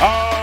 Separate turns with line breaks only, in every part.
Ah,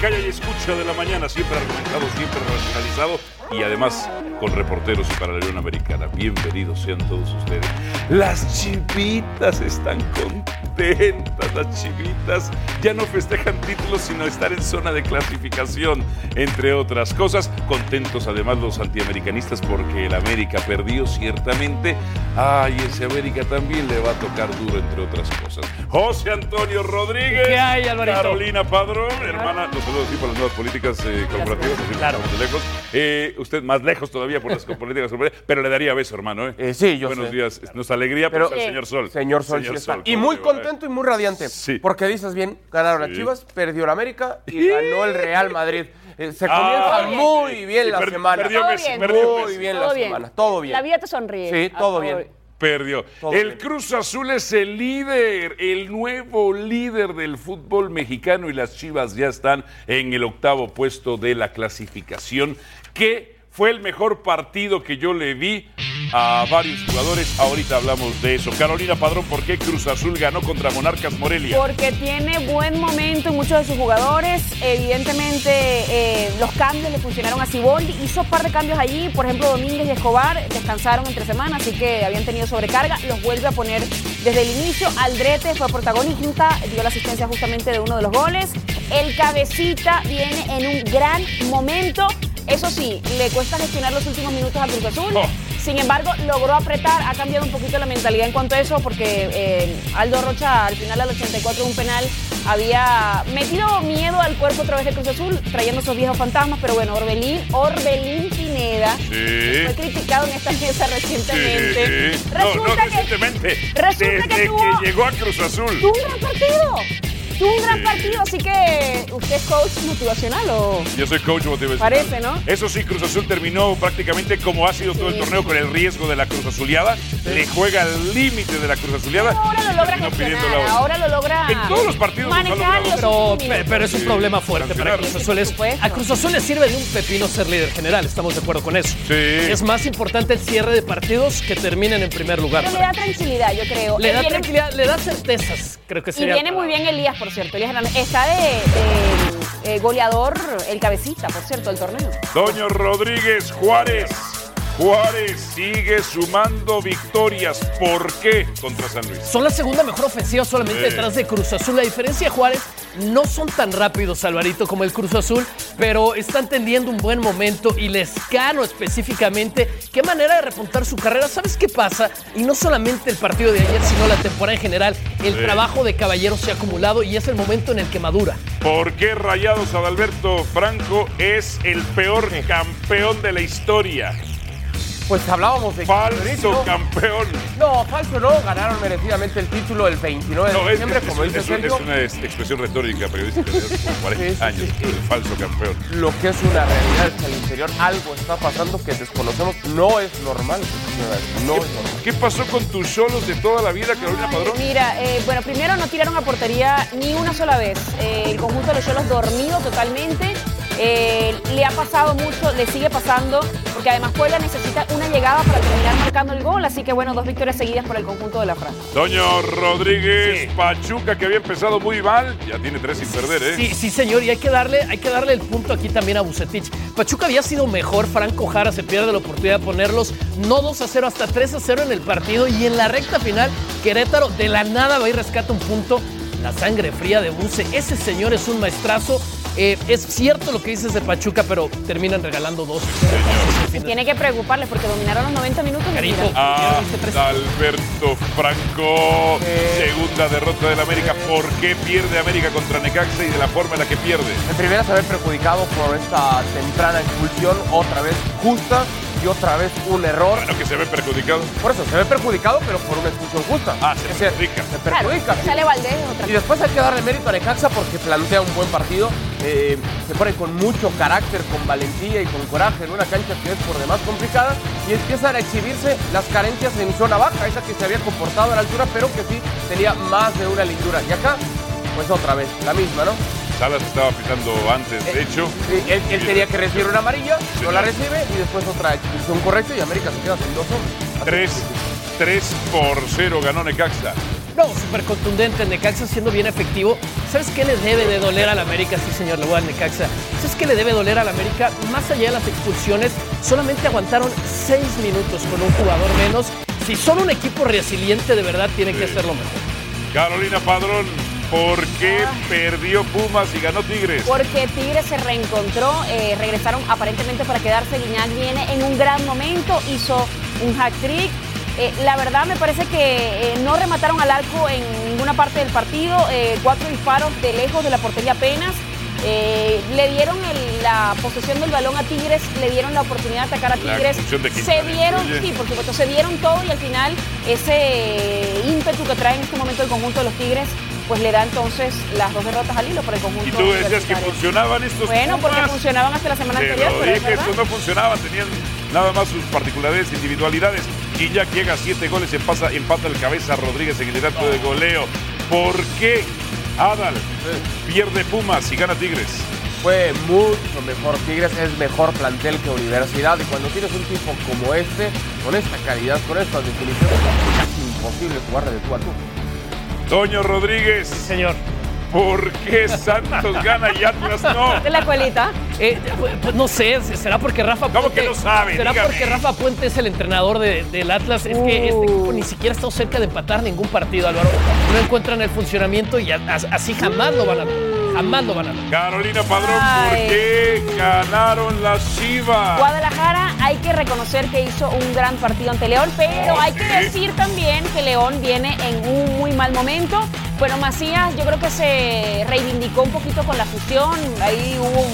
E 8 de la mañana, siempre argumentado, siempre racionalizado y además con reporteros y para la Unión Americana. Bienvenidos sean todos ustedes. Las chivitas están contentas, las chivitas ya no festejan títulos sino estar en zona de clasificación, entre otras cosas. Contentos además los antiamericanistas porque el América perdió ciertamente. Ay, ese América también le va a tocar duro, entre otras cosas. Oh, José Antonio Rodríguez.
¿Qué hay, Alvarito? Ah.
Carolina Padrón, hermana, los saludos aquí por las nuevas políticas eh, corporativas. así que
Claro.
estamos de lejos. Eh, usted más lejos todavía por las políticas corporativas, pero le daría beso, hermano. ¿eh?
Eh, sí, yo
Buenos
sé.
días. Nos alegría
Pero- eh,
pero, el señor Sol.
Señor Sol, sí está. Y
¿cómo
muy
le va, eh?
contento y muy radiante.
Sí.
Porque dices bien, ganaron
Sí.
las Chivas, perdió el América y ganó el Real Madrid. Eh, se comienza
Ah,
muy bien
y
la
per-
semana.
Perdió
Todo
Messi,
bien.
perdió
Muy
Messi.
bien. la semana, todo bien.
La vida te sonríe.
Sí,
Ah,
todo bien.
Perdió.
Todo
el
bien.
Cruz Azul es el líder, el nuevo líder del fútbol mexicano y las Chivas ya están en el octavo puesto de la clasificación, que fue el mejor partido que yo le vi a varios jugadores. Ahorita hablamos de eso. Carolina Padrón, ¿por qué Cruz Azul ganó contra Monarcas Morelia?
Porque tiene buen momento en muchos de sus jugadores. Evidentemente, eh, los cambios le funcionaron a Ciboldi. Hizo un par de cambios allí. Por ejemplo, Domínguez y Escobar descansaron entre semana, así que habían tenido sobrecarga. Los vuelve a poner desde el inicio. Aldrete fue protagonista, dio la asistencia justamente de uno de los goles. El Cabecita viene en un gran momento. Eso sí, le cuesta gestionar los últimos minutos a Cruz Azul.
Oh.
Sin embargo, logró apretar, ha cambiado un poquito la mentalidad en cuanto a eso, porque eh, Aldo Rocha al final al 84 de un penal había metido miedo al cuerpo otra vez de Cruz Azul, trayendo esos viejos fantasmas, pero bueno, Orbelín, Orbelín Pineda.
Sí.
Fue criticado en esta mesa recientemente.
Sí. No, no recientemente.
resulta
Desde
que tuvo-
llegó a Cruz Azul.
Tuvo un gran partido. Tuvo un gran partido, así que usted es coach motivacional o...
Yo soy coach motivacional.
Parece, ¿no?
Eso sí, Cruz Azul terminó prácticamente como ha sido todo el
Sí.
torneo con el riesgo de la Cruz Azuleada. Le juega al límite de la Cruz Azuleada.
Pero ahora lo logra
Terminó pidiendo
gestionar,
la-
ahora lo logra
En todos los partidos nos ha
manejar
logrado.
los
Pero-
Pero,
últimos
pe-
minutos.
pero es un
Sí,
problema fuerte para
sancionar.
Cruz Azul. Es-
Por supuesto.
a Cruz Azul le sirve de un pepino ser líder general, estamos de acuerdo con eso.
Sí.
Es más importante el cierre de partidos que terminen en primer lugar.
Pero le da tranquilidad, yo creo.
Le
Él
da
viene-
tranquilidad, le da certezas, creo que
Y
sería.
viene
la
muy
palabra.
bien Elías, por cierto. Elías Hernández. Está de, de, eh, goleador el cabecita, por cierto, del torneo.
Doño Rodríguez Juárez. Juárez sigue sumando victorias. ¿Por qué? Contra San Luis.
Son la segunda mejor ofensiva solamente
Sí.
detrás de Cruz Azul. La diferencia de Juárez no son tan rápidos, Alvarito, como el Cruz Azul, pero están teniendo un buen momento y Lescano específicamente. Qué manera de repuntar su carrera. ¿Sabes qué pasa? Y no solamente el partido de ayer, sino la temporada en general. El
Sí.
trabajo de Caballero se ha acumulado y es el momento en el que madura.
¿Por qué Rayados Adalberto Franco es el peor campeón de la historia?
Pues hablábamos de que
Falso
Mauricio-
campeón.
No, falso no. Ganaron merecidamente el título el 29 de
No, es,
diciembre,
es-
como
es-
dice
es-
Sergio.
es una es- expresión retórica periodística de hace como 40
Sí, sí,
años, el falso campeón.
Lo que es una realidad es que al interior algo está pasando que desconocemos. No es normal. No es normal.
¿Qué pasó con tus solos de toda la vida, Carolina
Ay,
Padrón?
Mira, eh, bueno, primero no tiraron a portería ni una sola vez. Eh, el conjunto de los Cholos dormido totalmente. Eh, le ha pasado mucho, le sigue pasando, porque además Puebla necesita una llegada para terminar marcando el gol. Así que bueno, dos victorias seguidas por el conjunto de la franja.
Doño Rodríguez, Pachuca, que había empezado muy mal, ya tiene tres sin perder, ¿eh?
Sí, sí, señor, y hay que darle, hay que darle el punto aquí también a Bucetich. Pachuca había sido mejor, Franco Jara se pierde la oportunidad de ponerlos no 2 a 0, hasta 3 a 0 en el partido y en la recta final Querétaro de la nada va y rescata un punto. La sangre fría de Buce, ese señor es un maestrazo. Eh, es cierto lo que dices de Pachuca, pero terminan regalando dos.
Tiene que preocuparles porque dominaron los 90 minutos. y
Carito.
mira.
Ah,
Viste tres.
Alberto Franco, segunda derrota del América. ¿Por qué pierde América contra Necaxa y de la forma en la que pierde?
El primero se ve perjudicado por esta temprana expulsión, otra vez justa y otra vez un error.
Bueno, que se ve perjudicado.
Por eso se ve perjudicado, pero por una expulsión justa.
Ah, se
Es decir,
perjudica.
Se
Claro,
perjudica. sí.
sale Valdés otra
Y después hay que darle mérito a Necaxa porque plantea un buen partido. eh, se pone con mucho carácter, con valentía y con coraje en una cancha que es por demás complicada. Y empiezan a exhibirse las carencias en zona baja, esa que se había comportado a la altura, pero que sí tenía más de una lindura. Y acá, pues otra vez, la misma, ¿no?
Salas estaba pitando antes, de hecho.
Eh, Sí, él, él tenía que recibir una amarilla, no la recibe y después otra expulsión correcta y América se queda sin dos hombres.
Tres, tres por cero ganó Necaxa.
No, súper contundente. Necaxa siendo bien efectivo. ¿Sabes qué le debe de doler al América? Sí, señor, le voy al Necaxa. ¿Sabes qué le debe doler al América? Más allá de las expulsiones, solamente aguantaron seis minutos con un jugador menos. Si son un equipo resiliente, de verdad, tienen que hacerlo mejor.
Carolina Padrón, ¿por qué
Ah.
perdió Pumas y ganó Tigres?
Porque Tigres se reencontró, eh, regresaron aparentemente para quedarse. Guiñac viene en un gran momento, hizo un hack trick. Eh, la verdad me parece que eh, no remataron al arco en ninguna parte del partido. eh, cuatro disparos de lejos de la portería apenas. Eh, le dieron el- la posesión del balón a Tigres, le dieron la oportunidad de atacar a
La
Tigres.
expulsión de Quintana
Se dieron,
influye.
sí, por supuesto, se dieron todo y al final ese eh, ímpetu que trae en este momento el conjunto de los Tigres, pues le da entonces las dos derrotas al hilo para el conjunto
Y tú decías que
universitario.
funcionaban estos
Bueno, porque
Pumas.
funcionaban hasta la semana
Te
anterior,
lo
pero es
dije,
verdad.
esto no funcionaba, tenían nada más sus particularidades, individualidades. Guiñac llega a siete goles, empata, empata el cabeza a Rodríguez en el dato de goleo. ¿Por qué Adal pierde Pumas y gana Tigres?
Fue mucho mejor Tigres, es mejor plantel que Universidad. Y cuando tienes un tipo como este, con esta calidad, con estas definiciones, es casi imposible jugarle de tú a tú.
Toño Rodríguez,
Señor.
¿por qué Santos gana y Atlas no?
De la escuelita.
Eh, pues, no sé, será porque Rafa
¿Cómo que no sabe?
Será
Dígame.
porque Rafa Puente es el entrenador de- del Atlas. Es que este
Uh.
equipo ni siquiera ha estado cerca de empatar ningún partido, Álvaro. No encuentran el funcionamiento y a- as- así jamás lo van a Jamás lo van a
Carolina Padrón, ¿por
Ay.
qué ganaron las Chivas?
Guadalajara hay que reconocer que hizo un gran partido ante León, pero
Oh,
hay que
sí.
decir también que León viene en un muy mal momento. Bueno, Macías yo creo que se reivindicó un poquito con la fusión, ahí hubo un,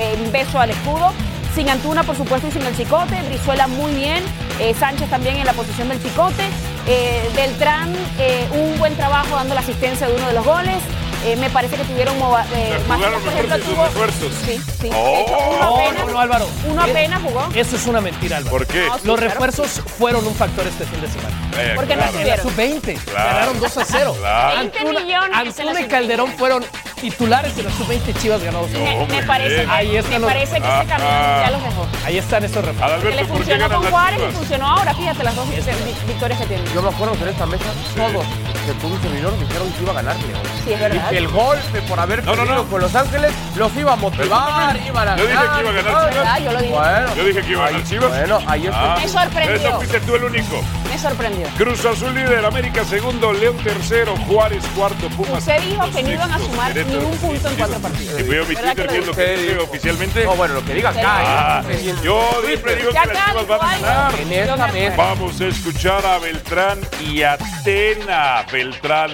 eh, un beso al escudo. Sin Antuna, por supuesto, y sin el chicote. Brizuela muy bien. eh, Sánchez también en la posición del chicote. eh, Beltrán, eh, un buen trabajo dando la asistencia de uno de los goles. eh, me parece que tuvieron... mova- eh,
Se jugaron
Macías, por
mejor
ejemplo,
que sus
tuvo-
refuerzos.
Sí, sí.
Oh.
de hecho, uno
No,
apenas,
no, no, Álvaro.
uno
Es-
apenas jugó.
Eso es una mentira, Álvaro.
¿Por qué?
No, sí,
Los
claro.
refuerzos fueron un factor este fin de semana.
Eh,
porque no
claro.
estuvieron.
Sub-20.
Claro.
Ganaron 2 a 0.
Claro.
20 millones en la
Antuna y
sub-20.
Calderón fueron titulares en la sub-20 Chivas ganados.
No,
Me,
muy
me parece,
bien.
Ahí está
me
lo-
parece que
Ah,
ese camino
ah.
ya los dejó.
Ahí están esos refuerzos.
Que le
Adalberto, ¿por qué
funcionó
ganan
con
las
Juárez y
Chivas?
funcionó ahora. Fíjate las dos vi- victorias que tienen.
Yo me acuerdo que en esta mesa todos que pudo dijeron que iba a ganar León.
Sí, es
Y
verdad.
que el golpe por haber
No, no,
perdido
no.
con Los Ángeles los iba a motivar, iban a
Yo dije
ganar.
que iba a ganar
todo.
Chivas.
Ah, yo lo dije.
Bueno,
Yo dije que iba a
ahí-
ganar Chivas.
Bueno, ahí está.
Ah,
Me sorprendió.
Eso fuiste tú el único.
Me sorprendió.
Cruz Azul líder, América segundo, León tercero, Juárez cuarto, Pumas.
Usted dijo
quinto,
que no iban a
sexto,
sumar
Querétaro,
ni un punto en
sexto.
cuatro partidos.
Y voy a
¿Verdad
omitir
que lo
también lo que
dijo?
dije oficialmente.
No, bueno, lo que diga acá.
Ah,
¿eh? Sí, sí.
yo siempre digo
Ya
que las
acá
Chivas
dijo
van a
algo.
ganar.
En esta mesa.
Vamos a escuchar a Beltrán y Atena. Beltrán,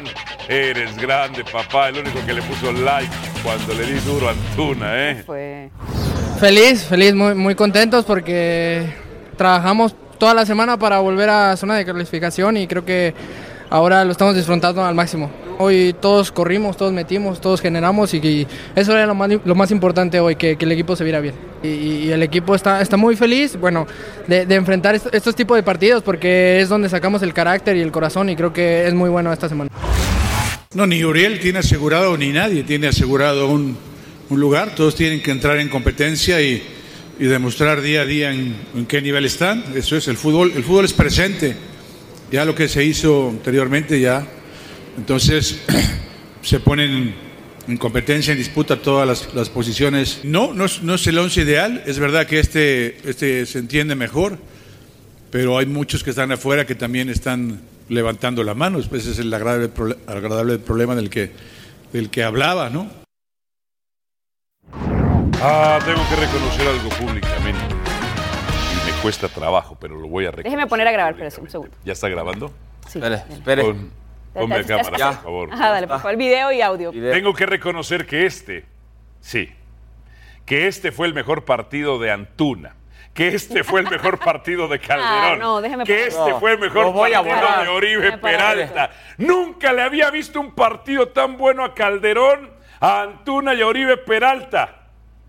eres grande, papá. El único que le puso like cuando le di duro a Antuna, ¿eh?
Pues,
Fue.
Feliz, feliz, muy, muy contentos porque trabajamos toda la semana para volver a zona de calificación y creo que ahora lo estamos disfrutando al máximo. Hoy todos corrimos, todos metimos, todos generamos y, y eso era lo más, lo más importante hoy, que, que el equipo se viera bien. Y, y el equipo está, está muy feliz, bueno, de, de enfrentar est- estos tipos de partidos porque es donde sacamos el carácter y el corazón y creo que es muy bueno esta semana.
No, ni Uriel tiene asegurado, ni nadie tiene asegurado un, un lugar. Todos tienen que entrar en competencia y, y demostrar día a día en, en qué nivel están. Eso es el fútbol. El fútbol es presente. Ya lo que se hizo anteriormente, ya. Entonces se ponen en competencia, en disputa todas las, las posiciones. No, no es, no es el once ideal. Es verdad que este, este se entiende mejor pero hay muchos que están afuera que también están levantando la mano. Pues ese es el agradable, prole- agradable problema del que, del que hablaba, ¿no?
Ah, tengo que reconocer algo públicamente. Y me cuesta trabajo, pero lo voy a reconocer.
Déjeme poner a grabar, espérese, un segundo.
¿Ya está grabando?
Sí.
Espere, espere.
Pon, ponme a cámara,
Ya. Ah,
por favor.
Ajá, dale, por favor. Video y audio.
Y de-
Tengo que reconocer que este, sí, que este fue el mejor partido de Antuna. Que este fue el mejor partido de Calderón.
Ah, no, déjeme
que
poner-
este
No,
fue el mejor
lo voy a
partido
borrar.
de Oribe
Déjeme parar
Peralta. Nunca le había visto un partido tan bueno a Calderón, a Antuna y a Oribe Peralta.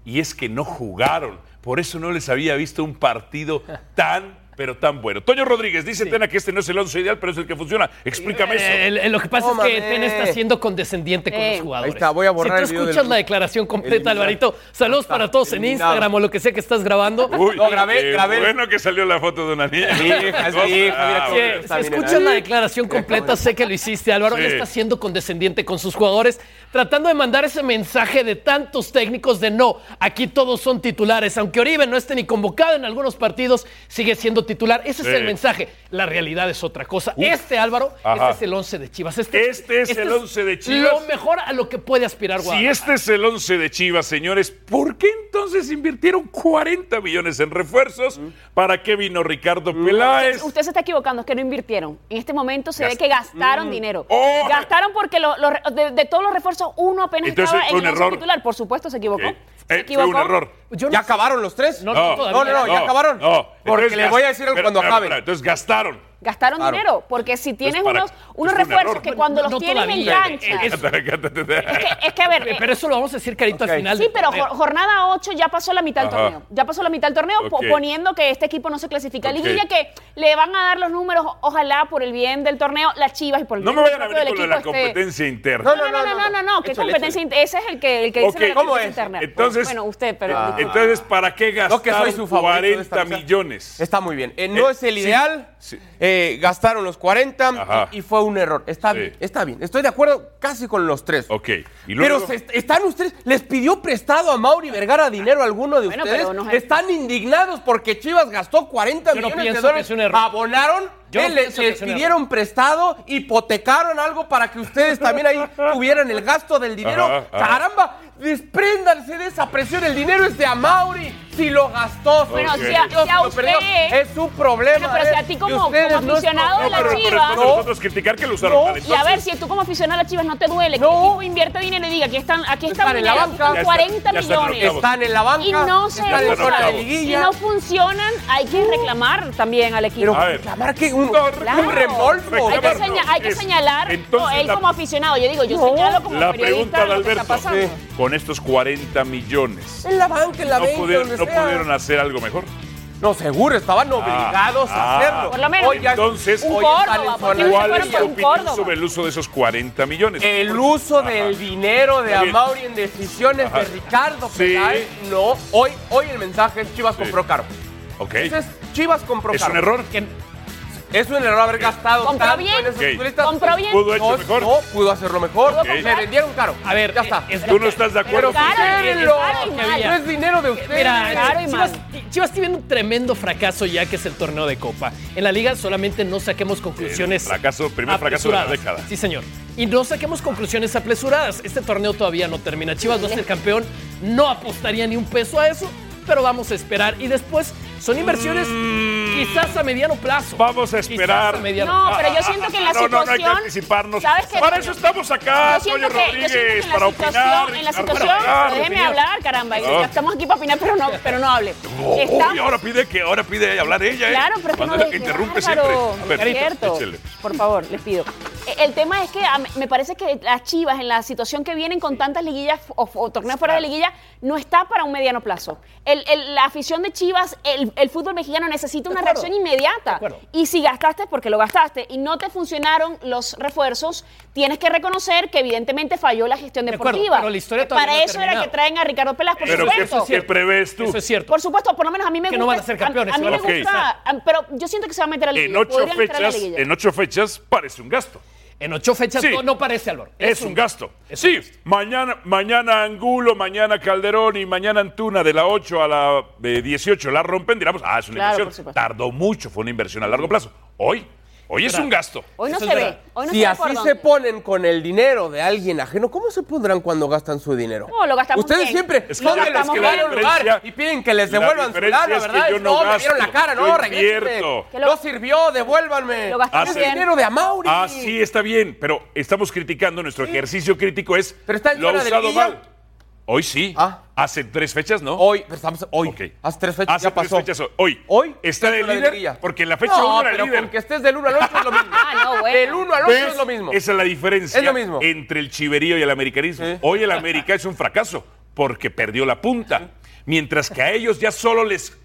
Y es que no jugaron. Por eso no les había visto un partido tan pero tan bueno. Toño Rodríguez, dice Tena que este no es el 11 ideal, pero es el que funciona. Explícame eso.
Eh, el- el- lo que pasa es que
Tómame.
Tena está siendo condescendiente con
Eh.
los jugadores.
Ahí está, voy a borrar el
Si
video
tú
del
escuchas la
grupo.
declaración completa,
Eliminar.
Alvarito, saludos
Está
para todos en
eliminado.
Instagram o lo que sea que estás grabando.
Uy,
No, grabé,
qué
grabé.
Bueno que salió la foto de una niña.
Mi hija, es mi hija, mira
Ah,
qué-
bueno.
Si
Está bien,
escuchas
¿eh?
la declaración completa, sé que lo hiciste, Álvaro.
Sí.
Él está siendo condescendiente con sus jugadores, tratando de mandar ese mensaje de tantos técnicos de no, aquí todos son titulares. Aunque Oribe no esté ni convocado en algunos partidos, sigue siendo titular. Ese
Sí.
es el mensaje. La realidad es otra cosa.
Uf.
Este, Álvaro,
Ajá.
este es el 11 de Chivas.
Este es el 11 de Chivas.
Lo mejor a lo que puede aspirar
Si
Guadalajara.
este es el 11 de Chivas, señores, ¿por qué entonces invirtieron 40 millones en refuerzos? ¿Para qué vino Ricardo Peláez?
Usted se está equivocando, es que no invirtieron. En este momento se
Gast-
ve que gastaron dinero.
¡Oh!
Gastaron porque lo- lo re- de, de todos los refuerzos, uno apenas
Entonces
estaba
fue
en
un
el once
error.
titular. Por supuesto, se equivocó.
Ok.
Se
Eh, fue un
equivocó.
error.
Yo no
¿Ya
sé-
acabaron los tres?
No,
No,
todavía
No, no, no, ya acabaron.
no.
Porque
Entonces,
les voy a decir
espera,
cuando
espera,
acaben.
espera, Entonces gastaron.
Gastaron
Claro.
dinero, porque si tienes
para-
unos, unos
es un error.
refuerzos que cuando
No,
los
no
tienes
todavía.
en cancha.
Es-
es, que, es que, a ver. eh,
Pero eso lo vamos a decir, Carito,
Ok.
al final.
Sí,
del
pero
torneo.
jor- jornada 8 ya pasó la mitad del
Ajá.
torneo. Ya pasó la mitad del torneo, po-
Ok.
poniendo que este equipo no se clasifica a
Ok.
liguilla, que le van a dar los números, ojalá por el bien del torneo, las chivas y por el
No me
bien del
vayan a
propio
venir
del
con la
equipo, este-
competencia interna.
No, no, no, no, no, no, no, ¿qué
Échale,
competencia interna? Ese es el que, el que dice
Ok,
la
¿cómo
competencia
es?
interna.
Entonces,
bueno, usted, pero...
eh,
disculpe.
entonces, ¿para qué
No, que
gastaron
soy su favorito de esta
40
mesa.
millones?
Está muy bien. Eh, no
Eh,
es el
sí,
ideal.
sí.
Eh, gastaron los 40
Ajá.
y, y fue un error. Está
Sí.
bien, está bien. Estoy de acuerdo casi con los tres.
Ok, ¿y luego?
Pero se est- están ustedes. ¿Les pidió prestado a Mauri Vergara dinero a alguno de
Bueno,
ustedes?
pero no-
están indignados porque Chivas gastó 40
Yo no
millones de
pienso que
dólares.
es un error.
Abonaron.
Yo no
eh, le- les
pienso que es un
pidieron prestado, hipotecaron algo para que ustedes también ahí tuvieran el gasto del dinero.
Ajá, ajá.
Caramba, despréndanse de esa presión. El dinero es de Amauri. Si lo gastó,
Bueno,
señor
si a-
Dios,
si a
lo perdió,
usted-
es su problema.
Bueno, pero si
¿eh?
a ti como-
Y ustedes
como
no es-
aficionado de
No,
la
pero, pero
Chivas.
entonces
No.
nosotros criticar que lo usaron
No.
para
Y a
entonces.
ver, si tú como aficionado a las chivas no te duele que
No.
el equipo invierta dinero y diga, aquí están, aquí está
Están
mi
en la banca.
dinero, aquí
Ya
están
están-
40
ya están en
millones.
octavos.
Están en la banca.
Y no se
están en la
usan.
zona de
usan. Si
liguilla.
no funcionan, hay que reclamar también al equipo.
Pero
A ver.
reclamar que un,
No,
un
Claro.
reembolso.
Hay que,
Reclamar,
señala-
no,
hay que
es-
señalar,
entonces
no, él
la-
como aficionado, yo digo, yo señalo como
La
periodista
pregunta de
lo que está
Alberto,
pasando.
con estos 40 millones,
En la banca, en la
¿no,
20,
pudieron,
donde
no
sea.
pudieron hacer algo mejor?
No, seguro, estaban obligados
ah.
a hacerlo.
Por lo menos.
Hoy ya-
Entonces,
Un
hoy están
Córdoba,
en
¿por qué
zona-
no se
¿Cuál
fueron
es tu
por un
opinión
Córdoba?
sobre el uso de esos 40 millones?
El uso del dinero de
Está bien.
Amauri en decisiones
Ajá.
de Ricardo
Sí.
Peláez, no. Hoy, hoy el mensaje es Chivas compró caro.
Ok.
Entonces, Chivas compró
¿Es
caro.
un error?
Que-
Es un error haber gastado
Compró
tanto
bien.
en esos
Ok.
futbolistas.
Compró bien.
¿Pudo hecho
No,
mejor?
no, pudo hacerlo mejor.
Pudo
comprar.
Le vendieron caro.
A ver,
ya está.
es-
¿Tú no estás de
pero
acuerdo?
Caro,
fusérenlo.
caro
y mal.
No es dinero de ustedes.
Mira,
Claro y
Chivas,
mal.
Chivas tiene un tremendo fracaso ya que es el torneo de Copa. En la liga solamente no saquemos conclusiones.
El fracaso, primer fracaso de la
apresuradas.
década.
Sí, señor. Y no saquemos conclusiones apresuradas. Este torneo todavía no termina. Chivas va a ser campeón. No apostaría ni un peso a eso, pero vamos a esperar. Y después son inversiones quizás a mediano plazo.
Mm. Vamos a
Quizás
esperar.
a mediano
No, pero yo siento que en la
no, no, no hay que
situación-
anticiparnos.
¿Sabes qué?
Para eso estamos acá,
Yo
Toño
siento que, yo
Rodríguez,
siento que en la
para
situación,
opinar.
en la
para
situación,
opinar.
déjeme hablar, caramba, y-
Ah.
ya estamos aquí para opinar, pero no, pero no hable.
Oh,
Estamos-
y ahora pide que ahora pide hablar ella. ¿eh?
Claro, pero es que
Cuando
no
la-
deje,
interrumpe siempre.
Álvaro,
A
es
ver,
cierto.
échele.
Por favor, les pido. Eh, El tema es que a mí- me parece que las Chivas, en la situación que vienen con tantas liguillas o, o torneos fuera de liguilla, no está para un mediano plazo. El- el- la afición de Chivas, el, el fútbol mexicano necesita una
acuerdo.
reacción inmediata.
acuerdo.
Y si gastaste, porque lo gastaste, y no te funcionaron los refuerzos, tienes que reconocer que evidentemente falló la gestión
De acuerdo,
deportiva.
pero la historia todavía
para
no ha
eso era
terminado.
que traen a Ricardo Pelas, por
Pero ¿qué,
supuesto.
eso es
¿qué
cierto.
prevés tú?
Eso es cierto.
Por supuesto, por lo menos a mí me
Que no
gusta.
van a ser campeones,
A, mí
se
me
van a
gusta, a- pero yo siento que se va a meter a la
En
liguilla.
ocho,
podrían entrar a la
fechas,
liguilla.
en ocho fechas parece un gasto.
En ocho fechas
Sí.
no, no parece, Álvaro.
Es, un gasto. sí, mañana, mañana Angulo, mañana Calderón y mañana Antuna de la 8 a la eh, 18 la rompen, diramos, ah, es una
Claro, por
inversión.
supuesto.
Tardó mucho, fue una inversión a largo plazo. Hoy, hoy es un gasto.
Hoy no
Eso
se
es
ve.
verdad.
Hoy no
si
se ve
así
por
se
dónde.
ponen con el dinero de alguien ajeno, ¿cómo se pondrán cuando gastan su dinero?
No, lo gastamos
Ustedes
bien.
siempre
Es que
son
ya
de
ves
los
que
que
la
van a un lugar
diferencia-
y piden que les
la
devuelvan su
diferencia
lana,
es que
¿verdad?
yo
no,
no
me dieron la
gasto,
cara,
yo
no, regresen.
invierto.
Que lo-
No sirvió, devuélvanme.
Lo gastamos
es
bien.
dinero de Amauri.
Ah, sí, está bien, pero estamos criticando, nuestro ejercicio crítico es
Pero está en
lo ha
zona de
usado
liguilla.
mal. Hoy sí.
Ah.
Hace tres fechas, ¿no?
Hoy, pero estamos hoy.
Ok.
Hace tres fechas
Hace
ya
tres
pasó.
fechas hoy.
Hoy
Está de
la
líder,
liguilla.
porque la fecha
no,
uno era
pero
líder.
con que estés del 1 al 8 es lo mismo.
Ah, no, bueno.
Del 1 al 8
¿Ves?
es lo mismo.
Pues, Esa es la diferencia
Es lo mismo.
entre el chiverío y el americanismo.
Sí.
Hoy el América es un fracaso porque perdió la punta, mientras que a ellos ya solo les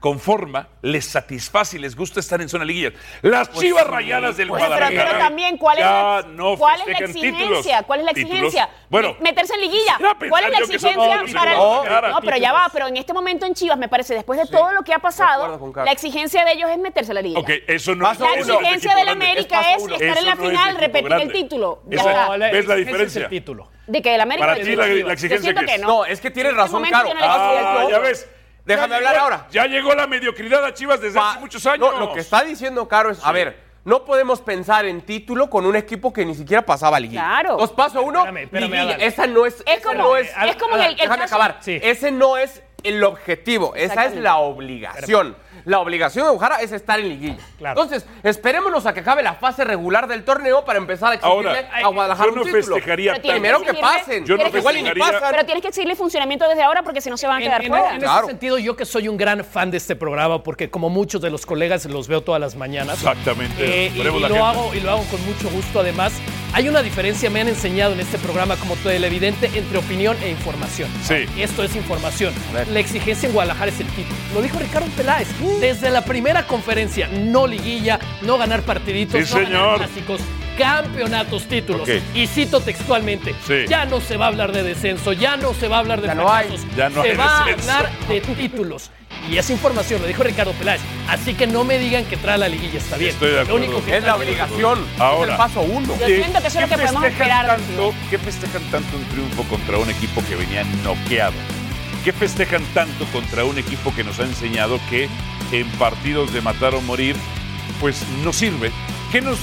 conforma, les satisface y les gusta estar en zona liguilla. Las chivas rayadas del
Oye, Pues pero,
Guadalajara
pero también, ¿cuál es, la,
ya no
¿cuál es la
festejan
exigencia?
títulos.
¿Cuál es la
Títulos.
exigencia?
Bueno,
Me- Meterse en liguilla.
Ya
¿Cuál es la
pensaría que somos
exigencia
los
para el-
hijos de Guadalajara.
No, pero ya va, pero en este momento en Chivas, me parece, después de todo lo que ha
acuerdo
pasado,
con Carlos.
la exigencia de ellos es meterse a la liguilla.
Ok, eso no
Paso
eso
La
no es
exigencia
equipo
del
grande.
América
paso
es
uno.
estar en la
Eso no es
final,
equipo
repetir el
grande.
título. Ya
Eso-
está.
¿Ves la
exigencia
diferencia?
Es el título.
De que el América.
Para ti la,
Yo
la exigencia
siento
que
que
es.
no.
No, es que tienes
En este
razón,
momento
Caro.
yo no le
Ah,
exigencia.
ya ves.
Déjame
Ya
hablar
llegó-
ahora.
Ya llegó la mediocridad a Chivas desde
Pa-
hace muchos años.
No, lo que está diciendo Caro es, a ver, no podemos pensar en título con un equipo que ni siquiera pasaba a liguilla.
Claro.
Os paso uno,
Espérame, espérame,
liguilla.
Adal.
Esa no es,
Es
ese
como-
no es,
es como
Adal,
el- el
déjame
caso-
acabar.
Sí.
Ese no es el objetivo, esa es
Exactamente.
la obligación. La obligación de Ojara es estar en liguilla.
Claro.
Entonces, esperémonos a que acabe la fase regular del torneo para empezar a exigirle
Ahora,
a Guadalajara
yo no
un título.
festejaría
Pero tiene
tanto.
Primero que
Exigirle-
pasen.
Yo no
porque igual y ni
festejaría-
pasan.
Pero tienes que exigirle funcionamiento desde ahora porque si no se van a
En,
quedar
en-
fuera.
en
Claro.
ese sentido, yo que soy un gran fan de este programa, porque como muchos de los colegas los veo todas las mañanas.
Exactamente.
Eh, y,
Ponemos
y
la
lo
agenda.
hago, y lo hago con mucho gusto, además. Hay una diferencia, me han enseñado en este programa como televidente, entre opinión e información.
Sí.
Esto es información. La exigencia en Guadalajara es el título. Lo dijo Ricardo Peláez.
Mm.
Desde la primera conferencia, no liguilla, no ganar partiditos,
Sí,
no ganar
señor.
clásicos, campeonatos, títulos.
Ok.
Y cito textualmente,
Sí.
ya no se va a hablar de descenso, ya no se va a hablar de
Ya no hay.
fracasos,
Ya no
se
hay
va
descenso.
a hablar de títulos. Y esa información lo dijo Ricardo Peláez. Así que no me digan que trae la liguilla, está bien.
Estoy de
Lo
acuerdo.
único que
Es la
está bien-
obligación. Es
Ahora.
el paso uno.
Yo siento que eso es lo
¿Qué
que podemos
festejan
esperar.
Tanto, ¿Qué festejan tanto un triunfo contra un equipo que venía noqueado? ¿Qué festejan tanto contra un equipo que nos ha enseñado que en partidos de matar o morir, pues no sirve? ¿Qué nos,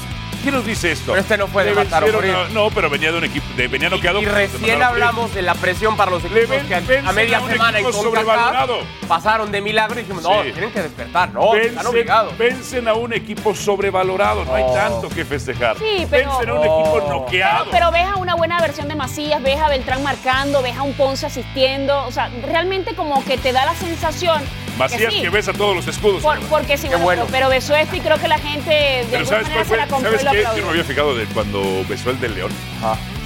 qué nos dice esto?
Pero este no fue de
Le
matar o
vencieron
morir.
a- no, pero venía de un equipo, de, venía noqueado.
Y
de matar
recién
o morir.
hablamos de la presión para los
Le
equipos
ven-
que a- a
vencen
media
a un
semana en
equipo
CONCACAF
sobrevalorado.
pasaron de milagro y dijimos, no,
Sí.
tienen que despertar, no, están obligados.
Vencen, vencen a un equipo sobrevalorado, no hay
No.
tanto que festejar.
Sí, pero-
Vencen a un
No.
equipo noqueado.
Pero, pero ves a una buena versión de Macías, ves a Beltrán marcando, ves a un Ponce asistiendo. O sea, realmente como que te da la sensación.
Macías
sí,
que ves a todos los escudos.
por- porque sí,
Qué
bueno,
bueno.
Pero, pero besó esto y creo que la gente de
Pero
alguna
¿sabes
manera
cuál
se
fue?
la compró y
¿Sabes
lo
qué? Yo no me
aplaudió.
había fijado de cuando besó el del León.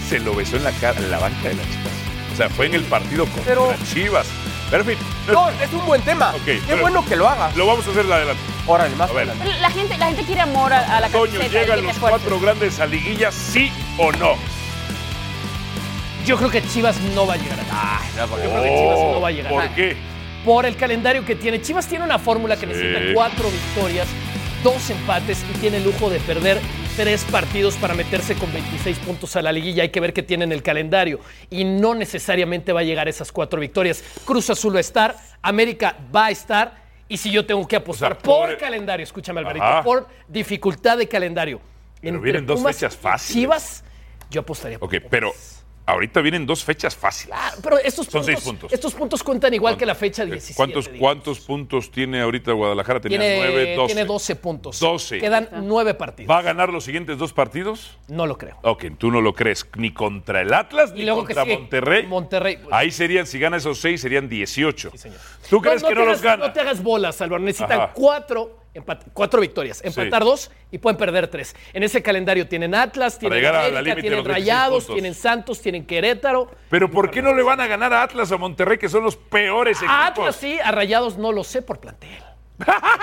Se lo besó en la cara, en la banca de las Chivas. O sea, fue en el partido contra
Pero-
Chivas. Pero en fin,
No, es un buen tema.
Ok,
Qué
pero-
bueno que lo hagas.
lo vamos a hacer de adelante.
Órale, más
A ver.
adelante.
Pero La gente, la gente quiere amor a, a la
Toño,
camiseta,
¿llegan
tiene
los
esfuerzo.
cuatro grandes a liguilla, sí o no?
Yo creo que Chivas no va a llegar acá. creo que Chivas no va a llegar.
Oh, ¿Por qué?
Por el calendario que tiene. Chivas tiene una fórmula que
Sí.
necesita cuatro victorias, dos empates y tiene el lujo de perder tres partidos para meterse con 26 puntos a la liguilla. Hay que ver qué tiene en el calendario. Y no necesariamente va a llegar a esas cuatro victorias. Cruz Azul va a estar, América va a estar. Y si yo tengo que apostar
O sea, por-
por calendario, escúchame Alvarito,
Ajá.
por dificultad de calendario.
Pero
entre
vienen dos
Pumas
fechas
y
fáciles.
Chivas, yo apostaría por
Ok, pero ahorita vienen dos fechas fáciles.
Ah, pero estos
Son
puntos,
seis puntos.
Estos puntos cuentan igual que la fecha 17.
¿Cuántos,
digamos.
¿Cuántos puntos tiene ahorita Guadalajara? Tenía
Tiene,
nueve, doce.
tiene 12 puntos.
12.
Quedan nueve partidos.
¿Va a ganar los siguientes dos partidos?
No lo creo.
Ok, tú no lo crees ni contra el Atlas
Y
ni
luego que
contra
sigue
Monterrey.
Monterrey. pues.
Ahí serían, si gana esos seis, serían 18.
señor.
¿Tú crees que
te
no los
hagas-
gana?
No te hagas bolas, Álvaro. Necesitan
Ajá.
cuatro, empat- cuatro victorias. Empatar
Sí.
dos y pueden perder tres. En ese calendario tienen Atlas, tienen
llegar a la
América,
límite de
tienen
los 26
Rayados,
puntos.
tienen Santos, tienen Querétaro.
Pero ¿por qué no le van a ganar a Atlas o Monterrey, que son los peores equipos?
A Atlas sí, a Rayados no lo sé por plantel.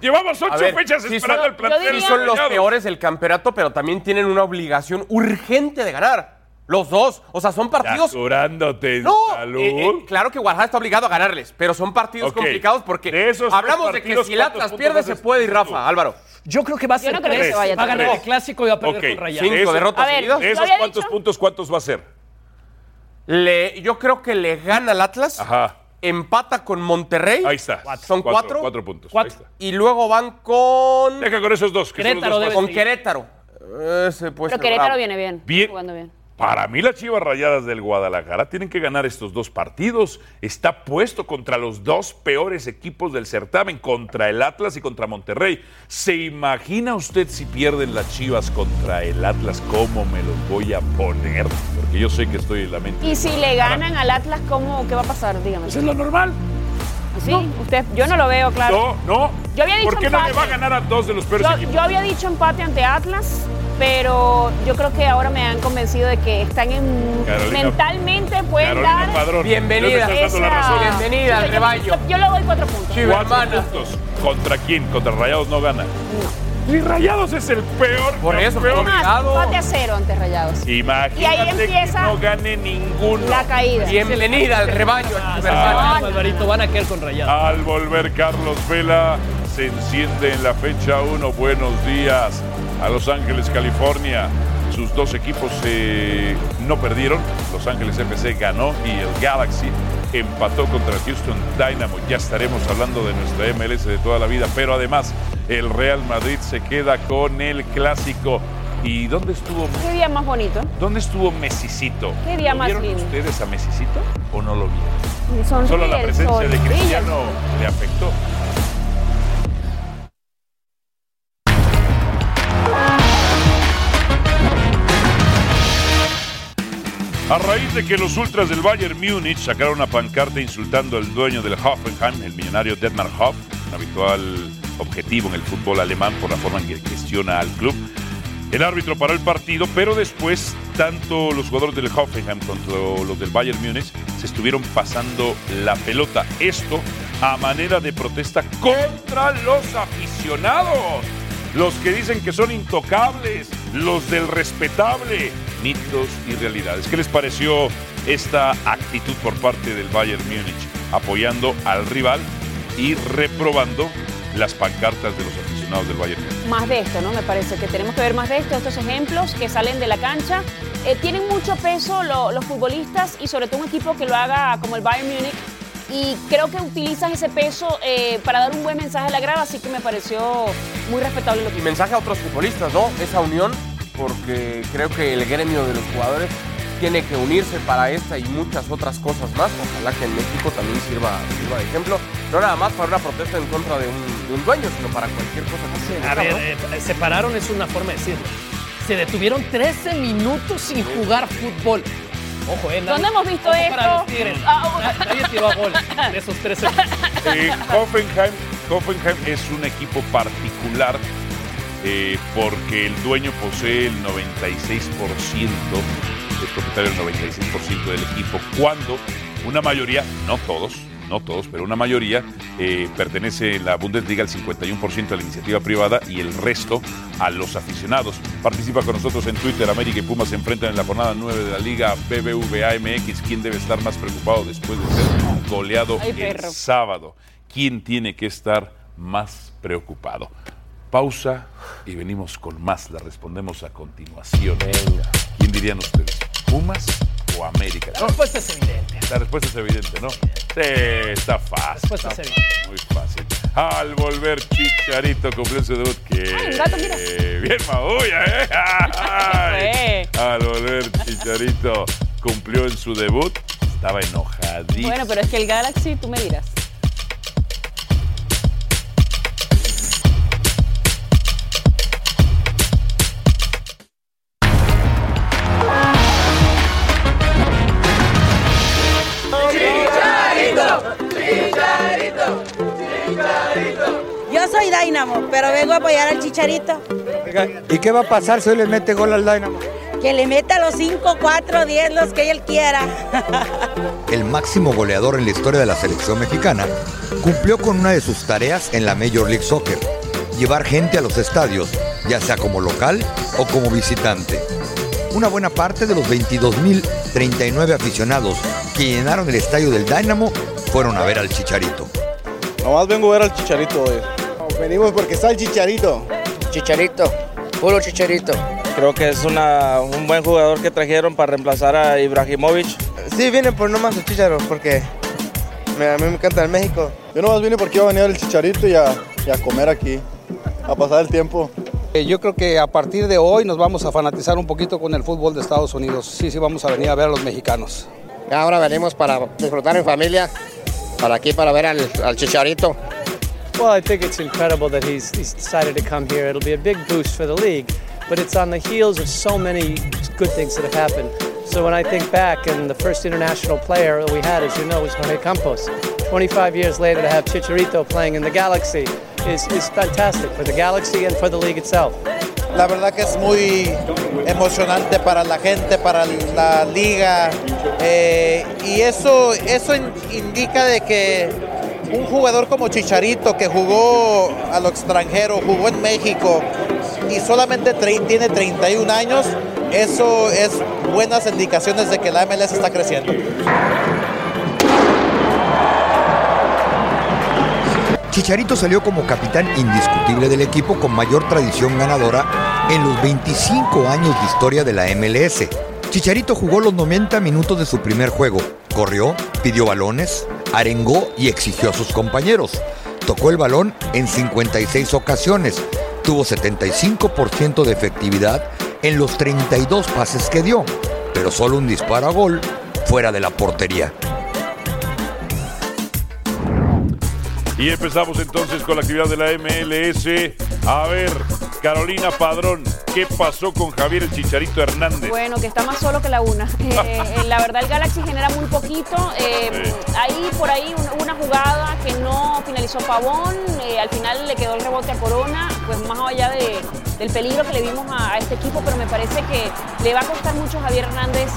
Llevamos ocho
A ver,
fechas
sí
esperando
son-
al plantel.
yo
Sí
de
son los
Rayados.
peores del campeonato, pero también tienen una obligación urgente de ganar. Los dos. O sea, son partidos
Saturándote en
No,
salud.
eh, eh, claro que Guadalajara está obligado a ganarles, pero son partidos
Ok.
complicados porque
De esos
hablamos de
tres
que
partidos,
si el Atlas
¿cuántos
pierde
puntos
se
haces
puede ir
tú?
Rafa, Álvaro.
Yo creo que va a ser
no creo que
tres.
se vaya
va a
tan
ganar el
lejos.
clásico y va a perder
Ok,
con Rayados.
Cinco
Eso-
derrotas
A ver,
seguidas.
¿De esos
había
cuántos
dicho?
puntos cuántos va a ser?
Le- yo creo que le gana al Atlas,
Ajá.
empata con Monterrey.
Ahí está.
Son cuatro.
Cuatro, cuatro puntos.
Cuatro.
Ahí está.
Y luluego van con,
Deja con esos dos. Que son los
Querétaro
dos
debe-
fáciles.
con Querétaro. Ese puede
Pero
ser
Querétaro
bravo.
viene bien,
Bien.
jugando bien.
Para mí las Chivas Rayadas del Guadalajara tienen que ganar estos dos partidos. Está puesto contra los dos peores equipos del certamen, contra el Atlas y contra Monterrey. ¿Se imagina usted si pierden las Chivas contra el Atlas cómo me los voy a poner? Porque yo sé que estoy en la mente.
Y si le ganan al Atlas, ¿cómo, ¿qué va a pasar? Dígame.
Pues es lo normal.
¿Sí? Usted, yo no lo veo, claro.
No, no.
Yo había dicho
¿Por qué no le
empate.
va a ganar a dos de los peores
Yo,
equipos?
yo había dicho empate ante Atlas pero yo creo que ahora me han convencido de que están en,
Carolina-
mentalmente pueden
Carolina
dar
Padrón.
Bienvenida.
ya me estás dando la razón.
esa-
Bienvenida al
Yo- yo-
rebaño.
Yo, le doy cuatro puntos.
Sí,
Cuatro
hermana.
puntos. ¿Contra quién? Contra Rayados no gana. Y Rayados es el peor.
Por eso,
campeón.
Es más,
Obligado.
empate a cero ante Rayados.
Imagínate
Ah. Y ahí empieza
que no gane ninguno.
La caída.
Bienvenida al rebaño.
Ah, sí,
Arquiversal.
Alvarito, Alvarito, van a caer con rayados.
Al volver Carlos Vela se enciende en la fecha 1. Buenos días a Los Ángeles, California. Sus dos equipos eh, no perdieron. Los Ángeles FC ganó y el Galaxy empató contra el Houston Dynamo. Ya estaremos hablando de nuestra MLS de toda la vida. Pero además el Real Madrid se queda con el clásico. ¿Y dónde estuvo,
Qué día más bonito.
dónde estuvo Mesicito?
Qué día
¿Lo
más
vieron
lindo.
ustedes a Mesicito o no lo vieron?
Sonríe
Solo la
el
presencia
sol,
de
brilla el
Cristiano
sol.
le afectó. A raíz de que los ultras del Bayern Múnich sacaron una pancarta insultando al dueño del Hoffenheim, el millonario Detmar Hoff, un habitual objetivo en el fútbol alemán por la forma en que gestiona al club, el árbitro paró el partido, pero después tanto los jugadores del Hoffenheim como los del Bayern Múnich se estuvieron pasando la pelota. Esto a manera de protesta contra los aficionados. Los que dicen que son intocables, los del respetable, mitos y realidades. ¿Qué les pareció esta actitud por parte del Bayern Múnich apoyando al rival y reprobando las pancartas de los aficionados del Bayern Múnich?
más de esto, ¿no? Me parece que tenemos que ver más de esto, estos ejemplos que salen de la cancha. Eh, tienen mucho peso lo- los futbolistas y sobre todo un equipo que lo haga como el Bayern Múnich. Y creo que utilizan ese peso eh, para dar un buen mensaje a la grada, así que me pareció muy respetable lo que
Y
hicieron.
mensaje a otros futbolistas, ¿no? Esa unión, porque creo que el gremio de los jugadores tiene que unirse para esta y muchas otras cosas más. Ojalá que en México también sirva, sirva de ejemplo. No nada más para una protesta en contra de un, de un dueño, sino para cualquier cosa que se
A
haga,
ver,
¿no?
eh, se pararon es una forma de decirlo. Se detuvieron 13 minutos sin jugar fútbol. Ojo, ¿eh?
¿Dónde hemos visto
ojo Para los
esto?
tigres.
Ah,
Na- Nadie tiró a gol en esos 13 minutos.
Eh, Hoffenheim, Hoffenheim es un equipo particular eh, porque el dueño posee el 96%, es propietario del 96% del equipo, cuando una mayoría, no todos, no todos, pero una mayoría eh, pertenece en la Bundesliga al 51% a la iniciativa privada y el resto a los aficionados. Participa con nosotros en Twitter, América y Pumas se enfrentan en la jornada 9 de la Liga BBVA MX. ¿Quién debe estar más preocupado después de ser goleado
Ay,
el
perro.
sábado? ¿Quién tiene que estar más preocupado? Pausa y venimos con más. La respondemos a continuación. ¿Quién dirían ustedes? ¿Pumas o América?
La respuesta es evidente.
La respuesta es evidente, ¿no? Sí, está fácil.
respuesta
está
es evidente.
Muy fácil. Al volver, Chicharito cumplió su debut. Que...
Ay, un gato, mira.
Bien, Mabuya, ¿eh? Ay.
Fue.
Al volver, Chicharito cumplió en su debut. Estaba enojadísimo.
bueno, pero es que el Galaxy, tú me dirás.
Yo soy Dynamo, pero vengo a apoyar al Chicharito.
Oiga, ¿Y qué va a pasar si hoy le mete gol al Dynamo?
Que le meta los 5, 4, 10, los que él quiera.
el máximo goleador en la historia de la selección mexicana, cumplió con una de sus tareas en la Major League Soccer, llevar gente a los estadios, ya sea como local o como visitante. Una buena parte de los 22.039 aficionados que llenaron el estadio del Dynamo fueron a ver al Chicharito.
Nomás vengo a ver al chicharito hoy.
Venimos porque está el chicharito.
Chicharito, puro Chicharito.
Creo que es una- un buen jugador que trajeron para reemplazar a Ibrahimovic.
Sí, vienen por nomás los chicharos porque me- a mí me encanta el México.
Yo nomás vine porque iba a venir el chicharito y a, y a comer aquí, a pasar el tiempo.
Eh, Yo creo que a partir de hoy nos vamos a fanatizar un poquito con el fútbol de Estados Unidos. Sí, sí, vamos a venir a ver a los mexicanos.
Ahora venimos para disfrutar en familia, para aquí, para ver al, al Chicharito.
Well, I think it's incredible that he's, he's decided to come here. It'll be a big boost for the league, but it's on the heels of so many good things that have happened. So when I think back, and the first international player that we had, as you know, was Jorge Campos. 25 years later, to have Chicharito playing in the Galaxy is, is fantastic for the Galaxy and for the league itself.
La verdad que es muy emocionante para la gente, para la liga. eh, y eso, eso in- indica de que un jugador como Chicharito, que jugó a lo extranjero, jugó en México y solamente tre- tiene 31 años, eso es buenas indicaciones de que la MLS está creciendo.
Chicharito salió como capitán indiscutible del equipo con mayor tradición ganadora en los 25 años de historia de la MLS. Chicharito jugó los 90 minutos de su primer juego, corrió, pidió balones, arengó y exigió a sus compañeros. Tocó el balón en 56 ocasiones, tuvo 75% de efectividad en los 32 pases que dio, pero solo un disparo a gol fuera de la portería.
Y empezamos entonces con la actividad de la MLS. A ver, Carolina Padrón, ¿qué pasó con Javier el Chicharito Hernández?
Bueno, que está más solo que la una. Eh, eh, la verdad, el Galaxy genera muy poquito. Eh, ahí, por ahí, un- hubo una jugada que no finalizó Pavón. eh, al final le quedó el rebote a Corona. Pues más allá de- del peligro que le vimos a, a este equipo, pero me parece que le va a costar mucho a Javier Hernández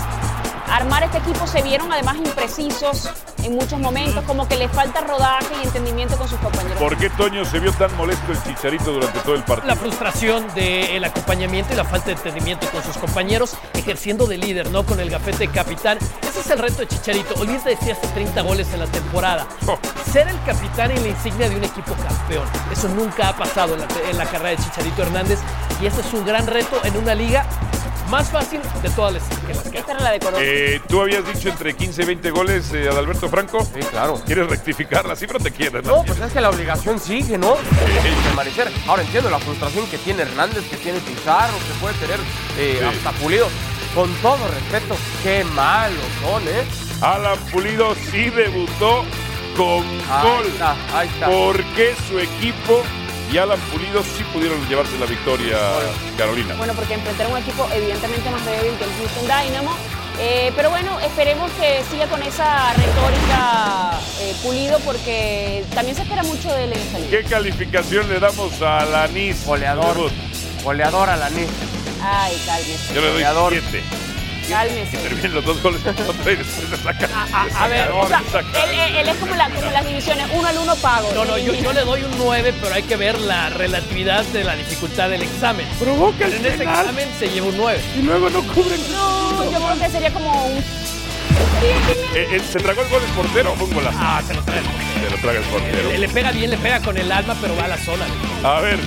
armar este equipo. Se vieron además imprecisos en muchos momentos, como que le falta rodaje y entendimiento con sus compañeros.
¿Por qué Toño se vio tan molesto el Chicharito durante todo el partido?
La frustración del acompañamiento y la falta de entendimiento con sus compañeros, ejerciendo de líder, ¿no? Con el gafete de capitán. Ese es el reto de Chicharito. Olvídate de si hace 30 goles en la temporada.
Oh.
Ser el capitán y la insignia de un equipo campeón. Eso nunca ha pasado en la, en la carrera de Chicharito Hernández. Y ese es un gran reto en una liga más fácil de todas las que las que hay.
Esta era la de Corona.
Eh, Tú habías dicho entre 15 y 20 goles eh, Adalberto Franco. Sí,
claro.
¿Quieres rectificar la cifra? Te quieres.
No, pues es que la obligación sigue, ¿no? El permanecer. Ahora entiendo la frustración que tiene Hernández, que tiene Pizarro, que puede tener eh,
Sí.
hasta Pulido. Con todo respeto, qué malos son, ¿eh?
Alan Pulido sí debutó con
Ahí
gol.
está, ahí está.
Porque su equipo y Alan Pulido sí pudieron llevarse la victoria, Carolina.
Bueno, porque enfrentar a un equipo evidentemente más débil que el Houston Dynamo. Eh, pero bueno, esperemos que siga con esa retórica eh, pulido porque también se espera mucho de él en esta liga.
¿Qué calificación le damos a Alanis? Goleador.
Goleador Alanis.
Ay, cálmese.
Yo le
Goleador.
doy 7.
Cálmese.
Terminan los dos goles en contra y después le saca.
A,
le
a
saca
ver,
gol,
o sea,
le saca-
él, él- él es como, la- como las divisiones, uno al uno pago.
No, no, yo, yo le doy un 9, pero hay que ver la relatividad de la dificultad del examen.
Provoca
En ese examen se lleva un 9.
Y luego no cubren.
No, yo creo que sería como un...
Eh, eh, se tragó el gol el portero, fue un golazo.
Ah, se lo traga.
Se lo traga el portero.
Le, le pega bien, le pega con el alma, pero va a la zona.
A ver,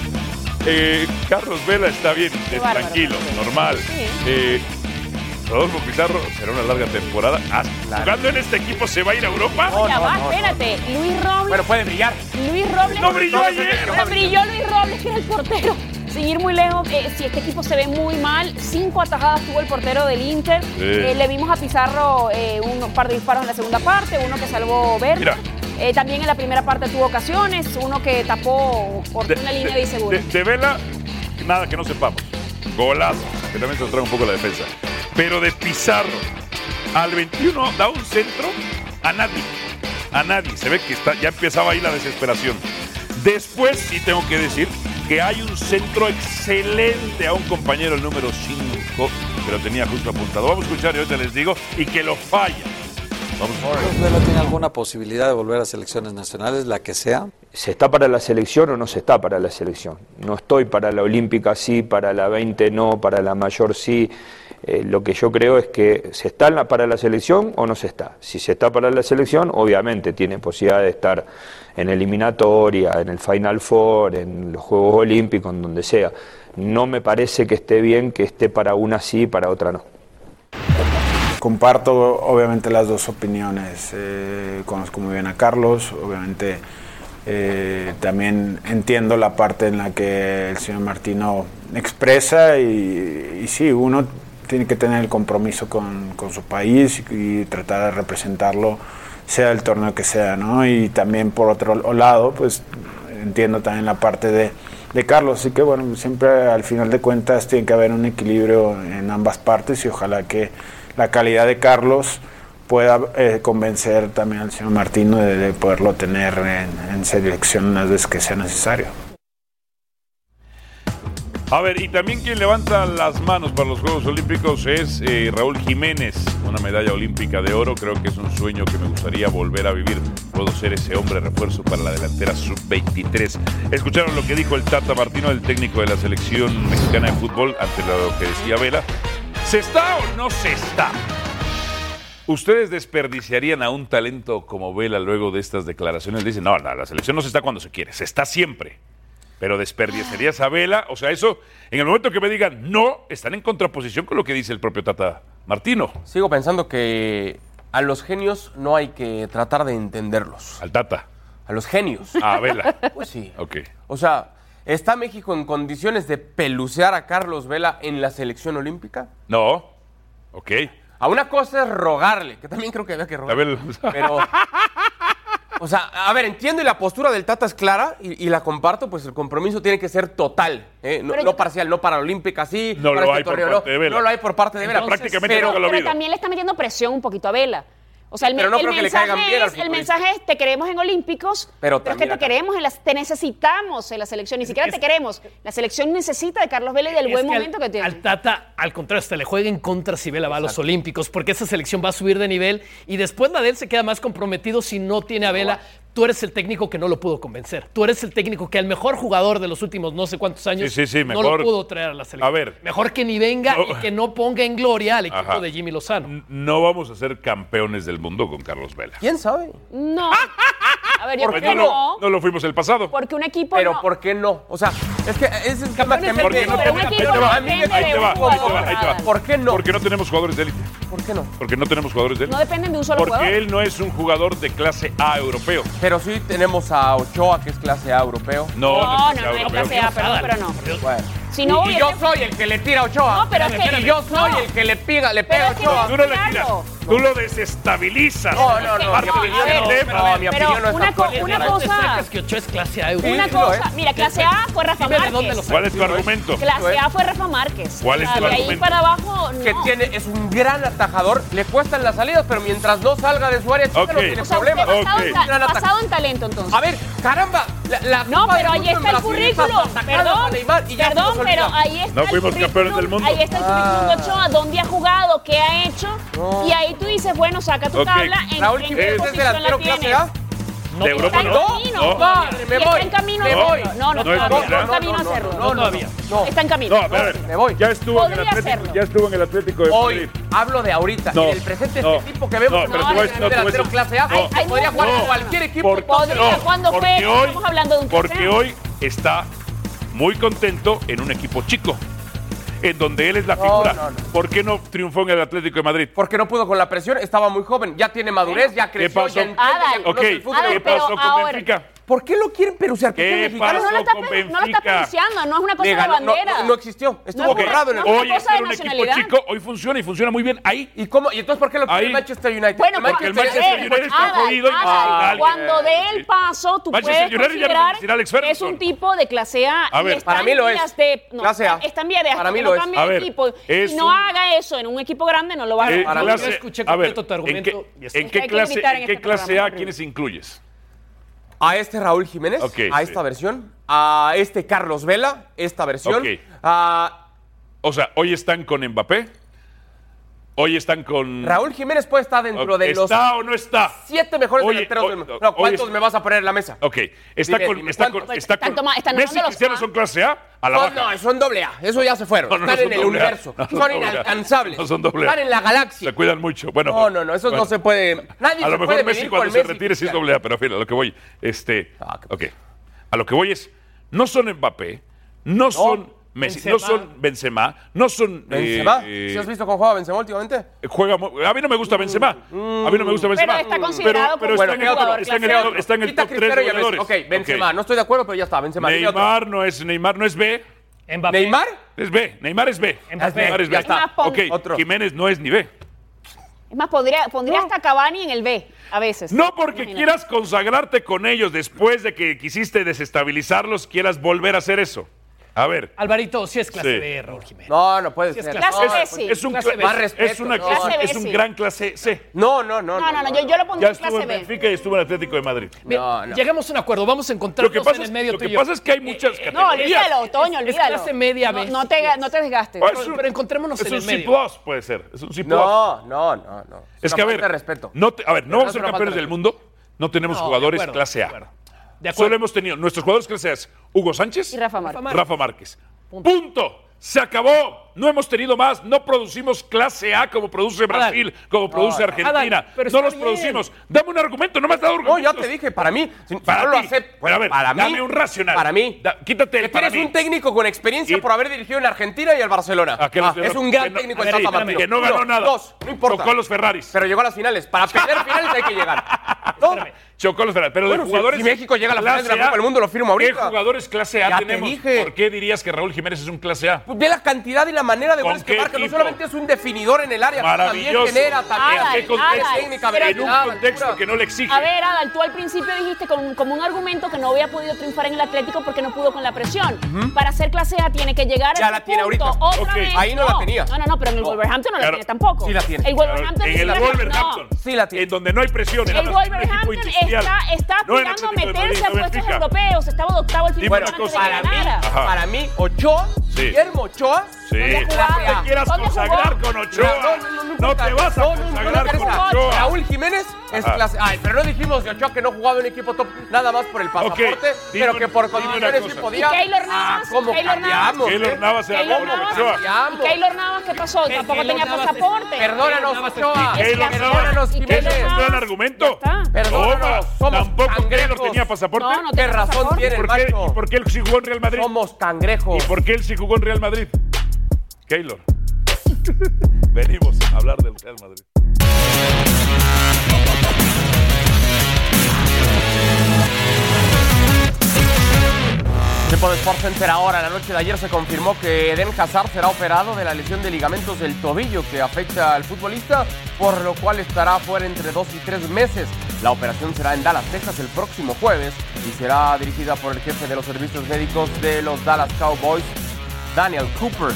eh, Carlos Vela está bien,
Qué
es
bárbaro.
tranquilo, normal.
Sí.
Eh, Rodolfo Pizarro será una larga temporada. Ah, Jugando en este equipo se va a ir a Europa.
ya va, espérate. Luis Robles.
Bueno,
puede brillar.
Luis Robles.
No brilló ayer.
Pero brilló Luis Robles, que era el portero. Sin ir muy lejos, eh, si este equipo se ve muy mal, cinco atajadas tuvo el portero del Inter.
Sí.
Eh, le vimos a Pizarro eh, un par de disparos en la segunda parte, uno que salvó Verde.
Mira.
Eh, también en la primera parte tuvo ocasiones, uno que tapó por
De,
una línea
de-
de seguro.
de- de Vela, nada que no sepamos. Golazo, que también se lo trae un poco la defensa. Pero de Pizarro al 21 da un centro a nadie. A nadie. Se ve que está, ya empezaba ahí la desesperación. Después sí tengo que decir que hay un centro excelente a un compañero, el número 5, que lo tenía justo apuntado. Vamos a escuchar y ahorita les digo, y que lo falla. Vamos a escuchar.
Venezuela tiene alguna posibilidad de volver a selecciones nacionales, la que sea?
¿Se está para la selección o no se está para la selección? No estoy para la olímpica sí, para la 20 no, para la mayor sí. Eh, lo que yo creo es que se está en la- para la selección o no se está. Si se está para la selección, obviamente tiene posibilidad de estar en eliminatoria, en el Final Four, en los Juegos Olímpicos, en donde sea. No me parece que esté bien que esté para una sí y para otra no.
Comparto obviamente las dos opiniones. Eh, conozco muy bien a Carlos, obviamente eh, también entiendo la parte en la que el señor Martino expresa y, y sí, uno tiene que tener el compromiso con, con su país y, tratar de representarlo, sea el torneo que sea, ¿no? Y también por otro lado, pues entiendo también la parte de, de Carlos. Así que bueno, siempre al final de cuentas tiene que haber un equilibrio en ambas partes y ojalá que la calidad de Carlos pueda eh, convencer también al señor Martino de, de poderlo tener en, en selección las veces que sea necesario.
A ver, y también quien levanta las manos para los Juegos Olímpicos es eh, Raúl Jiménez, una medalla olímpica de oro. Creo que es un sueño que me gustaría volver a vivir. Puedo ser ese hombre refuerzo para la delantera sub-23. Escucharon lo que dijo el Tata Martino, el técnico de la selección mexicana de fútbol, ante lo que decía Vela. ¿Se está o no se está? ¿Ustedes desperdiciarían a un talento como Vela luego de estas declaraciones? Dicen, no, no, la selección no se está cuando se quiere, se está siempre. Pero desperdiciarías a Vela, o sea, eso, en el momento que me digan no, están en contraposición con lo que dice el propio Tata Martino.
Sigo pensando que a los genios no hay que tratar de entenderlos.
Al Tata. Ah,
A los genios.
A Vela.
Pues sí.
Ok.
O sea, ¿está México en condiciones de pelucear a Carlos Vela en la selección olímpica?
No. Ok.
A una cosa es rogarle, que también creo que había que
A
rogarle.
ver,
Pero. O sea, a ver, entiendo y la postura del Tata es clara y, y la comparto, pues el compromiso tiene que ser total, ¿eh? no,
Pero
no
yo-
parcial, no paralímpica, sí.
No
para
lo
este
hay por
torneo,
parte
no.
de Vela.
No lo hay por parte de Vela.
Entonces, Prácticamente
pero,
nunca lo ha
Pero
habido.
también le está metiendo presión un poquito a Vela. O sea, el, me-
Pero no
el
creo que le
mensaje
caigan bien al
es, el
futbolista.
mensaje es te queremos en Olímpicos,
Pero
es que
también
te
acá.
queremos, en las- te necesitamos en la selección, ni siquiera te queremos. La selección necesita de Carlos Vela y del
Es
buen
que al-
momento que tiene.
Al Tata, al contrario, hasta le juega en contra si Vela va a los Olímpicos, porque esa selección va a subir de nivel y después la de él se queda más comprometido si no tiene a Vela. Tú eres el técnico que no lo pudo convencer. Tú eres el técnico que al mejor jugador de los últimos no sé cuántos años
Sí, sí, sí,
no
mejor-
lo pudo traer a la selección.
A ver.
Mejor que ni venga
No.
y que no ponga en gloria al equipo
Ajá.
de Jimmy Lozano.
no vamos a ser campeones del mundo con Carlos Vela.
¿Quién sabe?
No. A ver, yo
Pues
creo que
no, lo-
no.
no lo fuimos el pasado.
Porque un equipo
pero
no.
¿por qué no? O sea, es que ese es el tema que me-
Porque no
pero un
tenemos- ahí
equipo
te va,
no
ahí te va,
depende
ahí te va, ahí te
de un
va,
jugador
ahí te va.
nada.
¿Por qué no?
Porque no tenemos jugadores de élite.
¿Por qué no?
Porque no tenemos jugadores de
No
élite.
dependen de un solo
Porque
jugador.
él no es un jugador de clase A europeo.
Pero sí tenemos a Ochoa, que es clase A europeo.
No,
No, no,
es
no, es
europeo.
clase A, perdón, pero no.
Bueno.
Si no,
y, y
hubiera-
yo soy el que le tira a Ochoa.
No, pero es que-
Y yo soy
no.
el que le pega, le
Pero
pega
es que
a
Tú
Ochoa.
no le tiras, tú lo desestabilizas.
No, no, no.
Aparte,
mi opinión
no,
no,
pero-
no, mi
pero
opinión no es
una co-
actual.
una
Ahí te
cosa-
sacas que Ochoa es clase A, güey.
Una
Sí, lo
cosa,
¿eh?
es.
mira, clase A fue Rafa
Dime de dónde lo
Márquez.
¿Cuál es tu argumento?
Clase A fue Rafa Márquez.
¿Cuál es
O sea,
tu
de ahí
argumento?
para abajo, no.
que tiene, es un gran atajador, le cuestan las salidas, pero mientras no salga de su área chica
Ok.
no tiene
O sea, usted
problema.
basado,
Ok.
en ta-
Gran ataca-
basado en talento, entonces.
A ver, caramba, la, la
no,
Copa del
pero ahí
Mundo en
está
Brasil es
el
para
currículum.
atacarlas a
Perdón,
Neymar y ya
perdón,
fuimos
pero
olvidados.
ahí está
No
el
fuimos
currículum,
campeones del mundo.
Ahí está el currículum de Ochoa, dónde ha jugado, qué ha hecho. Y ahí tú dices, bueno, saca tu
Ok.
tabla, en,
Raúl
en qué
Jiménez es
posición la
delantero clase
tienes.
A.
¿De Europa
Está en
no?
camino,
No.
todavía.
Padre, me
Y está
voy,
en camino a
me voy.
hacerlo. No, no,
No es
todavía,
verdad.
está en camino a hacerlo.
No, todavía.
No,
Está en camino.
No, a ver,
Me voy.
Ya estuvo en el
Podría
Atlético,
hacerlo.
ya estuvo en el Atlético de
Hoy
Madrid.
hablo de ahorita.
No,
en el presente
no,
este tipo que vemos
no, pero
no,
te voy a-
es
no, te voy a
delantero
decir-
clase A.
no,
Hay- hay
podría jugar en
muchos.
cualquier equipo.
Porque-
Podría, ¿cuándo fue?
porque hoy-
Estamos hablando de un
Porque
torneo.
hoy está muy contento en un equipo chico, en donde él es la figura.
no, no.
¿Por qué no triunfó en el Atlético de Madrid?
Porque no pudo con la presión, estaba muy joven, ya tiene madurez, ya creció,
pasó?
ya entiende, ya
Adal,
Ok,
conoce el fútbol.
Adal,
¿qué
pero
pasó con
ahora-
Benfica?
¿Por qué lo quieren peluciar? ¿Por
¿Qué
qué mexicanos?
pasó?
No lo está
con
pe- no lo está
Benfica.
pronunciando, no es una cosa
Le
de
ganó- no,
bandera.
no, no existió, estuvo
es una-
borrado en el-
no es una
Hoy es
cosa de
un equipo
nacionalidad.
chico, hoy funciona y funciona muy bien ahí.
¿Y cómo? ¿Y entonces por qué lo quiere
Ahí.
Manchester United?
Bueno,
Porque el
cuando-
Manchester
eh,
United está
Adal,
jodido y
Adal,
fatal.
cuando de
Sí.
él pasó, tú
Manchester
puedes
United ya no
considerar
necesita Alex
que es
Ferguson.
un tipo de clase A.
A
y
ver,
está
para
en
mí lo
vías
es.
De, no,
Clase A.
Está en vías de hasta
Para mí
que
lo
no
es.
cambie
A
de
ver,
equipo.
es
Si no
un-
haga eso en un equipo grande, no lo va a
Eh,
hacer.
para mí-
clase-
Yo escuché
a ver,
completo tu
¿en qué,
argumento y estoy-
en qué
Hay que
clase,
gritar
en
en
qué
este
clase
programa,
A quiénes incluyes?
A este Raúl Jiménez,
Ok,
a
sí.
esta versión, a este Carlos Vela, esta versión,
Ok.
a
O sea, hoy están con Mbappé, hoy están con...
Raúl Jiménez puede estar dentro de los
¿Está o no está?
siete mejores
Oye,
delanteros
hoy-
del mundo.
hoy
No, ¿cuántos
es-
me vas a poner en la mesa?
Ok, está
Dime,
con...
dime,
está
¿cuántos?
con- está
Están
con-
toma- están
Messi y
hablando los
Cristiano
A.
son clase A a la
No,
baja.
no, son doble A, eso ya se fueron.
No, no, no
Están en
son
el
doble A.
universo,
No, no
son
doble A.
inalcanzables,
No son doble A.
están en la galaxia.
Se cuidan mucho. Bueno,
No, no, no, esos no se puede- nadie se
a lo mejor
puede
Messi
medir
cuando
con
se
Messi,
retire sí es
Cristiano.
doble A, pero en fin, a lo que voy. Este,
Ah, qué
ok. A lo que voy es, no son Mbappé, no, son Messi, no
Benzema.
son Benzema, no son... eh,
Benzema,
eh,
¿sí has visto Mm, cómo juega Benzema últimamente?
juega mu- a mí no me gusta Benzema. A mí no me gusta Benzema.
está considerado
pero, pero
como
está,
un
en el,
jugador
está en el
clase A.
top- está en el
mm. Quita
top tres
Cristiano
de
y a Messi.
goleadores.
Ok, Benzema,
Ok.
no estoy de acuerdo, pero ya está, Benzema. dime otro.
Neymar no es Neymar, no es B.
Mbappé.
¿Neymar?
Es B, Neymar es B.
Mbappé.
Neymar es B.
Ya está.
Más pon-
Ok,
Otro.
Jiménez no es ni B.
Es más, podría, pondría hasta Cavani en el B a
Pues,
veces.
No porque
Imagínate.
quieras consagrarte con ellos después de que quisiste desestabilizarlos, quieras volver a hacer eso. A ver.
Alvarito, sí es clase
Sí.
B, Raúl Jiménez.
No, no puede
Sí, es
ser.
clase
No,
B,
no,
sí.
Es un
Clase
cla-
B.
más respeto.
Es, una-
no,
es un-
no,
es un gran clase C.
No, no, no.
No, no, no, yo, yo lo
Ya
pondría en
estuvo
clase
en
B.
Benfica y estuvo en Atlético de Madrid.
No, Llegamos a un acuerdo, vamos a encontrarnos
Lo que pasa
en
es-
el medio Eh,
lo
tú y
que
yo.
pasa es que hay muchas
No,
categorías.
olvídalo, Toño,
Es- es
olvídalo.
clase media
no,
B.
no te, ga- no te desgastes.
Ah, es un-
Pero encontrémonos
es
en
un
el
C++,
medio.
puede ser. Es un C++.
No, no, no, no.
Es que, a
Una
ver,
falta de respeto.
no te- a ver, no vamos a ser
Una falta
campeones
de
del mundo, no tenemos
No, de
jugadores
acuerdo,
clase
de acuerdo.
A. Solo hemos tenido, nuestros jugadores clase A es Hugo Sánchez
Y Rafa Márquez.
Rafa Márquez. Punto. Se acabó. No hemos tenido más. No producimos clase A como produce Brasil, como produce
Adán,
Argentina.
pero
no
está
los
bien.
producimos. Dame un argumento. No me has dado
No,
argumentos.
ya te dije, para mí. si- si
Para
no lo
ti.
acepto.
Bueno, a ver,
para mí.
dame un racional.
Para mí.
quítate el
que tú
para
eres
mí.
un técnico con experiencia por haber dirigido en Argentina y al Barcelona.
¿A qué los
Ah,
ganó?
es un gran
Que no-
técnico
a
en
ver,
Tata
espérame,
Martino.
que no ganó
Uno,
nada.
Dos, no importa.
Chocó los Ferraris.
Pero llegó a las finales. Para perder finales hay que llegar. No,
Chocó los Ferraris. Pero
Bueno,
de
si-
jugadores.
si México llega a la final de la
clase
Copa del Mundo, lo firmo ahorita.
¿Qué jugadores clase A
Ya te
tenemos?
dije.
¿Por qué dirías que Raúl Jiménez es un clase A?
Pues ve la cantidad y la manera de
¿Con
goles que
qué
marca. No
equipo?
solamente es un definidor en el área, también
Maravilloso.
genera, también
¿En qué contexto?
Adal,
en un
Adal,
contexto que no le exige.
A ver, Adal, tú al principio dijiste con- como un argumento que no había podido triunfar en el Atlético porque no pudo con la presión.
Ujú.
Para ser clase A tiene que llegar
Ya
a ese
la tiene
punto.
ahorita.
Otra
Ok.
vez,
Ahí no la tenía.
No, no, no, pero en el
No.
Wolverhampton no la
Claro.
tiene tampoco.
Sí la tiene.
El Wolverhampton
En el
sí la-
Wolverhampton.
no.
Sí la
En donde no hay presión. en
El
la- un
Wolverhampton
equipo industrial.
está, está
No en
aspirando a
Atlético de
meterse a
Madrid, no
puestos
Benfica.
europeos. Estaba de octavo el fin de
Dime
semana
una
antes de
cosa.
que
Para mí,
ganara.
Ajá.
Para mí, Ochoa,
Sí.
Guillermo Ochoa,
Sí.
es clase
No
A.
te quieras
¿Dónde jugó?
consagrar con Ochoa. No te vas a
No, no, no,
consagrar
no, no,
con
no, no, no,
Ochoa.
Raúl Jiménez es
Ajá.
clase Ay, pero no dijimos de Ochoa que no jugaba en equipo top nada más por el pasaporte,
dime
pero que
una-
por
dime una
condiciones sí
cosa.
podía.
Y Keylor
Ah,
Navas,
¿cómo
Keylor Navas.
cambiamos? eh?
Keylor Navas era
Keylor
mejor que
Navas,
Ochoa.
¿Y Keylor Navas qué pasó? Tampoco tenía pasaporte.
Perdónanos, Ochoa.
Y Keylor
Perdónanos,
Navas. ¿Ese
Jiménez.
es un gran argumento?
Perdónanos, somos
¿Tampoco Keylor
cangrejos.
tenía pasaporte?
No, no ¿Qué tenía razón pasaporte. tiene el
¿Por qué-
macho?
¿Y por qué él sí jugó en Real Madrid?
Somos cangrejos.
¿Y por qué él sí jugó en Real Madrid? Keylor. Venimos a hablar del Real Madrid.
Tiempo de Sport Center ahora. La noche de ayer se confirmó que Eden Hazard será operado de la lesión de ligamentos del tobillo que afecta al futbolista, por lo cual estará fuera entre dos y tres meses. La operación será en Dallas, Texas, el próximo jueves y será dirigida por el jefe de los servicios médicos de los Dallas Cowboys, Daniel Cooper.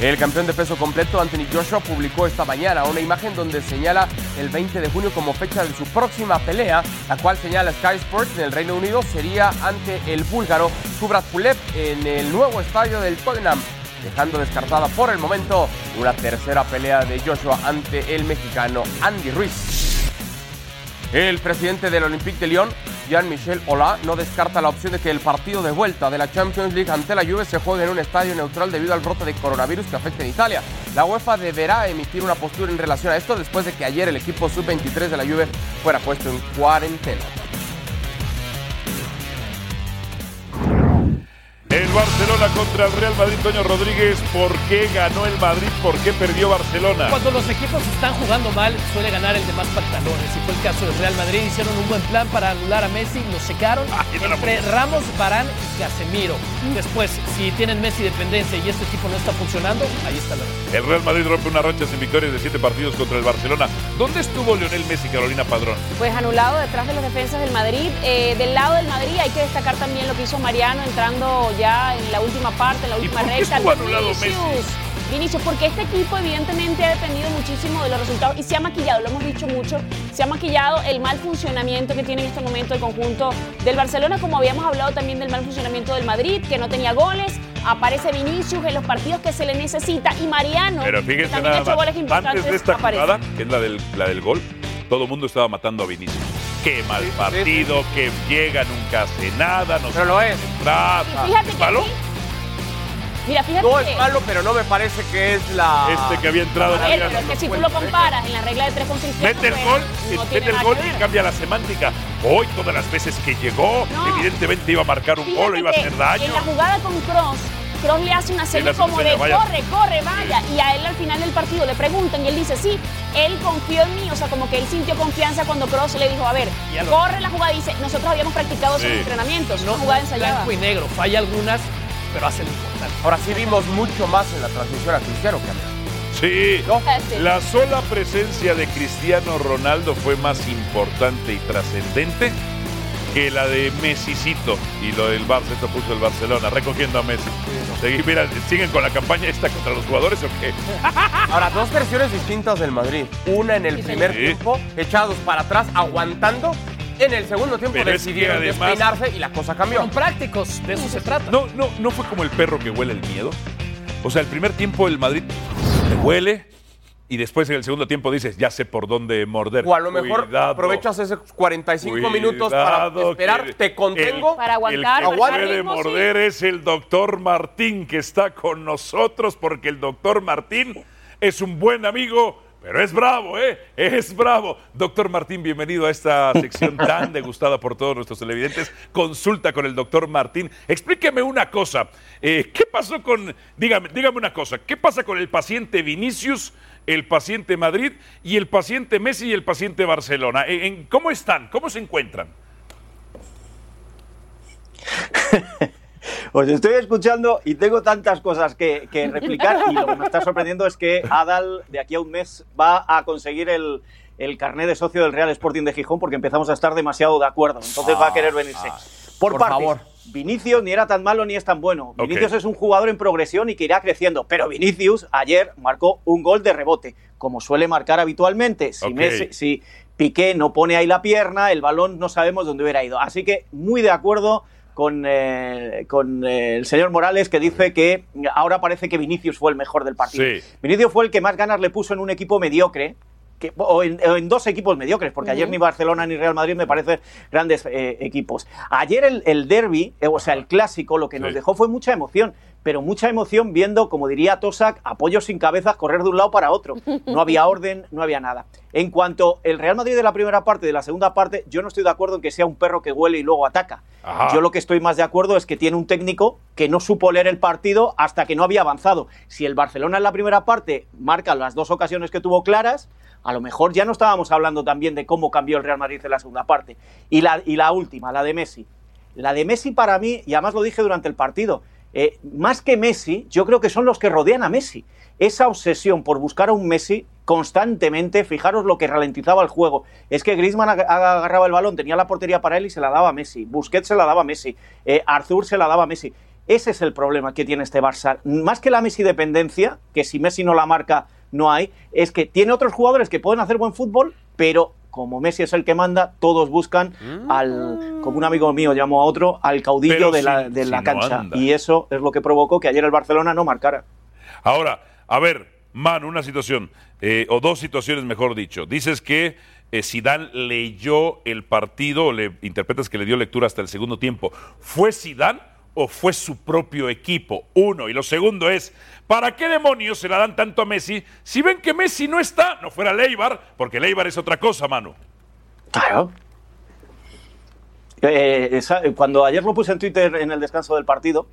El campeón de peso completo, Anthony Joshua, publicó esta mañana una imagen donde señala el 20 de junio como fecha de su próxima pelea, la cual señala Sky Sports en el Reino Unido sería ante el búlgaro Kubrat Pulev en el nuevo estadio del Tottenham, dejando descartada por el momento una tercera pelea de Joshua ante el mexicano Andy Ruiz. El presidente del Olympique de Lyon, Jean-Michel Aulas, no descarta la opción de que el partido de vuelta de la Champions League ante la Juve se juegue en un estadio neutral debido al brote de coronavirus que afecta en Italia. La UEFA deberá emitir una postura en relación a esto después de que ayer el equipo sub-23 de la Juve fuera puesto en cuarentena.
El Barcelona contra el Real Madrid, Toño Rodríguez. ¿Por qué ganó el Madrid? ¿Por qué perdió Barcelona?
Pues-
Cuando los equipos están jugando mal, suele ganar el de más pantalones. Y fue el caso del Real Madrid. Hicieron un buen plan para anular a Messi. Lo secaron entre Ramos, Barán y Casemiro. Después, si tienen Messi dependencia y este equipo no está funcionando, ahí está la respuesta.
El Real Madrid rompe una racha sin victorias de siete partidos contra el Barcelona. ¿Dónde estuvo Lionel Messi, Carolina Padrón?
Pues anulado detrás de los defensas del Madrid. Eh, del lado del Madrid hay que destacar también lo que hizo Mariano entrando ya en la última parte, en la última
por qué
recta.
estuvo anulado Messi?
Vinicius, porque este equipo evidentemente ha dependido muchísimo de los resultados y se ha maquillado, lo hemos dicho mucho, se ha maquillado el mal funcionamiento que tiene en este momento el conjunto del Barcelona, como habíamos hablado también del mal funcionamiento del Madrid, que no tenía goles, aparece Vinicius en los partidos que se le necesita y Mariano,
Pero
que
fíjense
también ha
nada
hecho goles
más.
importantes,
Antes de esta
aparece.
jugada, que es la del, la del gol, todo el mundo estaba matando a Vinicius. Qué mal partido, que llega, nunca hace nada, no Pero
lo es.
Y fíjate que
malo?
sí. Mira, fíjate
Ah, No
que-
es malo, pero no me parece que es la... Ah,
Este que había entrado
A ver, pero es que si tú lo comparas en la regla de tres con Cristiano,
Mete el
pues,
gol, eh,
no tiene
mete el
nada
gol
que ver.
y cambia la semántica. Hoy, todas las veces que llegó, evidentemente iba a marcar un
Fíjate
gol, iba a
que
hacer daño.
En la jugada con Cross, Cross le hace una serie
hace una
como
serie,
de
vaya.
corre, corre, vaya. Y a él al final del partido le preguntan y él dice, sí, él confió en mí. O sea, como que él sintió confianza cuando Cross le dijo, a ver,
Ya lo-
corre la jugada. Y dice, nosotros habíamos practicado esos
Sí.
entrenamientos, no, jugada ensayada.
Blanco y negro. Falla algunas, pero hace lo importante.
Ahora sí vimos mucho más en la transmisión a Cristiano que a Messi.
Sí,
Sí.
la sola presencia de Cristiano Ronaldo fue más importante y trascendente que la de Messicito y lo del Barça, esto puso el Barcelona, recogiendo a Messi. Seguí- mira, ¿Siguen con la campaña esta contra los jugadores o qué?
Ahora, dos versiones distintas del Madrid. Una en el primer tiempo, echados para atrás, aguantando. En el segundo tiempo
Pero es que
decidieron
además-
despeinarse y la cosa cambió. Son
prácticos, de eso se trata.
No, no, no fue como el perro que huele el miedo. O sea, el primer tiempo el Madrid te huele y después en el segundo tiempo dices, ya sé por dónde morder.
O a lo mejor
Cuidado.
aprovechas esos 45 minutos para
Cuidado
esperar,
que
te contengo.
el- El que
Aguanta.
puede morder es el doctor Martín que está con nosotros porque el doctor Martín es un buen amigo. Pero es bravo, ¿eh? Es bravo. Doctor Martín, bienvenido a esta sección tan degustada por todos nuestros televidentes. Consulta con el doctor Martín. Explíqueme una cosa. Eh, ¿Qué pasó con, dígame, dígame una cosa, ¿qué pasa con el paciente Vinicius, el paciente Madrid y el paciente Messi y el paciente Barcelona? ¿En- en- ¿Cómo están? ¿Cómo se encuentran?
Os estoy escuchando y tengo tantas cosas que, que replicar y lo que me está sorprendiendo es que Adal de aquí a un mes va a conseguir el, el carnet de socio del Real Sporting de Gijón porque empezamos a estar demasiado de acuerdo. Entonces va a
Ah,
querer venirse. Por,
por
partes,
favor.
Vinicius ni era tan malo ni es tan bueno.
Ok.
Vinicius es un jugador en progresión y que irá creciendo, pero Vinicius ayer marcó un gol de rebote, como suele marcar habitualmente. Si,
Ok.
Messi- si Piqué no pone ahí la pierna, el balón no sabemos dónde hubiera ido. Así que muy de acuerdo con, eh, con eh, el señor Morales que dice que ahora parece que Vinicius fue el mejor del partido.
Sí.
Vinicius fue el que más ganas le puso en un equipo mediocre. que- o, en, o en dos equipos mediocres, porque ayer
Ujú.
ni Barcelona ni Real Madrid me parecen grandes eh, equipos. Ayer el, el derby, eh, o sea, el clásico, lo que nos
Sí.
dejó fue mucha emoción, pero mucha emoción viendo, como diría Tosak, apoyos sin cabezas correr de un lado para otro. No había orden, no había nada. En cuanto el Real Madrid de la primera parte y de la segunda parte, yo no estoy de acuerdo en que sea un perro que huele y luego ataca.
Ajá.
Yo lo que estoy más de acuerdo es que tiene un técnico que no supo leer el partido hasta que no había avanzado. Si el Barcelona en la primera parte marca las dos ocasiones que tuvo claras, a lo mejor ya no estábamos hablando también de cómo cambió el Real Madrid en la segunda parte. Y la, y la última, la de Messi. La de Messi para mí, y además lo dije durante el partido, eh, más que Messi, yo creo que son los que rodean a Messi. Esa obsesión por buscar a un Messi constantemente, fijaros lo que ralentizaba el juego. Es que Griezmann ag- agarraba el balón, tenía la portería para él y se la daba a Messi. Busquets se la daba a Messi. eh, Arthur se la daba a Messi. Ese es el problema que tiene este Barça. Más que la Messi dependencia, que si Messi no la marca no hay, es que tiene otros jugadores que pueden hacer buen fútbol, pero como Messi es el que manda, todos buscan al, como un amigo mío llamó a otro, al caudillo
Mm. Pero
de
si-
la, de
si
la
no
cancha.
anda.
y eso es lo que provocó que ayer el Barcelona no marcara.
Ahora, a ver, Manu, una situación, eh, o dos situaciones mejor dicho. Dices que eh, Zidane leyó el partido, o le interpretas que le dio lectura hasta el segundo tiempo. ¿Fue Zidane o fue su propio equipo? Uno. Y lo segundo es, ¿para qué demonios se la dan tanto a Messi si ven que Messi no está? No fuera Leibar, porque Leibar es otra cosa, Manu.
Claro. Eh, esa- cuando ayer lo puse en Twitter en el descanso del partido,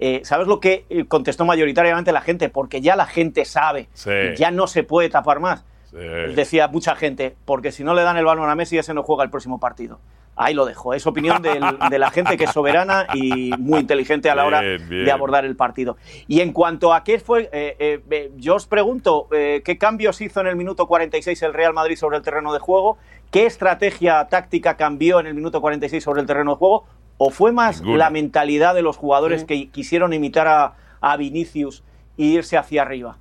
eh, ¿sabes lo que eh, contestó mayoritariamente la gente? Porque ya la gente sabe,
Sí.
ya no se puede tapar más.
Eh.
Decía mucha gente, porque si no le dan el balón a Messi, ese no juega el próximo partido. Ahí lo dejo. Es opinión del- de la gente que es soberana y muy inteligente a la hora
Bien, bien.
de abordar el partido. Y en cuanto a qué fue, eh, eh, eh, yo os pregunto, eh, ¿qué cambios hizo en el minuto 46 el Real Madrid sobre el terreno de juego? ¿Qué estrategia táctica cambió en el minuto 46 sobre el terreno de juego? ¿O fue más
Ninguna.
la mentalidad de los jugadores
Sí.
que quisieron imitar a, a Vinicius e irse hacia arriba?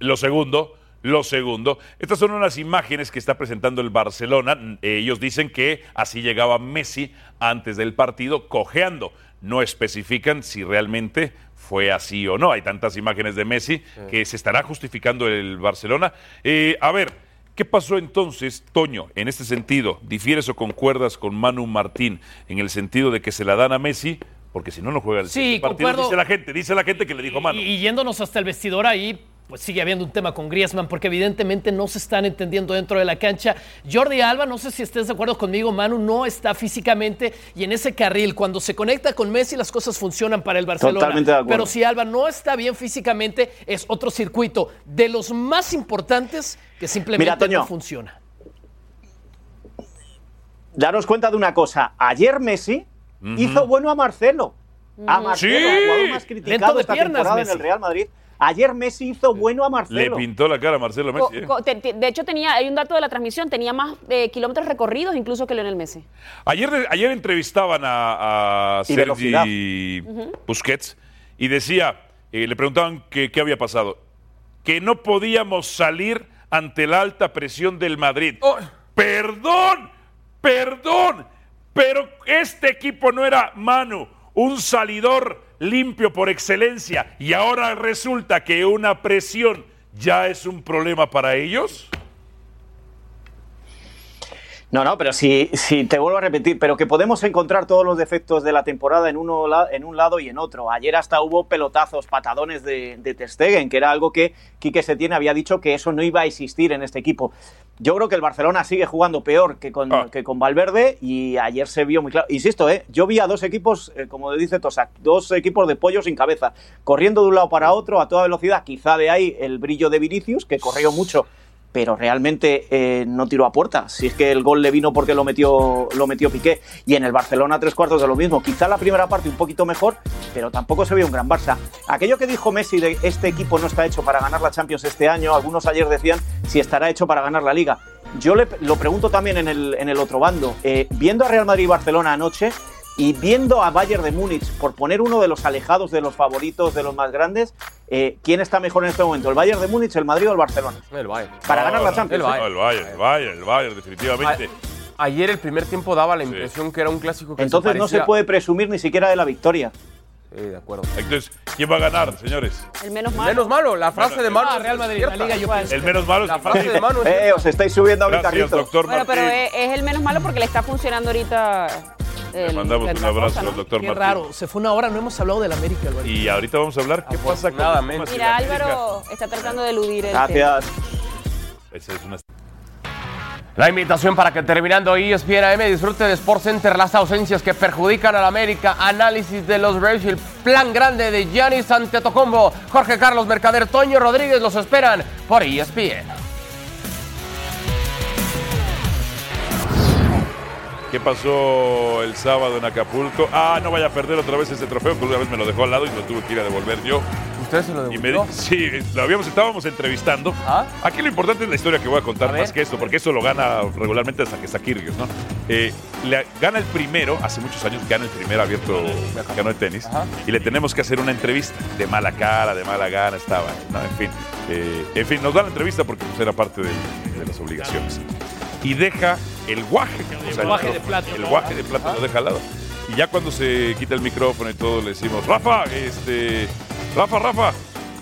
Lo segundo, lo segundo. Estas son unas imágenes que está presentando el Barcelona. Eh, Ellos dicen que así llegaba Messi antes del partido cojeando. No especifican si realmente fue así o no. Hay tantas imágenes de Messi que se estará justificando el Barcelona. Eh, a ver, ¿qué pasó entonces, Toño, en este sentido? ¿Difieres o concuerdas con Manu Martín en el sentido de que se la dan a Messi? Porque si no, no juega el
Sí,
siguiente este partido.
concuerdo.
Dice la gente, dice la gente que le dijo Manu.
Y, y yéndonos hasta el vestidor ahí, pues sigue habiendo un tema con Griezmann, porque evidentemente no se están entendiendo dentro de la cancha. Jordi Alba, no sé si estés de acuerdo conmigo, Manu, no está físicamente y en ese carril, cuando se conecta con Messi, las cosas funcionan para el Barcelona.
Totalmente de acuerdo.
Pero si Alba no está bien físicamente, es otro circuito de los más importantes que simplemente
Mira, Toño.
no funciona.
daros cuenta de una cosa. Ayer Messi hizo bueno a Marcelo. A
Mm.
Marcelo,
Sí.
el jugador más
Lento
criticado
de
esta
piernas,
temporada en
Messi.
el Real Madrid. Ayer Messi hizo bueno a
Le
Marcelo.
pintó la cara a Marcelo
Co-
Messi. ¿eh?
co- te- te- de hecho, tenía, hay un dato de la transmisión, tenía más eh, kilómetros recorridos incluso que Lionel Messi.
Ayer, ayer entrevistaban a, a
Y
Sergi
Ujú.
Busquets y decía, eh, le preguntaban que- qué había pasado, que no podíamos salir ante la alta presión del Madrid.
Oh.
Perdón, perdón, pero este equipo no era Manu, un salidor limpio por excelencia, y ahora resulta que una presión ya es un problema para ellos.
No, no, pero si, si te vuelvo a repetir, pero que podemos encontrar todos los defectos de la temporada en, uno, la- en un lado y en otro. Ayer hasta hubo pelotazos, patadones de, de Ter Stegen, que era algo que Quique Setién había dicho que eso no iba a existir en este equipo. Yo creo que el Barcelona sigue jugando peor que con, que con Valverde y ayer se vio muy claro. Insisto, ¿eh? yo vi a dos equipos, eh, como dice Tosak, dos equipos de pollo sin cabeza, corriendo de un lado para otro a toda velocidad. Quizá de ahí el brillo de Vinicius, que corrió mucho pero realmente eh, no tiró a puerta. Si es que el gol le vino porque lo metió, lo metió Piqué. Y en el Barcelona tres cuartos de lo mismo. Quizá la primera parte un poquito mejor, pero tampoco se veía un gran Barça. Aquello que dijo Messi de este equipo no está hecho para ganar la Champions este año, algunos ayer decían si estará hecho para ganar la Liga. Yo le, lo pregunto también en el, en el otro bando. Eh, viendo a Real Madrid y Barcelona anoche, y viendo a Bayern de Múnich, por poner uno de los alejados de los favoritos, de los más grandes, eh, ¿quién está mejor en este momento? ¿El Bayern de Múnich, el Madrid o el Barcelona?
El Bayern.
Para ganar la
No,
Champions.
no, El Bayern, el Bayern, el Bayern, definitivamente.
Ayer el primer tiempo daba la impresión que era un clásico que
Entonces
se
no se
parecía-
puede presumir ni siquiera de la victoria.
Sí, de acuerdo.
Entonces, ¿quién va a ganar, señores?
El menos
malo. menos malo, la frase de Manu.
Ah, Real Madrid,
es
la Liga, yo
cierta.
El menos malo es
La frase de Manu es
Eh, os estáis subiendo ahorita,
Gracias,
Carlitos.
doctor
Bueno, pero
Martín.
es, es el menos malo porque le está funcionando ahorita.
Le
el-
mandamos un
la
abrazo
cosa, ¿no?
al doctor
Qué
Martín.
raro, se fue una hora, no hemos hablado del América, Alvarito.
Y ahorita vamos a hablar qué pasa con los Pumas y
Mira,
la América.
Álvaro está tratando de eludir el
Esa es una-
La invitación para que terminando E ESPN AM disfrute de Sports Center las ausencias que perjudican al América, análisis de los Braves y el plan grande de Giannis Antetokounmpo. Jorge Carlos Mercader, Toño Rodríguez los esperan por E ESPN.
¿Qué pasó el sábado en Acapulco? Ah, no vaya a perder otra vez ese trofeo, que una vez me lo dejó al lado y lo tuve que ir a devolver yo.
¿Usted se lo
devolvió? sí, lo habíamos, estábamos entrevistando. Aquí lo importante es la historia que voy a contar más que esto, porque eso lo gana regularmente hasta que Saquirrios, ¿no? Eh, le- gana el primero, hace muchos años gana el primer abierto mexicano de tenis, y le tenemos que hacer una entrevista. De mala cara, de mala gana estaba, ¿no? En fin, eh, en fin, nos da la entrevista porque pues, era parte del- de las obligaciones y deja el guaje. o sea,
guaje de
micrófono.
plata.
El guaje de plata lo deja al lado. Y ya cuando se quita el micrófono y todo, le decimos, Rafa, este. Rafa, Rafa,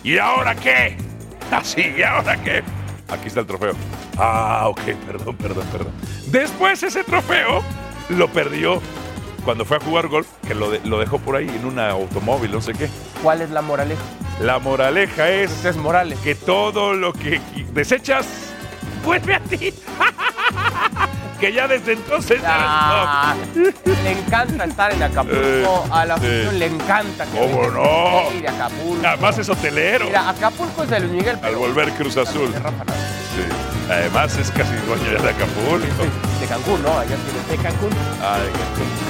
¿y ahora qué? Así, ¿y ahora qué? Aquí está el trofeo. Ah, ok, perdón, perdón, perdón. Después ese trofeo lo perdió cuando fue a jugar golf, que lo, de- lo dejó por ahí en un automóvil, no sé qué.
¿Cuál es la moraleja?
La moraleja es.
Morales.
Que todo lo que desechas vuelve a ti. que ya desde entonces.
Ah, le encanta estar en Acapulco,
Eh,
a la
sí.
afición le encanta. que
¿Cómo
venga
no?
ir a Acapulco.
Además es hotelero.
Mira, Acapulco es de Luis Miguel.
Al volver Cruz Azul. Sí. Además es casi dueño ya de Acapulco.
De Cancún, ¿no? Allá tiene.
De Cancún.
Ah, de Cancún.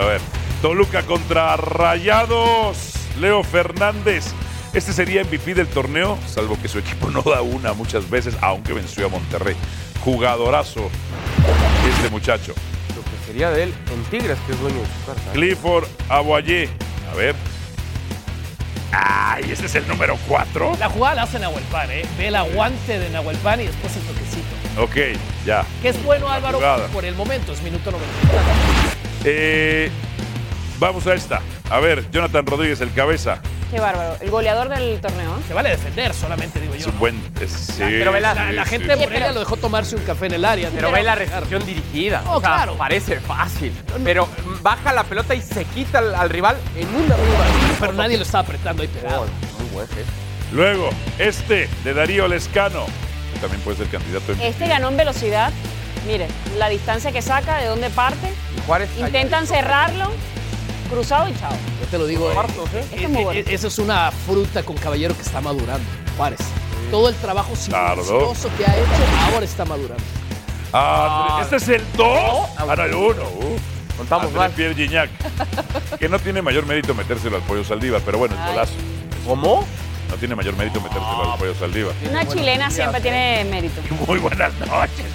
A ver, Toluca contra Rayados. Leo Fernández. Este sería MVP del torneo, salvo que su equipo no da una muchas veces, aunque venció a Monterrey. Jugadorazo este muchacho.
Lo que sería de él en Tigres, que es dueño de su carta.
Clifford Aboyé. A ver. ¡Ay! Este es el número 4.
La jugada la hace Nahuel Pan, ¿eh? Ve el aguante de Nahuel Pan y después el toquecito.
Ok, ya.
Que es bueno, Álvaro,
jugada.
por el momento, es minuto 90.
Eh, vamos a esta. A ver, Jonathan Rodríguez, el cabeza.
Qué bárbaro. El goleador del torneo.
Se vale defender solamente, digo
Es
yo.
un buen. es- sí,
Pero ve la,
sí,
la
sí,
gente de
sí.
Morelia lo dejó tomarse un café en el área.
Pero ve la recepción dirigida.
Oh,
o sea,
claro.
Parece fácil. Pero baja la pelota y se quita al, al rival en una duda.
Pero nadie lo está apretando ahí pegado.
Oh, Muy buen gesto.
Luego, este de Darío Lescano. que También puede ser candidato en.
Este ganó en velocidad. Mire, la distancia que saca, de dónde parte.
Juárez.
Intentan cerrarlo. cruzado y chao.
Yo te lo digo. eh, eh, eh, Esa es una fruta con caballero que está madurando, Juárez. Todo el trabajo
Claro.
silencioso que ha hecho ahora está madurando.
Ah,
Ah.
este es el 2. Ahora el 1.
Contamos
mal. Pierre Gignac, que no tiene mayor mérito metérselo al pollo Saldívar, pero bueno, es golazo.
¿Cómo? Ah.
No tiene mayor mérito metérselo al pollo Saldívar.
Una chilena siempre tiene mérito.
Muy buenas noches.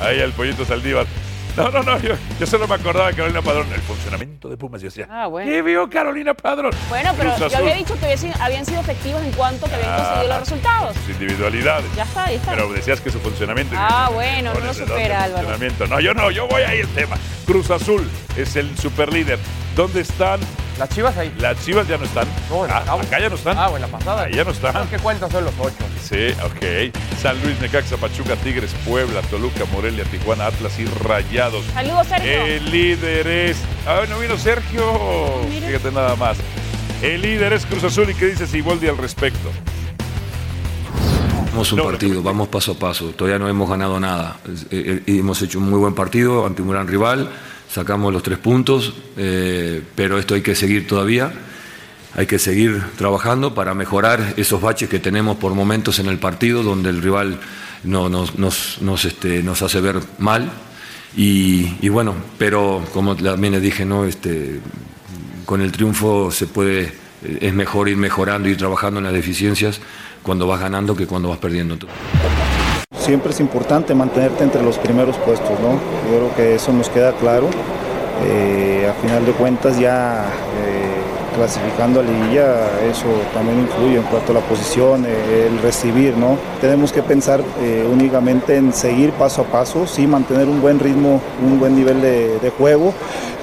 Ahí el pollito Saldívar. No, no, no, yo, yo solo me acordaba de Carolina Padrón, el funcionamiento de Pumas. Yo decía,
Ah, bueno.
¿qué vio Carolina Padrón?
Bueno, pero
Cruz
yo
Azul.
había dicho que hubiesen- habían sido efectivos en cuanto que habían conseguido
Ah.
los resultados.
Sus individualidades.
Ya está, ahí está.
Pero decías que su funcionamiento.
Ah, bueno, no
Con
lo
ese don de
supera Álvaro.
funcionamiento. No, yo no, yo voy ahí el tema. Cruz Azul es el superlíder. ¿Dónde están?
Las chivas ahí.
Las chivas ya no están. Ah, acá ya no están. Ah,
bueno, la pasada.
Ahí ya no
Los
están.
que cuentan son los ocho.
Sí, ok. San Luis, Necaxa, Pachuca, Tigres, Puebla, Toluca, Morelia, Tijuana, Atlas y Rayados.
Saludos, Sergio.
El líder es. Ah, no vino Sergio. Fíjate nada más. El líder es Cruz Azul y qué dice Siboldi al respecto.
Vamos un partido, vamos paso a paso. Todavía no hemos ganado nada. Eh, eh, hemos hecho un muy buen partido ante un gran rival, sacamos los tres puntos, eh, pero esto hay que seguir todavía. Hay que seguir trabajando para mejorar esos baches que tenemos por momentos en el partido donde el rival no- nos, nos- nos, este, nos hace ver mal. Y, y bueno, pero como también les dije, ¿no? este, con el triunfo se puede, eh, es mejor ir mejorando, ir trabajando en las deficiencias cuando vas ganando que cuando vas perdiendo.
Siempre es importante mantenerte entre los primeros puestos, ¿no? Yo creo que eso nos queda claro. Eh, a final de cuentas ya eh, clasificando a liguilla, eso también influye en cuanto a la posición, eh, el recibir, ¿no? Tenemos que pensar eh, únicamente en seguir paso a paso, sí, mantener un buen ritmo, un buen nivel de, de juego.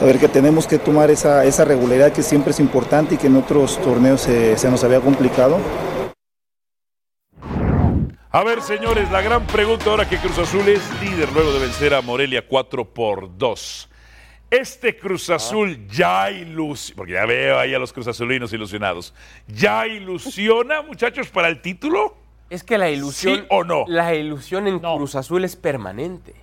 A ver que tenemos que tomar esa, esa regularidad que siempre es importante y que en otros torneos se- se nos había complicado.
A ver, señores, la gran pregunta ahora que Cruz Azul es líder luego de vencer a Morelia 4 por 2. Este Cruz
Ah.
Azul ya ilusiona, porque ya veo ahí a los Cruz Azulinos ilusionados. ¿Ya ilusiona, muchachos, para el título?
Es que la ilusión.
¿Sí o no?
La ilusión en Cruz Azul es permanente.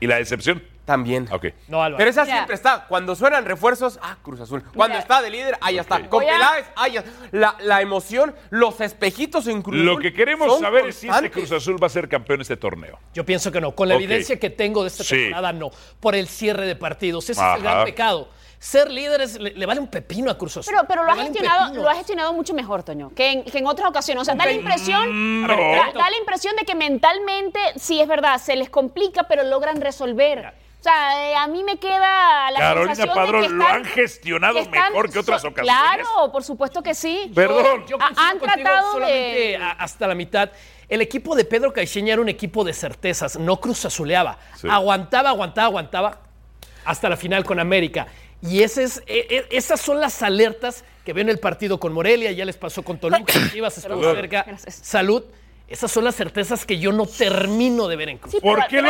¿Y la decepción?
También.
Ok.
No, Álvaro.
Pero esa
Mira.
siempre está. Cuando suenan refuerzos, ah, Cruz Azul. Cuando
Mira.
está de líder, ahí está. Con
Voy a-
Peláez, ahí está. La, la emoción, los espejitos en Cruz
Lo
Azul
que queremos
son
saber es si este
constantes.
Cruz Azul va a ser campeón este torneo.
Yo pienso que no. Con la
Ok.
evidencia que tengo de esta
Sí.
temporada, no. Por el cierre de partidos. Ese es el
Ajá.
gran pecado. Ser líderes le, le vale un pepino a Cruz Azul.
Pero, pero
Le
lo, has
vale un
gestionado,
pepino.
lo has gestionado mucho mejor, Toño, que en, que en otras ocasiones. O sea, da
Mm,
la impresión,
No.
da, da la impresión de que mentalmente, sí es verdad, se les complica, pero logran resolver. O sea, eh, a mí me queda la
Carolina
sensación
Padrón,
de que
lo
están-
han gestionado
que están
mejor que otras
so-
ocasiones.
Claro, por supuesto que sí.
Perdón.
Yo
Ha-
coincido
han
contigo
tratado
solamente
de.
a- hasta la mitad. El equipo de Pedro Caixinha era un equipo de certezas, no cruzazuleaba.
Sí.
Aguantaba, aguantaba, aguantaba hasta la final con América. Y ese es, e- e- esas son las alertas que ven el partido con Morelia, ya les pasó con Toluca, Chivas estuvo
Perdón.
cerca. Salud. Esas son las certezas que yo no termino de ver en Cruz.
Sí, pero- pero al final-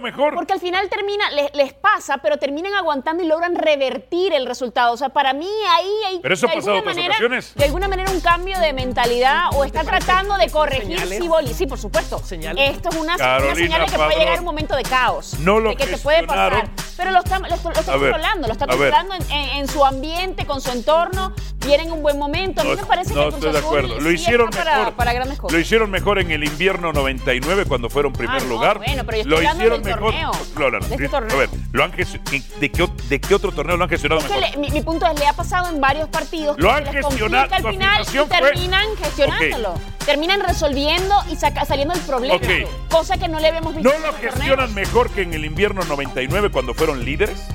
mejor?
Porque al final termina, les, les pasa, pero terminan aguantando y logran revertir el resultado. O sea, para mí ahí hay
Pero eso ha
de
pasado
alguna
otras
manera-
ocasiones.
De alguna manera un cambio de mentalidad o está tratando de corregir
señales?
Ciboli. Sí, por supuesto. Esto es una,
Carolina
una señal de que puede
Padrón.
llegar un momento de caos.
No lo
de que te puede pasar.
gestionaron.
Pero lo está, lo, está- lo está
A ver,
controlando, lo está
a ver.
controlando en, en- en su ambiente, con su entorno. Tienen un buen momento. A mí
No,
me parece
no
que Cruz
estoy de
Azul
acuerdo. Lo
sí
hicieron
está para,
mejor.
para grandes cosas.
Lo hicieron mejor en el invierno 99 cuando fueron primer
Ah, no,
lugar.
bueno, pero yo estoy
lo
hablando
hicieron
del
mejor.
torneo,
No, no, no.
de este
A ver, lo han gestion- ¿de, qué, o- de qué otro torneo lo han gestionado
Es que
mejor?
le- mi, mi punto es, le ha pasado en varios partidos.
Lo han
se les complica
gestionado, su
Al final y
afirmación fue-
terminan gestionándolo. Terminan resolviendo y saca- saliendo el problema.
Ok.
Cosa que no le habíamos visto.
¿No
en
lo
otros
gestionan
torneos.
mejor que en el invierno 99 cuando fueron líderes?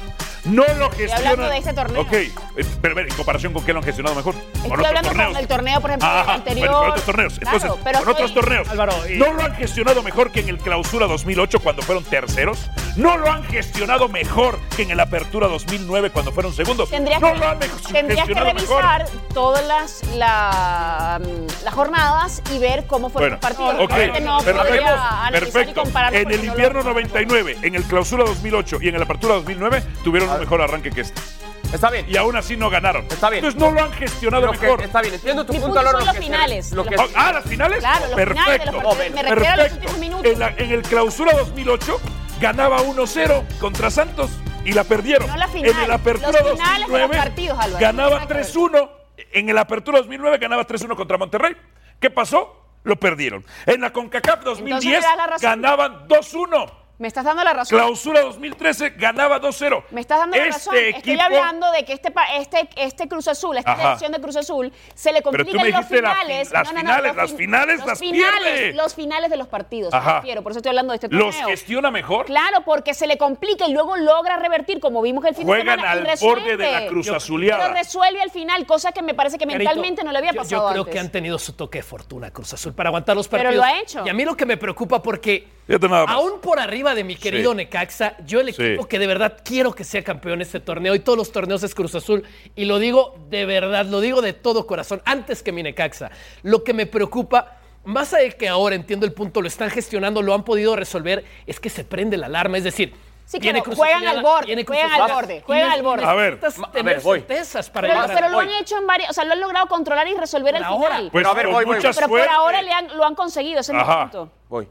No lo gestionan.
hablando de este torneo.
Ok, eh, pero a ver, en comparación con qué lo han gestionado mejor. Con
Estoy
otros
hablando
torneos.
con el torneo, por ejemplo, del
Ah,
anterior.
bueno, con otros torneos.
Claro,
Entonces,
pero
con otros
estoy-
torneos. ¿No lo han gestionado mejor que en el Clausura 2008 cuando fueron terceros? ¿No lo han gestionado mejor que en el Apertura 2009 cuando fueron segundos?
Tendrías,
¿No
que,
lo han me-
tendrías que
gestionado mejor?
revisar todas las, la, mm, las jornadas y ver cómo
Bueno,
fueron los partidos.
ok,
Realmente no
perfecto,
podría analizar
perfecto.
y compararlo
En
porque
el
no lo-
invierno 99, en el clausura 2008 y en el apertura 2009 tuvieron un mejor arranque que este.
Ah. Está bien.
Y aún así no ganaron. Está bien. Entonces no lo han gestionado
Pero que-
mejor.
está bien, entiendo tu
Mi
punto,
punto
Loro,
son
lo
los
que-
finales.
lo que-
Ah, ah, las finales.
Claro, los finales de
perfecto.
los partidos. Me refiero a los últimos
En, la- en el clausura 2008 ganaba 1-0 contra Santos y la perdieron.
No la final,
en el Apertura
los finales de los
2009
partidos, Álvaro.
ganaba 3-1. En el Apertura 2009 ganaba 3-1 contra Monterrey. ¿Qué pasó? Lo perdieron. En la CONCACAF 2010
Entonces me da la razón.
ganaban 2-1.
Me estás dando la razón.
Clausura 2013 ganaba 2-0.
Me estás dando la
Este
razón. Estoy
equipo-
hablando de que este, pa- este, este Cruz Azul, esta
Ajá.
elección de Cruz Azul, se le
Pero tú
complica
me
en los
dijiste la
finales.
fin- las finales,
los
las
fin-
finales
los
las
finales,
pierde.
Los finales de los partidos,
Ajá.
me refiero. Por eso estoy hablando de este
Los
torneo.
gestiona mejor.
Claro, porque se le complica y luego logra revertir, como vimos el fin
Juegan
de semana. y
al borde
resuelve.
de la Cruz Azuleada.
Pero resuelve al final, cosa que me parece que
Carito,
mentalmente no le había
yo-
pasado
Yo, creo
antes.
que han tenido su toque de fortuna Cruz Azul para aguantar los
Pero
partidos.
lo ha hecho.
Y a mí lo que me preocupa porque
Fíjate nada más.
aún por arriba de mi querido
Sí.
Necaxa, yo el
Sí.
equipo que de verdad quiero que sea campeón este torneo y todos los torneos es Cruz Azul y lo digo de verdad, lo digo de todo corazón, antes que mi Necaxa. Lo que me preocupa más allá de que ahora entiendo el punto, lo están gestionando, lo han podido resolver, es que se prende la alarma, es decir,
Sí,
viene
claro,
Cruz
juegan
Azul,
al borde,
viene Cruz
juegan al
Azul,
borde,
y
juegan
ne-
al borde.
y
A ver,
necesitas
ma- a
tener
ver, voy.
certezas para
Pero,
llegar a-
pero lo han hecho en varias, o sea, lo han logrado controlar y resolver al
ahora.
final.
Pues, Pero a ver, con voy, voy, mucha voy.
Pero por
suerte.
ahora le han- lo han conseguido, ese es mi
Ajá.
punto.
Voy.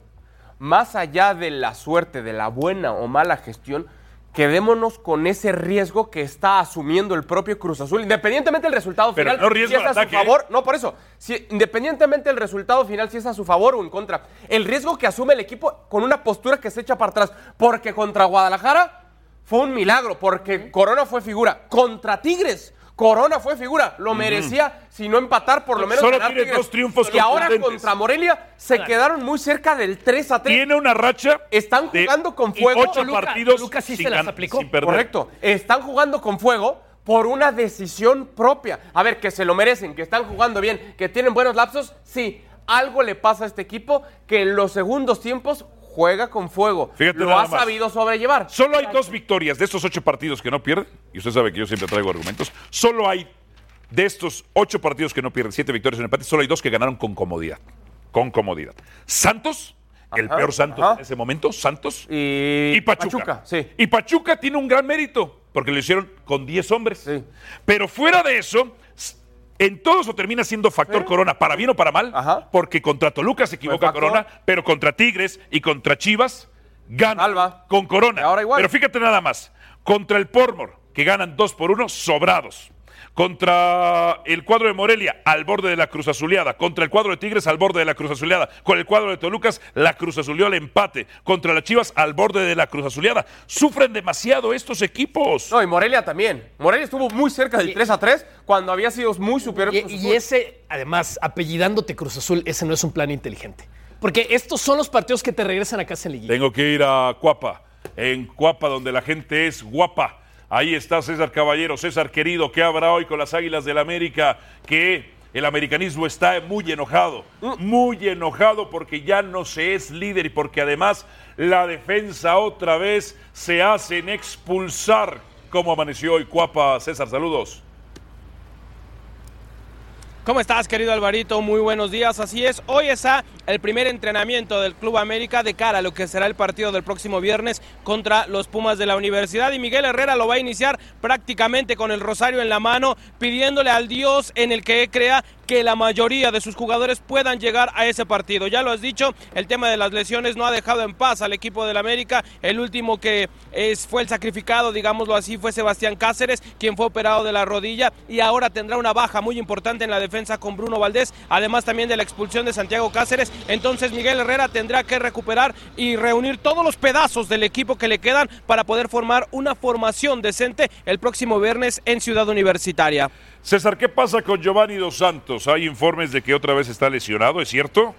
Más allá de la suerte, de la buena o mala gestión, quedémonos con ese riesgo que está asumiendo el propio Cruz Azul, independientemente del resultado
Pero
final.
no
si
riesgo
es
al
a su
ataque, ¿eh?
favor, no por eso. Si, independientemente del resultado final, si es a su favor o en contra. El riesgo que asume el equipo con una postura que se echa para atrás, porque contra Guadalajara fue un milagro, porque Corona fue figura. Contra Tigres. Corona fue figura, lo
Ujú.
merecía, si no empatar, por lo menos
Solo
ganar
tiene
Tigres.
dos triunfos
Y ahora
contundentes.
contra Morelia se
Claro.
quedaron muy cerca del 3 a 3.
Tiene una racha.
Están jugando con
y
fuego.
ocho Toluca- partidos Toluca sí sin se las gan- aplicó. sin perder.
Correcto. Están jugando con fuego por una decisión propia. A ver, que se lo merecen, que están jugando bien, que tienen buenos lapsos. Sí, algo le pasa a este equipo que en los segundos tiempos juega con fuego.
Fíjate
lo
nada
ha
más.
sabido sobrellevar.
Solo hay dos victorias de estos ocho partidos que no pierden, y usted sabe que yo siempre traigo argumentos, solo hay de estos ocho partidos que no pierden, siete victorias en empate, solo hay dos que ganaron con comodidad. Con comodidad. Santos, el
Ajá,
peor Santos en ese momento, Santos.
Y,
Pachuca. Y Pachuca tiene un gran mérito, porque lo hicieron con 10 hombres. Pero fuera de eso... s- En todo eso termina siendo factor Corona, para bien o para mal, porque contra Toluca se equivoca
factor.
Corona, pero contra Tigres y contra Chivas gana con Corona. Pero fíjate nada más. Contra el Pormor, que ganan 2 por 1, sobrados. Contra el cuadro de Morelia, al borde de la Cruz Azuleada. Contra el cuadro de Tigres, al borde de la Cruz Azuleada. Con el cuadro de Tolucas, la Cruz Azuleó al empate. Contra las Chivas, al borde de la Cruz Azuleada. Sufren demasiado estos equipos.
No, y Morelia también. Morelia estuvo muy cerca del 3 a 3 cuando había sido muy superior.
Y, y ese, además, apellidándote Cruz Azul, ese no es un plan inteligente. Porque estos son los partidos que te regresan a casa en liguilla.
Tengo que ir a Cuapa, en Cuapa, donde la gente es guapa. Ahí está César Caballero, César querido, ¿qué habrá hoy con las Águilas del América? Que el americanismo está muy enojado, muy enojado porque ya no se es líder y porque además la defensa otra vez se hacen expulsar. ¿Cómo amaneció hoy Cuapa, César? Saludos.
¿Cómo estás, querido Alvarito? Muy buenos días. Así es, hoy está el primer entrenamiento del Club América de cara a lo que será el partido del próximo viernes contra los Pumas de la Universidad. Y Miguel Herrera lo va a iniciar prácticamente con el rosario en la mano, pidiéndole al Dios en el que crea que la mayoría de sus jugadores puedan llegar a ese partido. Ya lo has dicho, el tema de las lesiones no ha dejado en paz al equipo del América. El último que es, fue el sacrificado, digámoslo así, fue Sebastián Cáceres, quien fue operado de la rodilla y ahora tendrá una baja muy importante en la defensa con Bruno Valdés, además también de la expulsión de Santiago Cáceres. Entonces Miguel Herrera tendrá que recuperar y reunir todos los pedazos del equipo que le quedan para poder formar una formación decente el próximo viernes en Ciudad Universitaria.
César, ¿qué pasa con Giovanni Dos Santos? Hay informes de que otra vez está lesionado, ¿es cierto?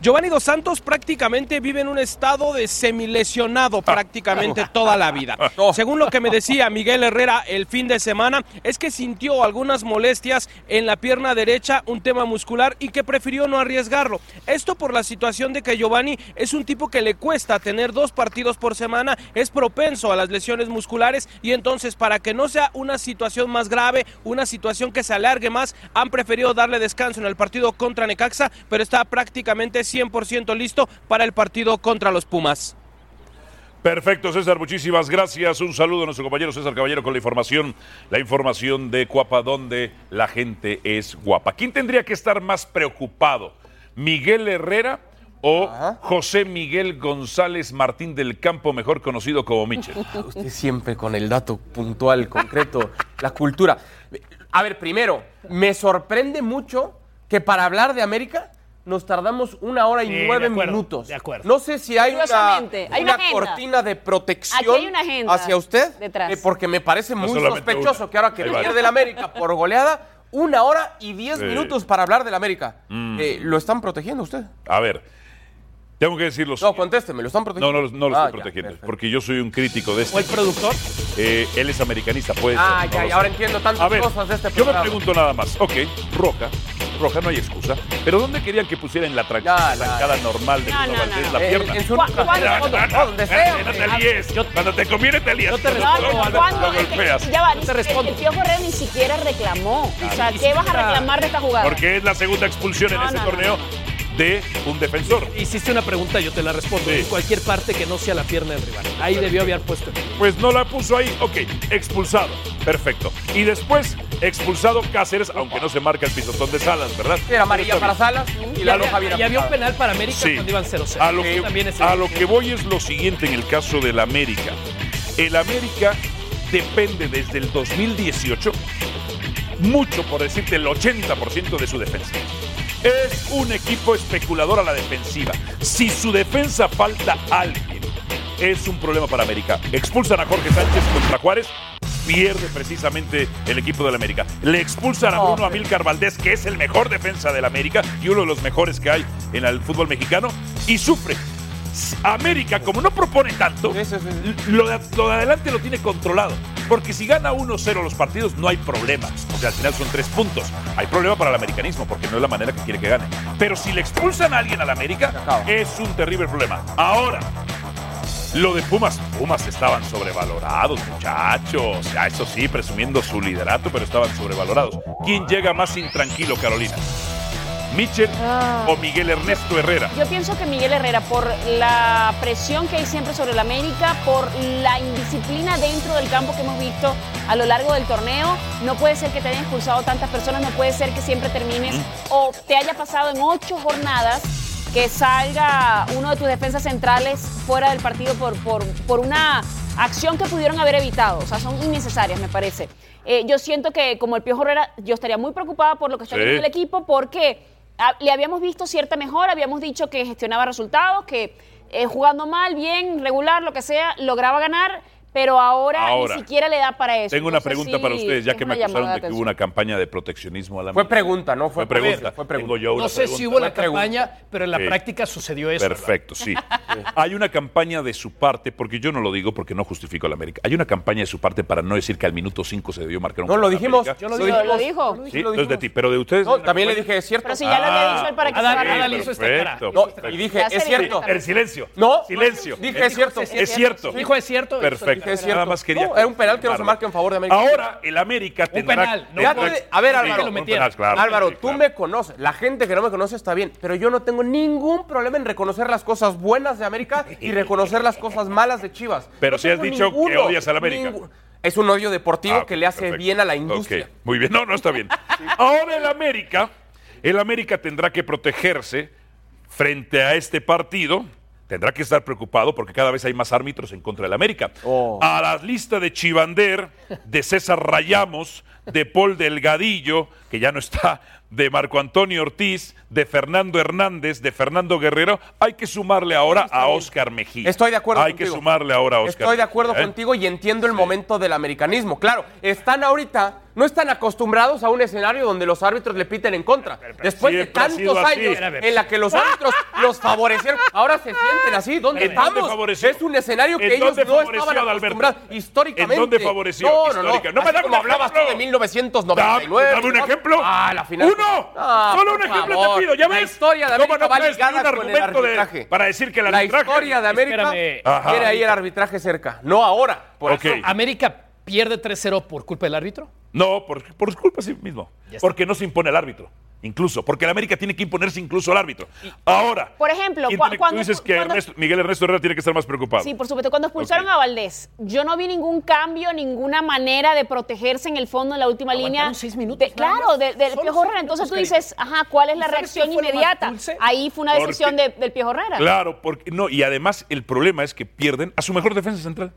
Giovanni Dos Santos prácticamente vive en un estado de semilesionado prácticamente toda la vida. Según lo que me decía Miguel Herrera el fin de semana, es que sintió algunas molestias en la pierna derecha, un tema muscular y que prefirió no arriesgarlo. Esto por la situación de que Giovanni es un tipo que le cuesta tener dos partidos por semana, es propenso a las lesiones musculares y entonces para que no sea una situación más grave, una situación que se alargue más, han preferido darle descanso en el partido contra Necaxa, pero está prácticamente 100% listo para el partido contra los Pumas.
Perfecto, César, muchísimas gracias. Un saludo a nuestro compañero César Caballero con la información, la información de Cuapa, donde la gente es guapa. ¿Quién tendría que estar más preocupado? ¿Miguel Herrera o José Miguel González Martín del Campo, mejor conocido como Michel.
Usted siempre con el dato puntual, concreto, la cultura. A ver, primero, me sorprende mucho que para hablar de América nos tardamos una hora y
Sí, de
nueve
acuerdo,
minutos.
de acuerdo.
No sé si hay una,
Curiosamente, hay
una
una agenda.
cortina de protección
Aquí hay una agenda
hacia usted,
detrás.
eh, porque me parece
No
muy
solamente
sospechoso
una,
que ahora que
hay varias.
pierde la América por goleada, una hora y diez
Sí.
minutos para hablar de la América.
Mm.
Eh, ¿Lo están protegiendo usted?
A ver, tengo que decirlo.
No, contésteme, ¿lo están protegiendo?
No, no, los- no lo estoy
Ah, ya,
protegiendo, porque yo soy un crítico de este.
¿O el productor?
Eh, él es americanista, puede
Ah,
ser, Pues, no
ya,
lo
y
sé.
ahora entiendo tantas
A ver,
cosas de este
Yo me
programa.
pregunto nada más. Ok, Roja, Roja, no hay excusa. Pero ¿dónde querían que pusieran la tra- trancada normal de
No,
Bruno
no, no,
Valdés,
no.
la
Eh,
pierna?
en su- ¿Cuál- cuál-
Ya,
cuál-
ya,
cuál- donde sea,
ya,
hombre.
te líes. Cuando te conviene, te líes. Yo te
No, no, ¿cuándo? Es que- ya va,
te respondo.
El, el Pío Correa ni siquiera reclamó. O sea,
Claro.
¿qué vas a reclamar de esta jugada?
Porque es la segunda expulsión en
No,
este
no, no,
torneo de un defensor.
Hiciste una pregunta, yo te la respondo. En cualquier parte que no sea la pierna del rival. Ahí debió haber puesto.
Pues no la puso ahí. Ok, expulsado. Perfecto. Y después, expulsado Cáceres, aunque no se marca el pisotón de Salas, ¿verdad?
Era amarilla
Esto
para
bien.
Salas y la roja bien
Y había un
aplicada.
penal para América
Sí.
cuando iban 0-0.
A lo,
Sí,
que,
también es
a lo que voy es lo siguiente en el caso del América. El América depende desde el 2018 mucho, por decirte, el 80% de su defensa. Es un equipo especulador a la defensiva. Si su defensa falta alguien, es un problema para América. Expulsan a Jorge Sánchez contra Juárez, pierde precisamente el equipo del América. Le expulsan a Bruno Amílcar Valdés, que es el mejor defensa del América y uno de los mejores que hay en el fútbol mexicano, y sufre. S- América, como no propone tanto, Lo, de, lo de adelante lo tiene controlado. Porque si gana 1-0 los partidos, no hay problema. O sea, al final son tres puntos. Hay problema para el americanismo, porque no es la manera que quiere que gane. Pero si le expulsan a alguien al América, es un terrible problema. Ahora, lo de Pumas, Pumas estaban sobrevalorados, muchachos. Ya, eso sí, presumiendo su liderato, pero estaban sobrevalorados. ¿Quién llega más intranquilo, Carolina? ¿Mitchell o Miguel Ernesto Herrera?
Yo pienso que Miguel Herrera, por la presión que hay siempre sobre el América, por la indisciplina dentro del campo que hemos visto a lo largo del torneo, no puede ser que te hayan expulsado tantas personas, no puede ser que siempre termines o te haya pasado en ocho jornadas que salga uno de tus defensas centrales fuera del partido por, por, por una acción que pudieron haber evitado. O sea, son innecesarias, me parece. Eh, yo siento que como el Piojo Herrera, yo estaría muy preocupada por lo que está
Sí.
haciendo el equipo porque a- le habíamos visto cierta mejora, habíamos dicho que gestionaba resultados, que eh, jugando mal, bien, regular, lo que sea, lograba ganar, pero ahora,
Ahora.
ni siquiera le da para eso.
Tengo una
Entonces,
pregunta
sí,
para ustedes, ya
es
que me
una llamada
acusaron de
de
que hubo
atención.
una campaña de proteccionismo a la
Fue
América.
pregunta, no fue,
Fue pregunta.
fue pregunta.
Tengo yo una
No sé si
pregunta.
hubo la
Fue pregunta.
campaña, pero en la
Sí.
práctica sucedió eso.
Perfecto, sí. Hay una campaña de su parte, porque yo no lo digo porque no justifico a la América. Hay una campaña de su parte para no decir que al minuto 5 se debió marcar un
No,
gol
lo
a la
dijimos,
América.
yo lo Lo dijimos. dijo, lo dijo. Lo
Sí,
dijimos.
no es de ti, pero de ustedes. Ah,
No, también le dije, es cierto.
Pero si ya lo había dicho él para que se
Ah,
Adán,
agarrara.
Adán hizo esta este cara.
No,
Perfecto.
y dije,
Ya
es
se le
cierto.
quita. El silencio.
No.
Silencio.
Dije, es cierto.
Es cierto.
Dijo, es cierto.
Perfecto.
Dije, es cierto.
Nada más quería.
No, era un penal que no se marque en favor de América.
Ahora el América tendrá.
Ya
tendrá-
te- a ver,
Sí,
Álvaro.
un penal, claro.
Álvaro, tú me conoces. La gente que no me conoce está bien. Pero yo no tengo ningún problema en reconocer las cosas buenas de América y reconocer las cosas malas de Chivas.
Pero
No
si has
tengo
dicho que
ninguno,
odias al América.
ningún- Es un odio deportivo
Ah,
que le hace
perfecto.
bien a la industria.
Ok, Muy bien, no, no está bien. Ahora el América, el América tendrá que protegerse frente a este partido. Tendrá que estar preocupado porque cada vez hay más árbitros en contra del América.
Oh.
A la lista de Chivander, de César Rayamos, de Paul Delgadillo, que ya no está, de Marco Antonio Ortiz, de Fernando Hernández, de Fernando Guerrero, hay que sumarle ahora a Óscar Mejía. Estoy de
acuerdo
Hay que
contigo.
sumarle ahora a Óscar.
Estoy de acuerdo
Mejía, ¿eh?
contigo y entiendo el momento del americanismo. Claro, están ahorita, no están acostumbrados a un escenario donde los árbitros le piten en contra. Después de
siempre ha sido
tantos
así.
años
Espérame.
en la que los árbitros los favorecieron, ahora se sienten así. ¿Dónde
¿En dónde
estamos? es un escenario
¿En
que ellos
dónde
no
favoreció
estaban
a Adalberto?
acostumbrados históricamente.
¿En dónde favoreció?
No, no,
Histórica.
no.
No me
Así
da un
como hablabas tú
ejemplo.
de 1999.
Dame- dame un
¿no?
ejemplo.
Ah, la final.
Uno.
Oh,
Solo un ejemplo te pido, ¿ya
Ah, La
ves?
historia de
¿Cómo
América
no
va
traes ni
ligada
un
con el
argumento de-
arbitraje.
para decir que el
La
arbitraje-
historia de América
Espérame. Ajá.
tiene ahí el arbitraje cerca. No ahora. Por
Ok.
eso.
¿América pierde 3-0 por culpa del árbitro?
No, por, por culpa sí mismo. Porque no se impone el árbitro. Incluso, porque el América tiene que imponerse incluso al árbitro. Ahora,
Por ejemplo,
y
cu-
tú
cuando,
dices que
cuando-
Ernesto- Miguel Ernesto Herrera tiene que estar más preocupado.
Sí, por supuesto. Cuando expulsaron a Valdés, yo no vi ningún cambio, ninguna manera de protegerse en el fondo en la última línea. De- claro, de- del Piojo Herrera. Entonces tú dices, ajá, ¿cuál es la reacción inmediata? Ahí fue una
Porque-
decisión de- del Piojo Herrera.
Claro, porque no, y además el problema es que pierden a su mejor defensa central.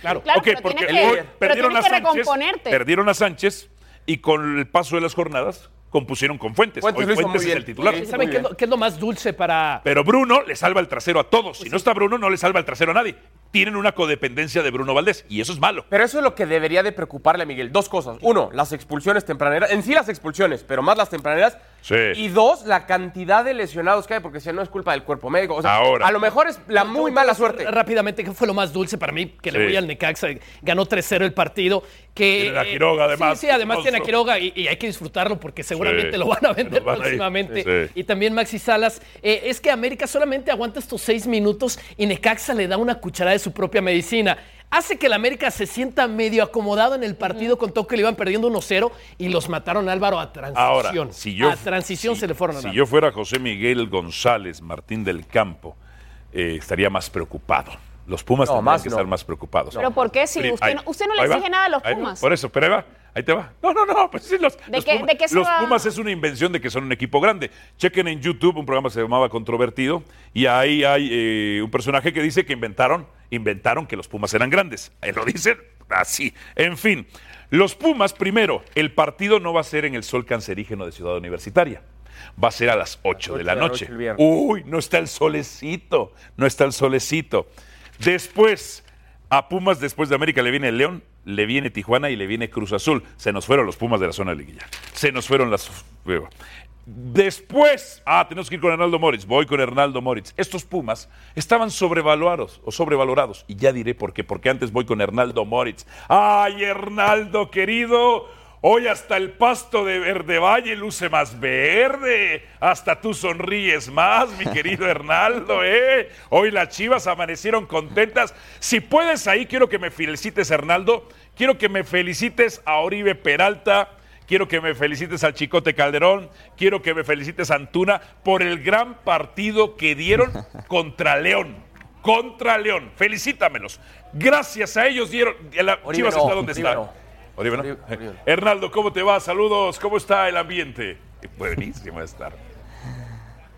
Claro,
Claro,
Ok,
pero
porque
tienes que-
el-
pero
perdieron a
tienes que
Sánchez,
recomponerte.
perdieron a Sánchez y con el paso de las jornadas compusieron con Fuentes.
Fuentes
Hoy
lo hizo
Fuentes es
muy bien.
el titular.
Sí, ¿saben qué es lo- qué es lo más dulce para,
Pero Bruno le salva el trasero a
Pues
todos. Si no está Bruno, no le salva el trasero a nadie. Tienen una codependencia de Bruno Valdés y eso es malo.
Pero eso es lo que debería de preocuparle a Miguel. Dos cosas. Uno, las expulsiones tempraneras. En sí las expulsiones, pero más las tempraneras.
Sí.
Y dos, la cantidad de lesionados que hay, porque si no es culpa del cuerpo médico. O sea,
Ahora.
A lo mejor es la muy mala suerte.
rápidamente, ¿qué fue lo más dulce para mí? Que le
Sí.
voy al Necaxa, ganó 3-0 el partido. Que,
Tiene a
eh,
Quiroga, además,
Sí, sí, además
monstruo.
tiene a Quiroga y, y hay que disfrutarlo porque seguramente
Sí.
lo van a vender
Lo van a ir.
próximamente.
Sí.
Y también Maxi Salas. Eh, es que América solamente aguanta estos seis minutos y Necaxa le da una cucharada de su propia medicina. Hace que el América se sienta medio acomodado en el partido, contó que le iban perdiendo 1-0 y los mataron Álvaro a
Ahora,
transición.
si yo-
a transición se le fueron a
Si
dar.
yo fuera José Miguel González Martín del Campo, eh, estaría más preocupado. Los Pumas
No,
tendrían
más
que
no.
estar más preocupados.
¿Pero por qué? Si
Pri-
usted
ahí-
no- usted no le
ahí va,
exige nada a los
ahí va.
Pumas.
Por eso, pero ahí va, ahí te va. No, no, no, pues sí, los,
¿De
los
qué-
Pumas,
de qué se
los
va?
Pumas es una invención de que son un equipo grande. Chequen en YouTube un programa que se llamaba Controvertido y ahí hay eh, un personaje que dice que inventaron, inventaron que los Pumas eran grandes. Ahí lo dicen así. En fin, los Pumas, primero, el partido no va a ser en el sol cancerígeno de Ciudad Universitaria. Va a ser a las 8 de la
de la
noche.
noche el viernes.
Uy, no está el solecito, no está el solecito. Después, a Pumas, después de América, le viene el León, le viene Tijuana y le viene Cruz Azul. Se nos fueron los Pumas de la zona de liguilla. Se nos fueron las... Después, ah, tenemos que ir con Hernaldo Moritz. Voy con Hernaldo Moritz. Estos Pumas estaban sobrevaluados o sobrevalorados. Y ya diré por qué, porque antes voy con Hernaldo Moritz. ¡Ay, Hernaldo, querido! Hoy hasta el pasto de Verde Valle luce más verde. Hasta tú sonríes más, mi querido Hernaldo, ¿eh? Hoy las chivas amanecieron contentas. Si puedes ahí, quiero que me felicites, Hernaldo. Quiero que me felicites a Oribe Peralta. Quiero que me felicites al Chicote Calderón. Quiero que me felicites a Antuna por el gran partido que dieron contra León. Contra León. Felicítamelos. Gracias a ellos dieron. la-
Oribe
Chivas
no,
está donde
Oribe
está.
no.
Oribe, ¿no? Hernaldo, ¿cómo te va? Saludos, ¿cómo está el ambiente? Buenísimo estar.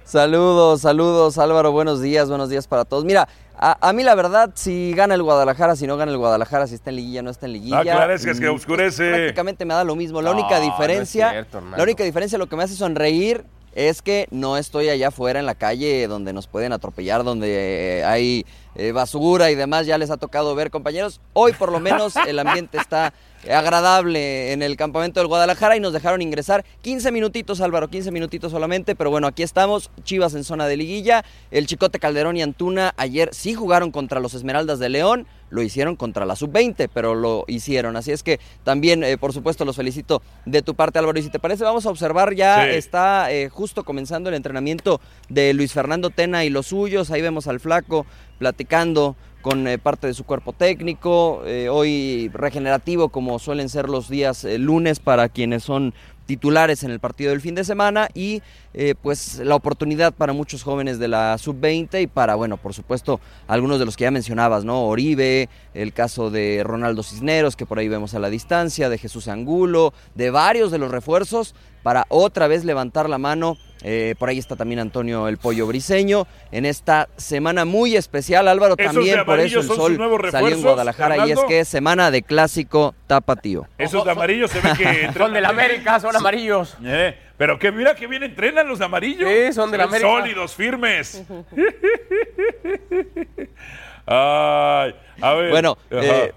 Saludos, saludos Álvaro, buenos días, buenos días para todos. Mira, a, a mí la verdad, si gana el Guadalajara, si no gana el Guadalajara, si está en liguilla, no está en liguilla.
No aclarezcas Ah, que
mm,
oscurece.
Prácticamente me da lo mismo. La
No,
única
no es
diferencia,
cierto, hermano.
la única diferencia, lo que me hace sonreír es que no estoy allá afuera en la calle donde nos pueden atropellar, donde hay eh, basura y demás. Ya les ha tocado ver, compañeros. Hoy por lo menos el ambiente está agradable en el campamento del Guadalajara y nos dejaron ingresar 15 minutitos, Álvaro, 15 minutitos solamente, pero bueno, aquí estamos, Chivas en zona de liguilla, el Chicote Calderón y Antuna ayer sí jugaron contra los Esmeraldas de León, lo hicieron contra la sub-20, pero lo hicieron, así es que también, eh, por supuesto, los felicito de tu parte, Álvaro, y si te parece, vamos a observar, ya
Sí.
está eh, justo comenzando el entrenamiento de Luis Fernando Tena y los suyos, ahí vemos al flaco platicando con eh, parte de su cuerpo técnico, eh, hoy regenerativo como suelen ser los días eh, lunes para quienes son titulares en el partido del fin de semana y eh, pues la oportunidad para muchos jóvenes de la sub-20 y para, bueno, por supuesto, algunos de los que ya mencionabas, ¿no? Oribe, el caso de Ronaldo Cisneros, que por ahí vemos a la distancia, de Jesús Angulo, de varios de los refuerzos para otra vez levantar la mano. Eh, por ahí está también Antonio el Pollo Briseño en esta semana muy especial, Álvaro,
Esos de
también por eso
amarillo
el
son sus
sol
nuevos
salió en
refuerzos,
Guadalajara y es
Fernando.
que es semana de clásico tapatío.
Esos de amarillo se ve que.
Son del América, son amarillos.
Eh, pero que mira que bien entrenan los de amarillo.
Sí, son
Se
del
ven
América.
Sólidos, firmes. Ay, a ver.
Bueno,
Ajá.
eh,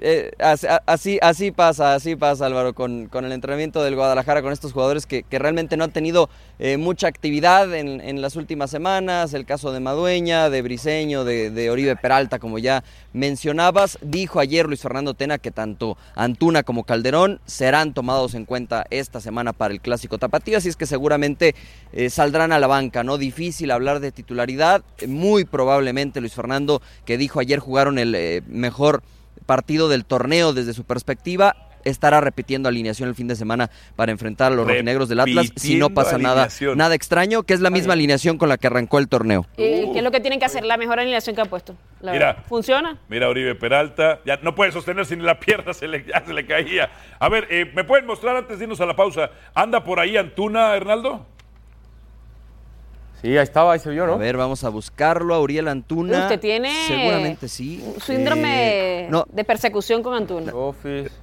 eh, as- a- así, así pasa, así pasa Álvaro, con, con el entrenamiento del Guadalajara, con estos jugadores que, que realmente no han tenido eh, mucha actividad en, en las últimas semanas, el caso de Madueña, de Briseño, de, de Oribe Peralta, como ya mencionabas, dijo ayer Luis Fernando Tena que tanto Antuna como Calderón serán tomados en cuenta esta semana para el Clásico Tapatío, así es que seguramente eh, saldrán a la banca, ¿no? Difícil hablar de titularidad, muy probablemente Luis Fernando, que dijo ayer jugaron el eh, mejor partido del torneo desde su perspectiva. estará repitiendo alineación el fin de semana para enfrentar a los rojinegros del Atlas si no pasa nada,
alineación.
nada extraño, que es la misma alineación con la que arrancó el torneo.
Eh, ¿Qué es lo que tienen que hacer? La mejor alineación que han puesto. la
Uh. Mira.
verdad. ¿Funciona?
Mira, Oribe Peralta, ya no puede sostener sin la pierna, se le, ya se le caía. A ver, eh, ¿me pueden mostrar antes de irnos a la pausa? ¿Anda por ahí Antuna, Hernaldo?
Sí, ahí estaba, ahí se vio, ¿no? A ver, vamos a buscarlo a Uriel Antuna.
Usted tiene
Seguramente sí.
un síndrome
Eh, no.
de persecución con Antuna.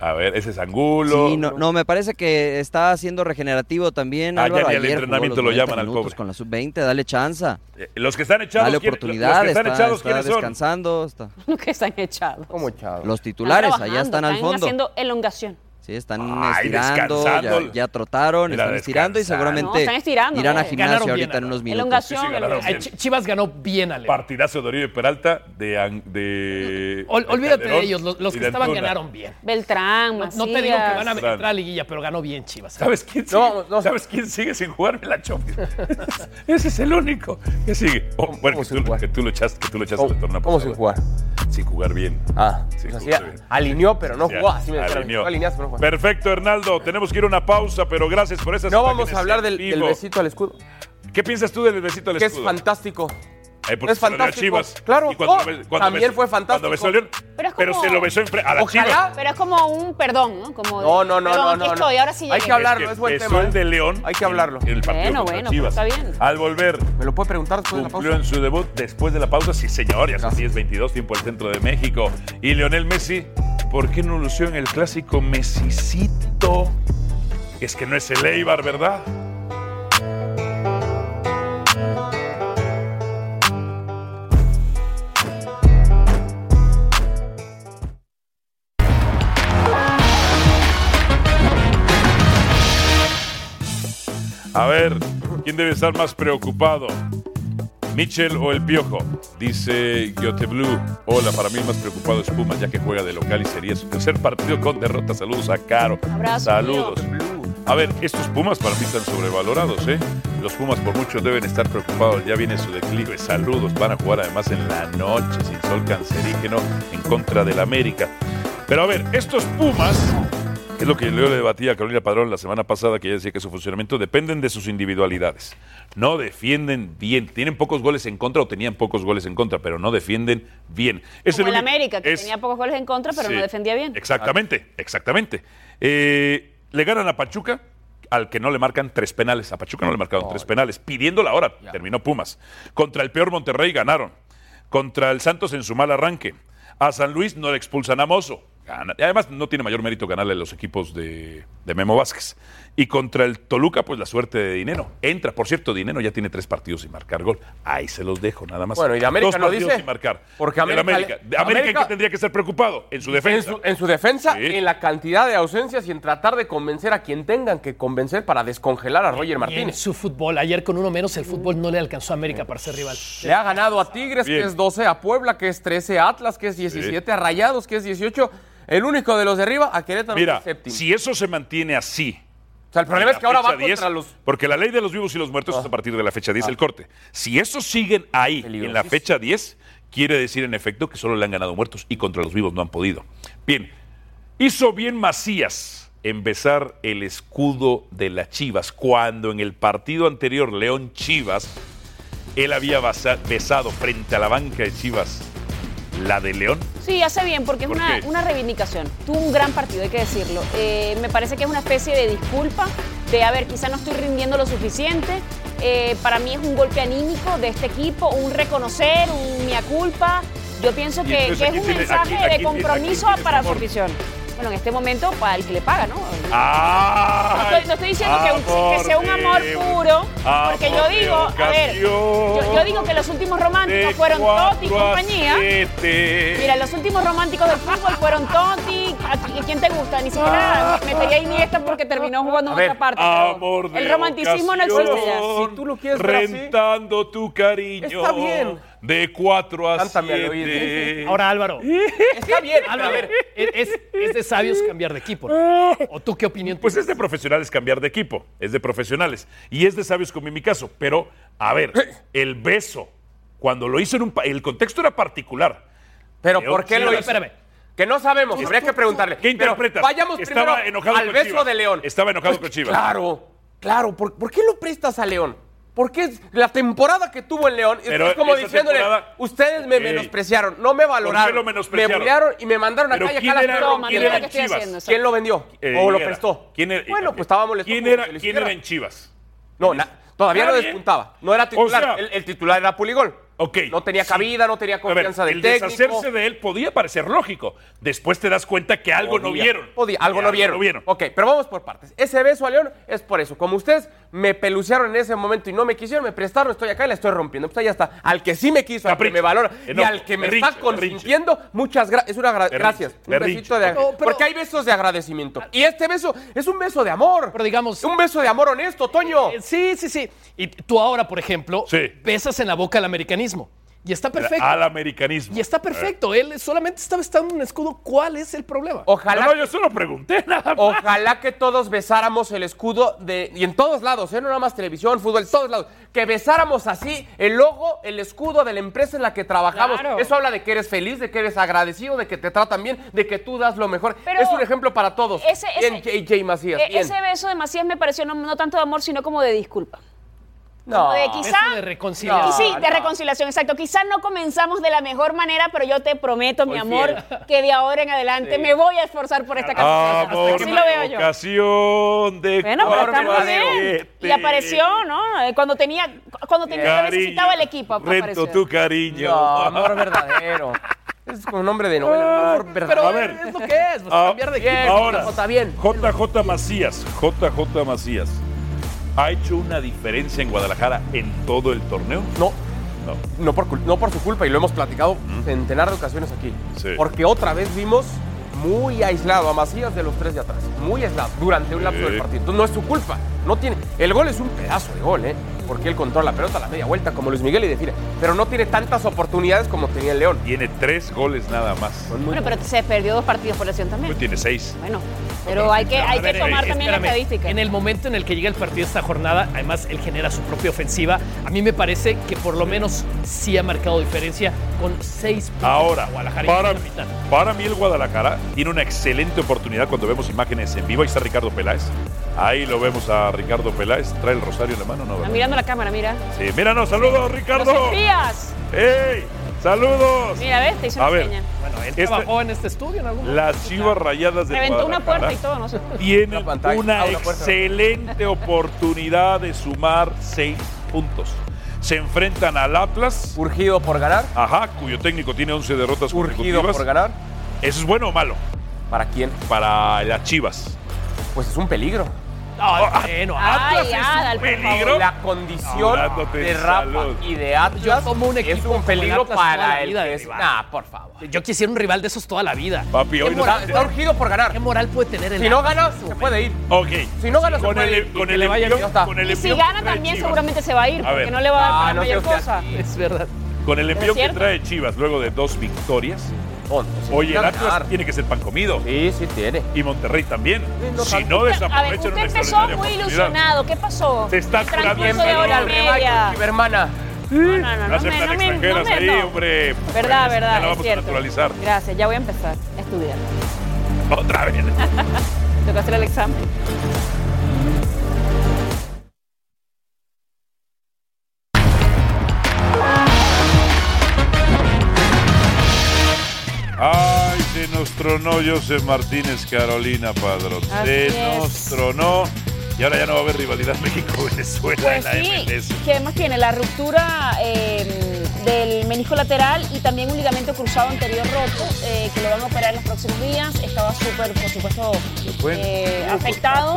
A ver, ese es Angulo.
Sí, no, no, me parece que está haciendo regenerativo también.
Ah, ya
Álvaro.
ni al
Ayer
entrenamiento
jugó los
lo
90
llaman al
minutos
pobre.
Con la sub-20, dale chanza.
Eh, Los que están echados.
Dale
¿quién-
oportunidad,
Los que están
está-
echados,
está
¿quiénes son?
descansando. está-
Los que están echados. ¿Cómo echados?
Los titulares, allá están al fondo.
haciendo elongación.
Sí, están
Ay,
estirando, ya,
descansando.
ya trotaron,
Mira,
están estirando y
descansando.
seguramente
No, están estirando,
irán a
eh.
gimnasia
Ganaron
ahorita
bien,
en
¿no?
unos
El
minutos.
Elongación, Sí, sí, ganaron elongación. bien.
Ch- Chivas ganó bien, Ale.
Partidazo de Oribe Peralta, de, An- de-
Ol-
de
olvídate de
Calderón
ellos, los, los
y
que
de
estaban
Antuna.
ganaron bien.
Beltrán,
No,
Macías.
no te digo que van a
Macías.
entrar a liguilla, pero ganó bien Chivas.
¿Sabes quién sigue? ¿Sabes quién sigue sin jugarme la Champions? Ese es el único. ¿Qué sigue? Oh, bueno, que tú, que tú lo echaste, que tú lo echaste en el torneo
¿Cómo
pasado.
sin jugar?
Sin jugar bien. Ah, sin
Así,
jugar bien.
alineó, pero no
Ya,
jugó. Así me dijeron,
alineó.
tú alineaste, pero no jugaste.
Perfecto, Hernaldo. Tenemos que ir a una pausa, pero gracias por esas
No vamos
imágenes
a hablar
en
del, del
vivo.
besito al escudo.
¿Qué piensas tú del besito al
que
escudo?
es fantástico.
Eh, porque
es
se lo dio a
fantástico.
Chivas.
Claro.
Y cuando
Oh,
lo be- cuando
también
besó-
fue fantástico.
Cuando besó a León,
Pero es
pero
como-
se lo besó en fre- a la
Ojalá.
Chivas.
Pero es como un perdón, ¿no? Como de,
No, no, no,
perdón,
no,
aquí
no, no.
estoy, ahora sí
Hay
llegué.
que hablar,
Es
no es
que
buen
besó
tema. ¿eh?
el de León.
Hay que hablarlo.
en el partido
Bueno,
contra
bueno, pues
Chivas.
está bien.
Al volver.
¿Me lo puede preguntar después de la pausa?
Cumplió en su debut después de la pausa, sí señor, ya son 10-22, tiempo al centro de México. Y Lionel Messi, ¿por qué no lució en el clásico Messicito? Es que no es el Eibar, ¿verdad? A ver, ¿quién debe estar más preocupado? ¿Mitchell o el Piojo? Dice Giote Blue. Hola, para mí el más preocupado es Pumas, ya que juega de local y sería su tercer partido con derrota. Saludos a Caro.
Abrazo,
Saludos. A ver, estos Pumas para mí están sobrevalorados, ¿eh? Los Pumas por mucho deben estar preocupados, ya viene su declive. Saludos, van a jugar además en la noche, sin sol cancerígeno, en contra del América. Pero a ver, estos Pumas, que es lo que yo le debatía a Carolina Padrón la semana pasada, que ella decía que su funcionamiento dependen de sus individualidades. No defienden bien, tienen pocos goles en contra o tenían pocos goles en contra, pero no defienden bien. Es
Como el
único-
América, que
es-
tenía pocos goles en contra, pero
Sí.
no defendía bien.
Exactamente, exactamente. Eh, le ganan a Pachuca, al que no le marcan tres penales. A Pachuca no le marcaron tres penales, pidiéndola ahora. Terminó Pumas. Contra el peor Monterrey ganaron. Contra el Santos en su mal arranque. A San Luis no le expulsan a Mozo. Gana- y Además, no tiene mayor mérito ganarle a los equipos de, de Memo Vázquez. Y contra el Toluca, pues la suerte de Dinero. Entra, por cierto, Dinero ya tiene tres partidos sin marcar gol. Ahí se los dejo, nada más.
Bueno, ¿y de América
Dos
no
partidos
dice?
sin marcar.
Porque
Del
América-
América. ¿De América en
América-
qué tendría que estar preocupado? En su defensa.
En su, en su defensa, en la cantidad de ausencias y en tratar de convencer a quien tengan que convencer para descongelar a Roger
Y en
Martínez.
su fútbol, ayer con uno menos, el fútbol no le alcanzó a América para ser rival.
Le ha ganado a Tigres,
Bien.
que es 12, a Puebla, que es 13, a Atlas, que es 17, a Rayados, que es 18. El único de los de arriba, a Querétaro,
Mira,
que es séptimo.
si eso se mantiene así.
O sea, el problema es que ahora va contra los. Ah.
Porque la ley de los vivos y los muertos es a partir de la fecha 10, el corte. Si esos siguen ahí, en la fecha 10, quiere decir en efecto que solo le han ganado muertos y contra los vivos no han podido. Bien, hizo bien Macías en besar el escudo de las Chivas cuando en el partido anterior León Chivas él había basa- besado frente a la banca de Chivas la de León.
Sí, hace bien, porque es
¿Por
una,
qué?
una reivindicación. Tuvo un gran partido, hay que decirlo. Eh, me parece que es una especie de disculpa de, a ver, quizá no estoy rindiendo lo suficiente. Eh, para mí es un golpe anímico de este equipo, un reconocer, un mea culpa. Yo pienso
Y
que,
entonces
que es
aquí
un
tiene-
mensaje
aquí- aquí
de
tiene- aquí
compromiso
tienes
para su
amor.
afición. Bueno, en este momento, para el que le paga, ¿no?
¡Ah!
No estoy, no estoy diciendo que, un-
Amor
que sea un amor
de-
puro, porque yo
Ah, amor de
digo, a ver, yo,
ocasión.
yo digo que los últimos románticos
De
fueron Totti y
cuatro a
compañía.
siete.
Mira, los últimos románticos del fútbol fueron Totti. ¿A qui- ¿Quién te gusta? Ni siquiera metería Iniesta porque terminó jugando
Ah.
en
A ver,
otra parte. pero
amor de
el romanticismo no existe ya.
ocasión,
Si
ver así,
Rentando tu cariño.
está bien.
De 4 a
Cántame al
7.
Ahora, Álvaro.
Está bien,
Álvaro, es, es- es de sabios cambiar de equipo. ¿O tú qué opinión
Pues es de profesionales cambiar de equipo. Es de profesionales. Y es de sabios como en mi caso. Pero, a ver, el beso, cuando lo hizo en un. pa- El contexto era particular.
Pero ¿por qué lo
Chivas-
hizo? Que no sabemos, habría que preguntarle.
¿Qué
Pero
interpretas?
vayamos
Estaba
primero
enojado
al
con
beso
Chivas.
de León.
Estaba enojado con Chivas.
Pues Claro, claro. ¿Por, por qué lo prestas a León? Porque es la temporada que tuvo en León
Pero
es como
esa
diciéndole,
temporada-
ustedes me
Ey.
menospreciaron, no me valoraron,
lo menospreciaron?
me bullearon y me mandaron a
Pero
calle
¿quién
Calas.
era-
No,
quién
manera
era en
que estoy
Chivas?
haciendo, ¿Quién lo vendió?
Eh,
¿O lo
Higuera.
prestó?
¿Quién era-
Bueno, pues estaba molesto.
¿Quién
con
era,
que lo
¿quién
hicieran.
era en Chivas?
No, na- todavía lo
Nadie.
despuntaba. No era titular.
sea-
el, el titular era Puligol. No tenía cabida, no tenía
A ver,
confianza del
el
técnico.
deshacerse de él podía parecer lógico. Después te das cuenta que algo no
Podía,
vieron.
podía, algo no vieron. Ok, pero vamos por partes. Ese beso a León es por eso. Como ustedes me pelucearon en ese momento y no me quisieron, me prestaron, estoy acá y la estoy rompiendo. Pues ya está. Al que sí me quiso, al que me valora y
Enojo,
al que me
Eh, berrinche,
está consintiendo, muchas gracias. Es una gra-
Berrinche,
gracias. Un
berrinche.
besito de agra-
No, pero-
Porque hay besos de agradecimiento. Y este beso es un beso de amor. Pero
digamos.
Un beso de amor honesto, Toño.
Eh, Sí, sí, sí. Y tú ahora, por ejemplo, besas en la boca al americanismo. Y está perfecto.
Al americanismo.
Y está perfecto. Él solamente estaba estando en un escudo. ¿Cuál es el problema?
Ojalá.
yo solo pregunté nada más.
Ojalá que todos besáramos el escudo de. Y en todos lados, ¿eh? No nada más televisión, fútbol, en todos lados. Que besáramos así el logo, el escudo de la empresa en la que trabajamos.
Claro.
Eso habla de que eres feliz, de que eres agradecido, de que te tratan bien, de que tú das lo mejor.
Pero
es un ejemplo para todos.
ese- ese-
bien, JJ Macías.
E-
bien.
ese beso de Macías me pareció no, no tanto de amor, sino como de disculpa.
No.
Como de quizá-
Eso de reconciliación.
Y sí, de
No.
reconciliación, exacto. Quizás no comenzamos de la mejor manera, pero yo te prometo, mi amor,
Confía.
que de ahora en adelante
Sí.
me voy a esforzar por esta camiseta.
Amor,
Así lo veo yo.
Ah, ocasión de
Bueno, pero está muy bien.
cuarenta
Y apareció, ¿no? Eh, Cuando tenía, cuando tenía,
Cariño,
necesitaba el equipo.
Rento
apareció.
tu cariño.
No, amor verdadero. Es como nombre de novela. Amor verdadero.
Ah, a ver.
Es Pues
lo que es.
Ah,
cambiar de equipo,
ahora,
JJ, bien.
JJ Macías, JJ Macías, ¿ha hecho una diferencia en Guadalajara en todo el torneo?
No. No por, cul- no por su culpa, y lo hemos platicado centenar de ocasiones aquí. Porque otra vez vimos muy aislado a Macías de los tres de atrás. Muy aislado durante un lapso
Sí.
del partido. Entonces, no es su culpa. No tiene, el gol es un pedazo de gol, ¿eh? Porque él controla la pelota a la media vuelta, como Luis Miguel y define. Pero no tiene tantas oportunidades como tenía el León.
Tiene tres goles nada más.
Bueno, pero se perdió dos partidos por lesión también.
Tiene seis.
Bueno, pero hay que, hay
A
que
ver,
tomar
eh,
también la
espérame.
estadística.
En el momento en el que llega el partido esta jornada, además él genera su propia ofensiva. A mí me parece que por lo menos sí ha marcado diferencia con seis puntos
Ahora,
para Guadalajara. y
para,
la mitad.
para mí el Guadalajara tiene una excelente oportunidad cuando vemos imágenes en vivo. Ahí está Ricardo Peláez. Ahí lo vemos a Ricardo Peláez. Trae el rosario en la mano, ¿no?
Ah,
¿verdad?
Mirando la cámara, mira.
Sí, míranos, saludos,
¡Los
Ricardo.
espías!
¡Ey! ¡Saludos!
Mira, ves, te hizo
A
una
ver,
seña.
él
Este-
Este-
Trabajó en este estudio en algún momento.
Las chivas rayadas de
Reventó una puerta y
Guadalajara
todo, no sé.
tienen
Una
una,
pantalla. Ah, una puerta.
excelente oportunidad de sumar seis puntos. Se enfrentan al Atlas.
Urgido por ganar.
Ajá, cuyo técnico tiene 11 derrotas
Urgido
consecutivas.
por ganar.
¿Eso es bueno o malo?
¿Para quién?
Para las Chivas.
Pues es un peligro.
No, bueno,
Ay,
ah, Atlas es un
Adal, por favor.
La condición
Hablándote
de
en
Rafa
salud.
y de Atlas
Yo tomo un
es
equipo
un
como el
peligro
Atlas toda la
para el
vida eh. de
que es-
rival.
Nah, por favor.
Yo quisiera un rival de esos toda la vida.
Papi, hoy
¿Qué
no-
moral-
está-
qué
está
moral-
urgido por ganar.
¿Qué moral puede tener el
Si no
Atlas?
gana, se puede ir.
Ok.
Si no gana, se
con
puede
el, e-
ir.
con
Y
el
que le vaya
envión-
bien, ya está.
con el
Y si
envión
gana
que trae
también
Chivas.
seguramente se va a ir,
A
porque
ver.
no le va a dar para
Ah, no
mayor
seas
cosa.
Es verdad.
Con el envío que
cierto.
trae Chivas luego de dos victorias.
Oh,
Oye, el
ganar.
Atlas tiene que ser pan comido.
Sí, sí tiene.
Y Monterrey también.
no
si
tanto.
no
A ver,
desaprovechan
usted
una
empezó
extraordinaria
muy
oportunidad.
ilusionado. ¿Qué pasó?
Se está
El
curando
transcurso
en
de hora y
salud.
media.
hermana.
No, no, no, no me-
Aceptan
no me-
extranjeras
no me-
ahí,
no.
hombre.
Verdad,
Ya
verdad,
la
es
vamos
cierto.
a naturalizar.
Gracias, ya voy a empezar a estudiar.
Otra vez.
Tengo que hacer el examen.
Ay, se nos tronó José Martínez Carolina Padrón. se
Así es.
nos tronó. Y ahora ya no va a haber rivalidad México-Venezuela
Pues
en la
sí,
MLS.
¿qué más tiene? La ruptura eh, del menisco lateral y también un ligamento cruzado anterior roto, eh, que lo van a operar en los próximos días. Estaba súper, por supuesto,
pueden-
eh, afectado.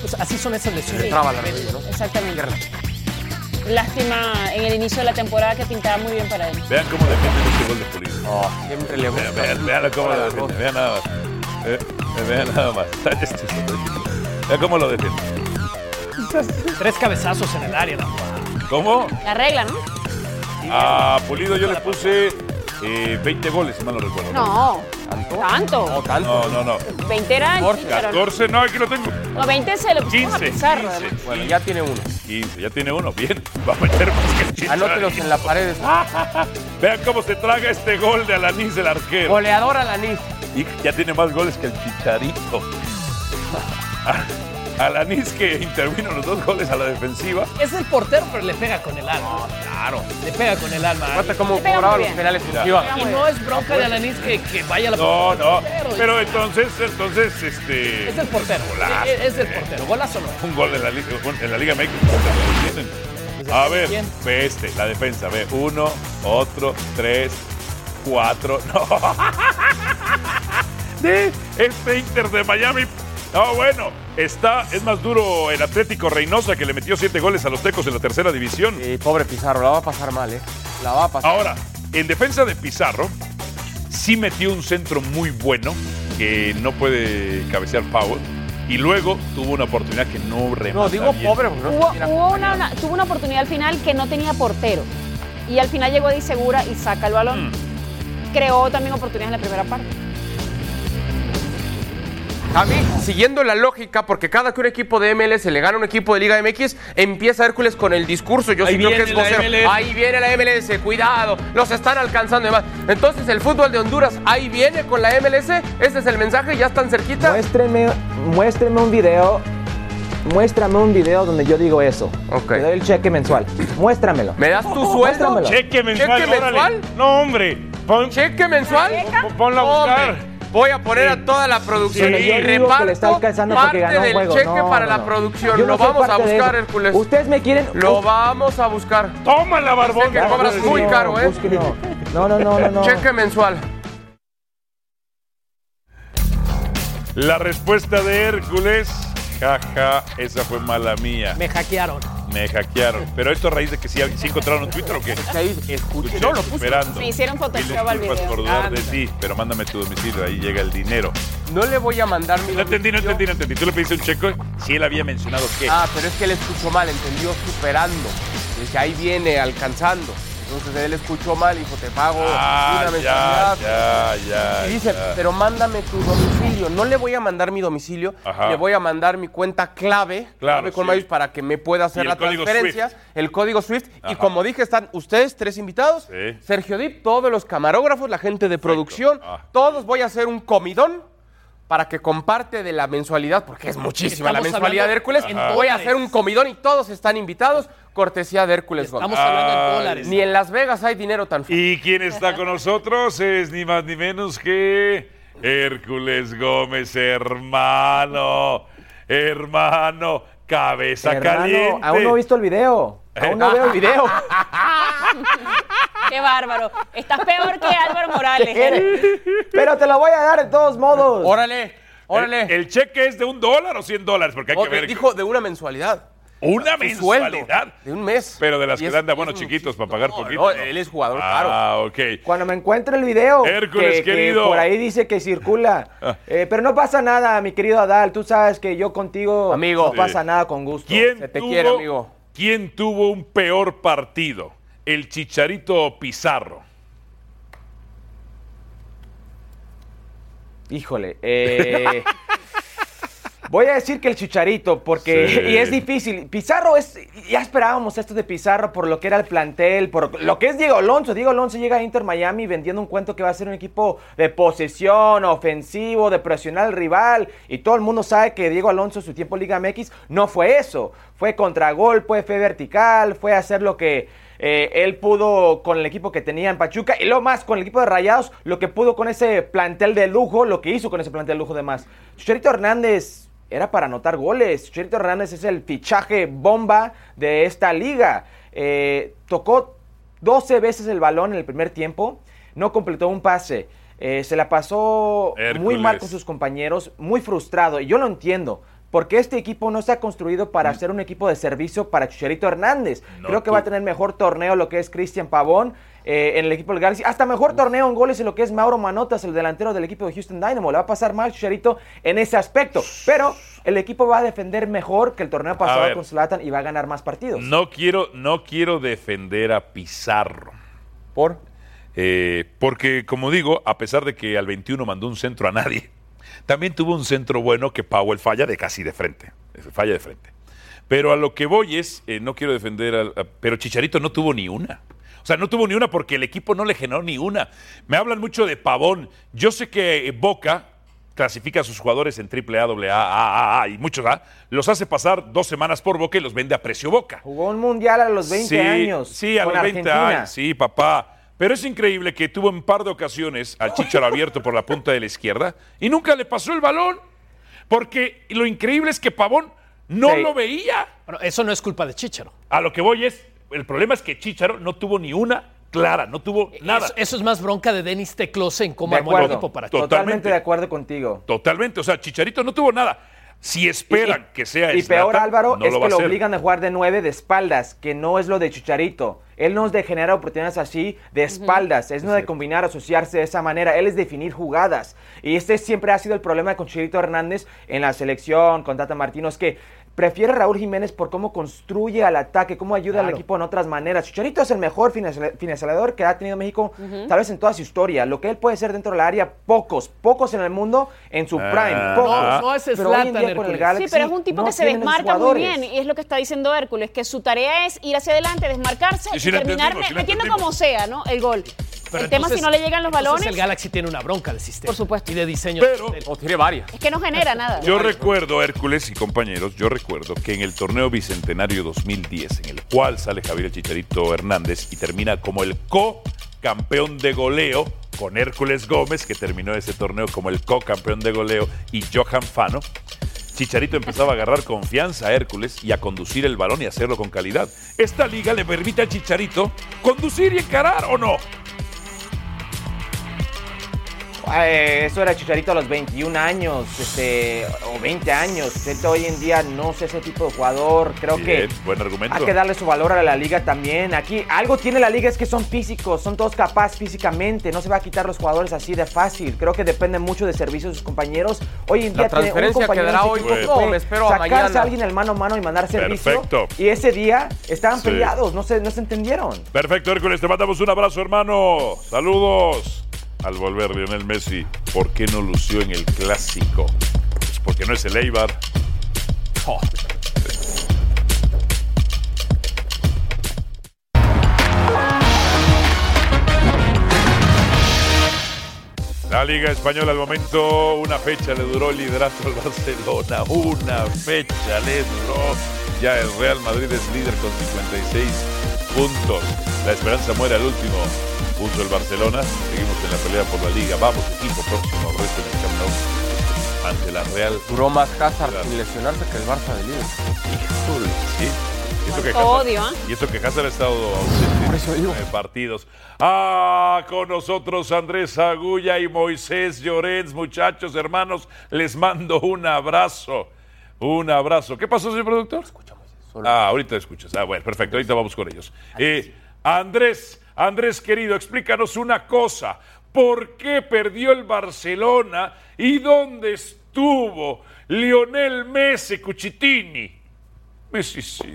Pues así son esas lesiones.
Sí. Traba la red, ¿no? Exactamente. Lástima en el inicio de la temporada que pintaba muy bien para él.
Vean cómo defiende este gol de Pulido.
siempre le gusta.
Vean, vean cómo lo defiende. Vean nada más. Eh, eh, vean este nada más. Vean cómo lo defiende.
Tres cabezazos en el área. ¿no?
¿Cómo?
La regla, ¿no?
A Pulido yo le puse eh, 20 goles, si mal no recuerdo.
No. ¿Tanto?
No, tanto. No, no,
20
Ah,
era el Chicharo, ¿no?
14, no, aquí lo tengo.
No, 20 se lo pusimos
15,
a Pizarro, además.
Bueno,
ya tiene uno.
15, ya tiene uno, bien. Va a meter más que el Chicharito.
Anótelos en la pared.
Vean cómo se traga este gol de Alanís, el arquero.
Goleador Alanis.
Y ya tiene más goles que el Chicharito. A- Alanis que intervino los dos goles a la defensiva.
Es el portero, pero le pega con el alma.
Claro.
Le pega con el alma.
Aparte,
cómo
cómo Le pega cobraba muy los bien. penales en Chivas.
Y no es bronca de Alanis que, que vaya a la
No, no.
portero.
Pero entonces, entonces, este.
Es el portero. Eh,
Golazo.
Es, es el portero. Golazo no.
Un gol en la, Liga- en la Liga México. ¿lo tienen? A ver,
¿Quién?
ve este, la defensa, ve. Uno, otro, tres, cuatro. No. De este Inter de Miami. No, bueno, está, es más duro el Atlético Reynosa que le metió siete goles a los Tecos en la tercera división.
pobre Pizarro, la va a pasar mal, ¿eh? La va a pasar.
Ahora, en defensa de Pizarro, sí metió un centro muy bueno que no puede cabecear Powell. Y luego tuvo una oportunidad que no remata
digo
bien.
pobre, porque no
Hubo, hubo una, una- tuvo una oportunidad al final que no tenía portero. Y al final llegó de segura y saca el balón.
Mm.
Creó también oportunidades en la primera parte.
A mí, siguiendo la lógica, porque cada que un equipo de MLS se le gana a un equipo de Liga MX, empieza Hércules con el discurso. Yo
Ahí
sí creo que
viene
es
la
vocero.
MLS.
Ahí viene la MLS, cuidado, los están alcanzando y demás. Entonces, el fútbol de Honduras, ahí viene con la MLS. Ese es el mensaje, ya están cerquita.
Muéstreme, muéstreme un video. Muéstrame un video donde yo digo eso. Te doy el cheque mensual. Muéstramelo.
¿Me das tu sueldo?
Muéstramelo.
¿Cheque mensual?
No, hombre.
¿Cheque mensual?
Ponla
a Voy a poner a toda la producción
Pero
y
yo digo que
reparto
le está alcanzando porque
parte
ganó un
del
juego.
cheque
No,
para
no,
la
no.
producción.
Yo no
Lo
soy
vamos a
parte de
buscar,
eso.
Hércules.
Ustedes me quieren.
Lo vamos a buscar.
Toma la barbón.
que cobras muy
No,
caro, ¿eh?
búsquenlo. No, no, no, no, no.
Cheque mensual.
La respuesta de Hércules, jaja, esa fue mala mía.
Me hackearon.
Me hackearon. Pero esto a raíz de que sí, sí encontraron un Twitter o qué? Escuché,
No, lo puse.
esperando.
Me hicieron Photoshop
Mil
al
disculpas
video.
por dudar
Ah,
de ti, pero mándame tu domicilio, ahí llega el dinero.
No le voy a mandar mi
No entendí, no entendí, no entendí. ¿Tú le pediste un checo? Si él había mencionado qué.
Ah, pero es que él escuchó mal, entendió superando. El que ahí viene alcanzando. Entonces él escuchó mal, hijo, te pago
Ah,
una
ya,
mensualidad.
ya, ya.
Y dice,
ya.
pero mándame tu domicilio. No le voy a mandar mi domicilio,
Ajá.
le voy a mandar mi cuenta clave,
Claro,
clave con
sí.
mayús, para que me pueda
Y
hacer
el
la
código
transferencia, el código SWIFT. Y como dije, están ustedes tres invitados,
Sí.
Sergio Dip, todos los camarógrafos, la gente de producción,
Ah.
todos voy a hacer un comidón para que comparte de la mensualidad, porque es muchísima la
Estamos
mensualidad de
hablando
Hércules.
en
Voy a
dólares.
hacer un comidón y todos están invitados, cortesía de Hércules Gómez.
Estamos hablando en Ay. dólares.
Ni en Las Vegas hay dinero tan fácil.
Y quien está con nosotros es ni más ni menos que Hércules Gómez, hermano, hermano, cabeza
Hermano,
caliente. Eh.
aún no he visto el video. Aún no veo el video.
¡Qué bárbaro! Estás peor que Álvaro Morales. ¿eh?
Pero te lo voy a dar de todos modos.
Órale, órale.
El, el cheque es de un dólar o 100 dólares, porque hay que
Otra-
ver.
dijo de una mensualidad.
Una
Su
mensualidad.
de un mes.
Pero de las
Y
que
es-
dan de
y es
abonos chiquitos para pagar poquito.
no,
¿no?
él es jugador
Ah, ok.
Cuando me encuentre el video,
Hércules,
que- que
querido. Ah.
por ahí dice que circula. Eh, pero no pasa nada, mi querido Adal. Tú sabes que yo contigo
Amigo.
no
Sí.
pasa nada con gusto.
¿Quién
Se te
tuvo,
quiere, amigo.
¿Quién tuvo un peor partido? ¿El Chicharito o Pizarro?
Híjole. eh, voy a decir que el Chicharito, porque
Sí.
y es difícil. Pizarro es. Ya esperábamos esto de Pizarro por lo que era el plantel, por lo que es Diego Alonso. Diego Alonso llega a Inter Miami vendiendo un cuento que va a ser un equipo de posesión, ofensivo, de presionar al rival. Y todo el mundo sabe que Diego Alonso, su tiempo en Liga MX, no fue eso. Fue contragolpe, fue vertical, fue hacer lo que. Eh, él pudo con el equipo que tenía en Pachuca y lo más con el equipo de Rayados, lo que pudo con ese plantel de lujo, lo que hizo con ese plantel de lujo de más. Chicharito Hernández era para anotar goles. Chicharito Hernández es el fichaje bomba de esta liga. Eh, tocó 12 veces el balón en el primer tiempo, no completó un pase. Eh, se la pasó muy
Hércules.
mal con sus compañeros, muy frustrado. Y yo lo entiendo, porque este equipo no está construido para ser un equipo de servicio para Chicharito Hernández.
Mm. No,
Creo que
tú-
va a tener mejor torneo lo que es Cristian Pavón eh, en el equipo del Galaxy. Hasta mejor torneo en goles en lo que es Mauro Manotas, el delantero del equipo de Houston Dynamo. Le va a pasar mal Chicharito en ese aspecto. Pero el equipo va a defender mejor que el torneo pasado
ver.
con Zlatan y va a ganar más partidos.
No quiero, no quiero defender a Pizarro. Eh,
¿Por?
porque, como digo, a pesar de que al 21 mandó un centro a nadie, también tuvo un centro bueno que Powell falla de casi de frente. Falla de eh, frente. Pero a lo que voy es, eh, no quiero defender al. a- pero Chicharito no tuvo ni una. O sea, no tuvo ni una porque el equipo no le generó ni una. Me hablan mucho de Pavón. Yo sé que eh, Boca clasifica a sus jugadores en triple A, doble A, A, A, A y muchos A. Los hace pasar dos semanas por Boca y los vende a precio Boca.
Jugó un mundial a los 20
Sí,
años.
Sí, a
con
los 20
Argentina.
años. Sí, papá. Pero es increíble que tuvo un par de ocasiones al Chicharo abierto por la punta de la izquierda y nunca le pasó el balón. Porque lo increíble es que Pavón no
Sí.
lo veía.
Bueno, eso no es culpa de Chicharo.
A lo que voy es, el problema es que Chicharo no tuvo ni una clara, no tuvo nada.
E-, Eso, eso es más bronca de Denis Teclose en cómo
De
armó el
acuerdo.
equipo para Chicharo.
Totalmente Totalmente. de
acuerdo contigo.
Totalmente, o sea, Chicharito no tuvo nada. Si esperan que sea
Y
Zlatan,
peor, Álvaro,
no
es
lo
que
va a
lo
hacer.
obligan a jugar de nueve de espaldas, que no es lo de Chicharito. Él nos de generar oportunidades así de espaldas. Es no de combinar, asociarse de esa manera. Él es definir jugadas. Y este siempre ha sido el problema con Chicharito Hernández en la selección, con Tata Martino, es que prefiere a Raúl Jiménez por cómo construye al ataque, cómo ayuda al
Claro.
equipo en otras maneras. Chicharito es el mejor financial- financiador que ha tenido México,
Ujú.
tal vez en toda su historia. Lo que él puede ser dentro del área, pocos, pocos en el mundo, en su prime.
Ah.
Pocos.
No, no es
Pero hoy en día
Zlatan,
con el
Hércules.
Galaxy
Sí, pero es un tipo
no
que se
tienen esos
desmarca muy
jugadores.
bien y es lo que está diciendo Hércules, que su tarea es ir hacia adelante, desmarcarse
Y
y,
si la
terminar
entendimos, si la
metiendo
entendimos.
como sea, ¿no? El gol.
Pero
el tema es
entonces-
si no le llegan los
entonces
balones,
El Galaxy tiene una bronca al sistema.
Por supuesto.
Y de diseño.
Pero-
O tiene varias.
es que no genera nada.
Yo recuerdo, Hércules y compañeros, yo recuerdo que en el torneo bicentenario 2010, en el cual sale Javier El Chicharito Hernández y termina como el co-campeón de goleo con Hércules Gómez, que terminó ese torneo como el co-campeón de goleo, y Johan Fano. Chicharito empezaba a agarrar confianza a Hércules y a conducir el balón y hacerlo con calidad. ¿Esta liga le permite a Chicharito conducir y encarar o no?
Eh, eso era Chicharito a los 21 años, este, o 20 años. Él hoy en día no es ese tipo de jugador. Creo
Bien,
que
buen argumento.
hay que darle su valor a la liga también. Aquí algo tiene la liga es que son físicos, son todos capaces físicamente. No se va a quitar los jugadores así de fácil. Creo que depende mucho del servicio de sus compañeros. Hoy en
La
día tiene un
transferencia
compañero
quedará
en su
hoy,
equipo
pues,
que puede
me espero a
sacarse
mañana.
a alguien el mano a mano y mandar servicio.
Perfecto.
Y ese día estaban
Sí.
peleados, no se, no se entendieron.
Perfecto, Hércules, te mandamos un abrazo, hermano. Saludos. Al volver, Lionel Messi, ¿por qué no lució en el clásico? Pues porque no es el Eibar. Oh. La Liga Española al momento, una fecha le duró el liderato al Barcelona. Una fecha le duró. Ya el Real Madrid es líder con 56 puntos. La esperanza muere al último. Punto el Barcelona. Seguimos en la pelea por la Liga. Vamos, equipo próximo resto en el Camp Nou ante la Real.
Duró más Hazard sin lesionarse que el Barça de Liverpool.
Híjole, sí. Y eso que
Cuánto
Hazard-
odio, ¿eh?
Y eso que Hazard ha estado ausente de partidos. Ah, con nosotros Andrés Agulla y Moisés Llorens, muchachos, hermanos, les mando un abrazo. Un abrazo. ¿Qué pasó, señor productor? Escuchamos. Ah, ahorita escuchas. Ah, bueno, perfecto. Ahorita vamos con ellos. Eh, Andrés, Andrés querido, explícanos una cosa. ¿Por qué perdió el Barcelona y dónde estuvo Lionel Messi Cuchitini? Messi,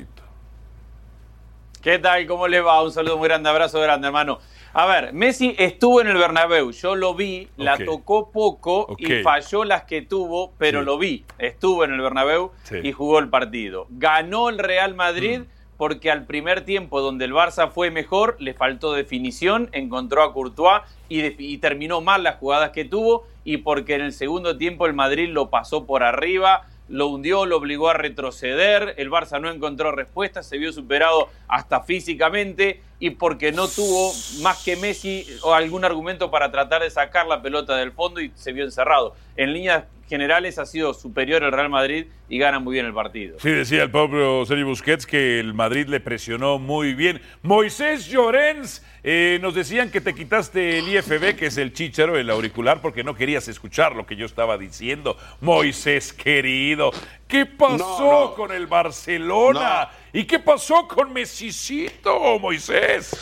¿Qué tal? ¿Cómo le va? Un saludo muy grande, abrazo grande, hermano. A ver, Messi estuvo en el Bernabéu, yo lo vi, la
Ok.
tocó poco
Ok.
y falló las que tuvo, pero
Sí.
lo vi. Estuvo en el Bernabéu
Sí. Mm.
y jugó el partido. Ganó el Real Madrid porque al primer tiempo donde el Barça fue mejor, le faltó definición, encontró a Courtois y, de- y terminó mal las jugadas que tuvo y porque en el segundo tiempo el Madrid lo pasó por arriba, lo hundió, lo obligó a retroceder, el Barça no encontró respuesta, se vio superado hasta físicamente y porque no tuvo más que Messi o algún argumento para tratar de sacar la pelota del fondo y se vio encerrado. En líneas generales ha sido superior el Real Madrid y gana muy bien el partido.
Sí, decía el propio Sergio Busquets que el Madrid le presionó muy bien. Moisés Llorens, eh, nos decían que te quitaste el IFB, que es el chícharo, el auricular, porque no querías escuchar lo que yo estaba diciendo. Moisés querido, ¿qué pasó con el Barcelona? ¿Y qué pasó con Mesicito, Moisés?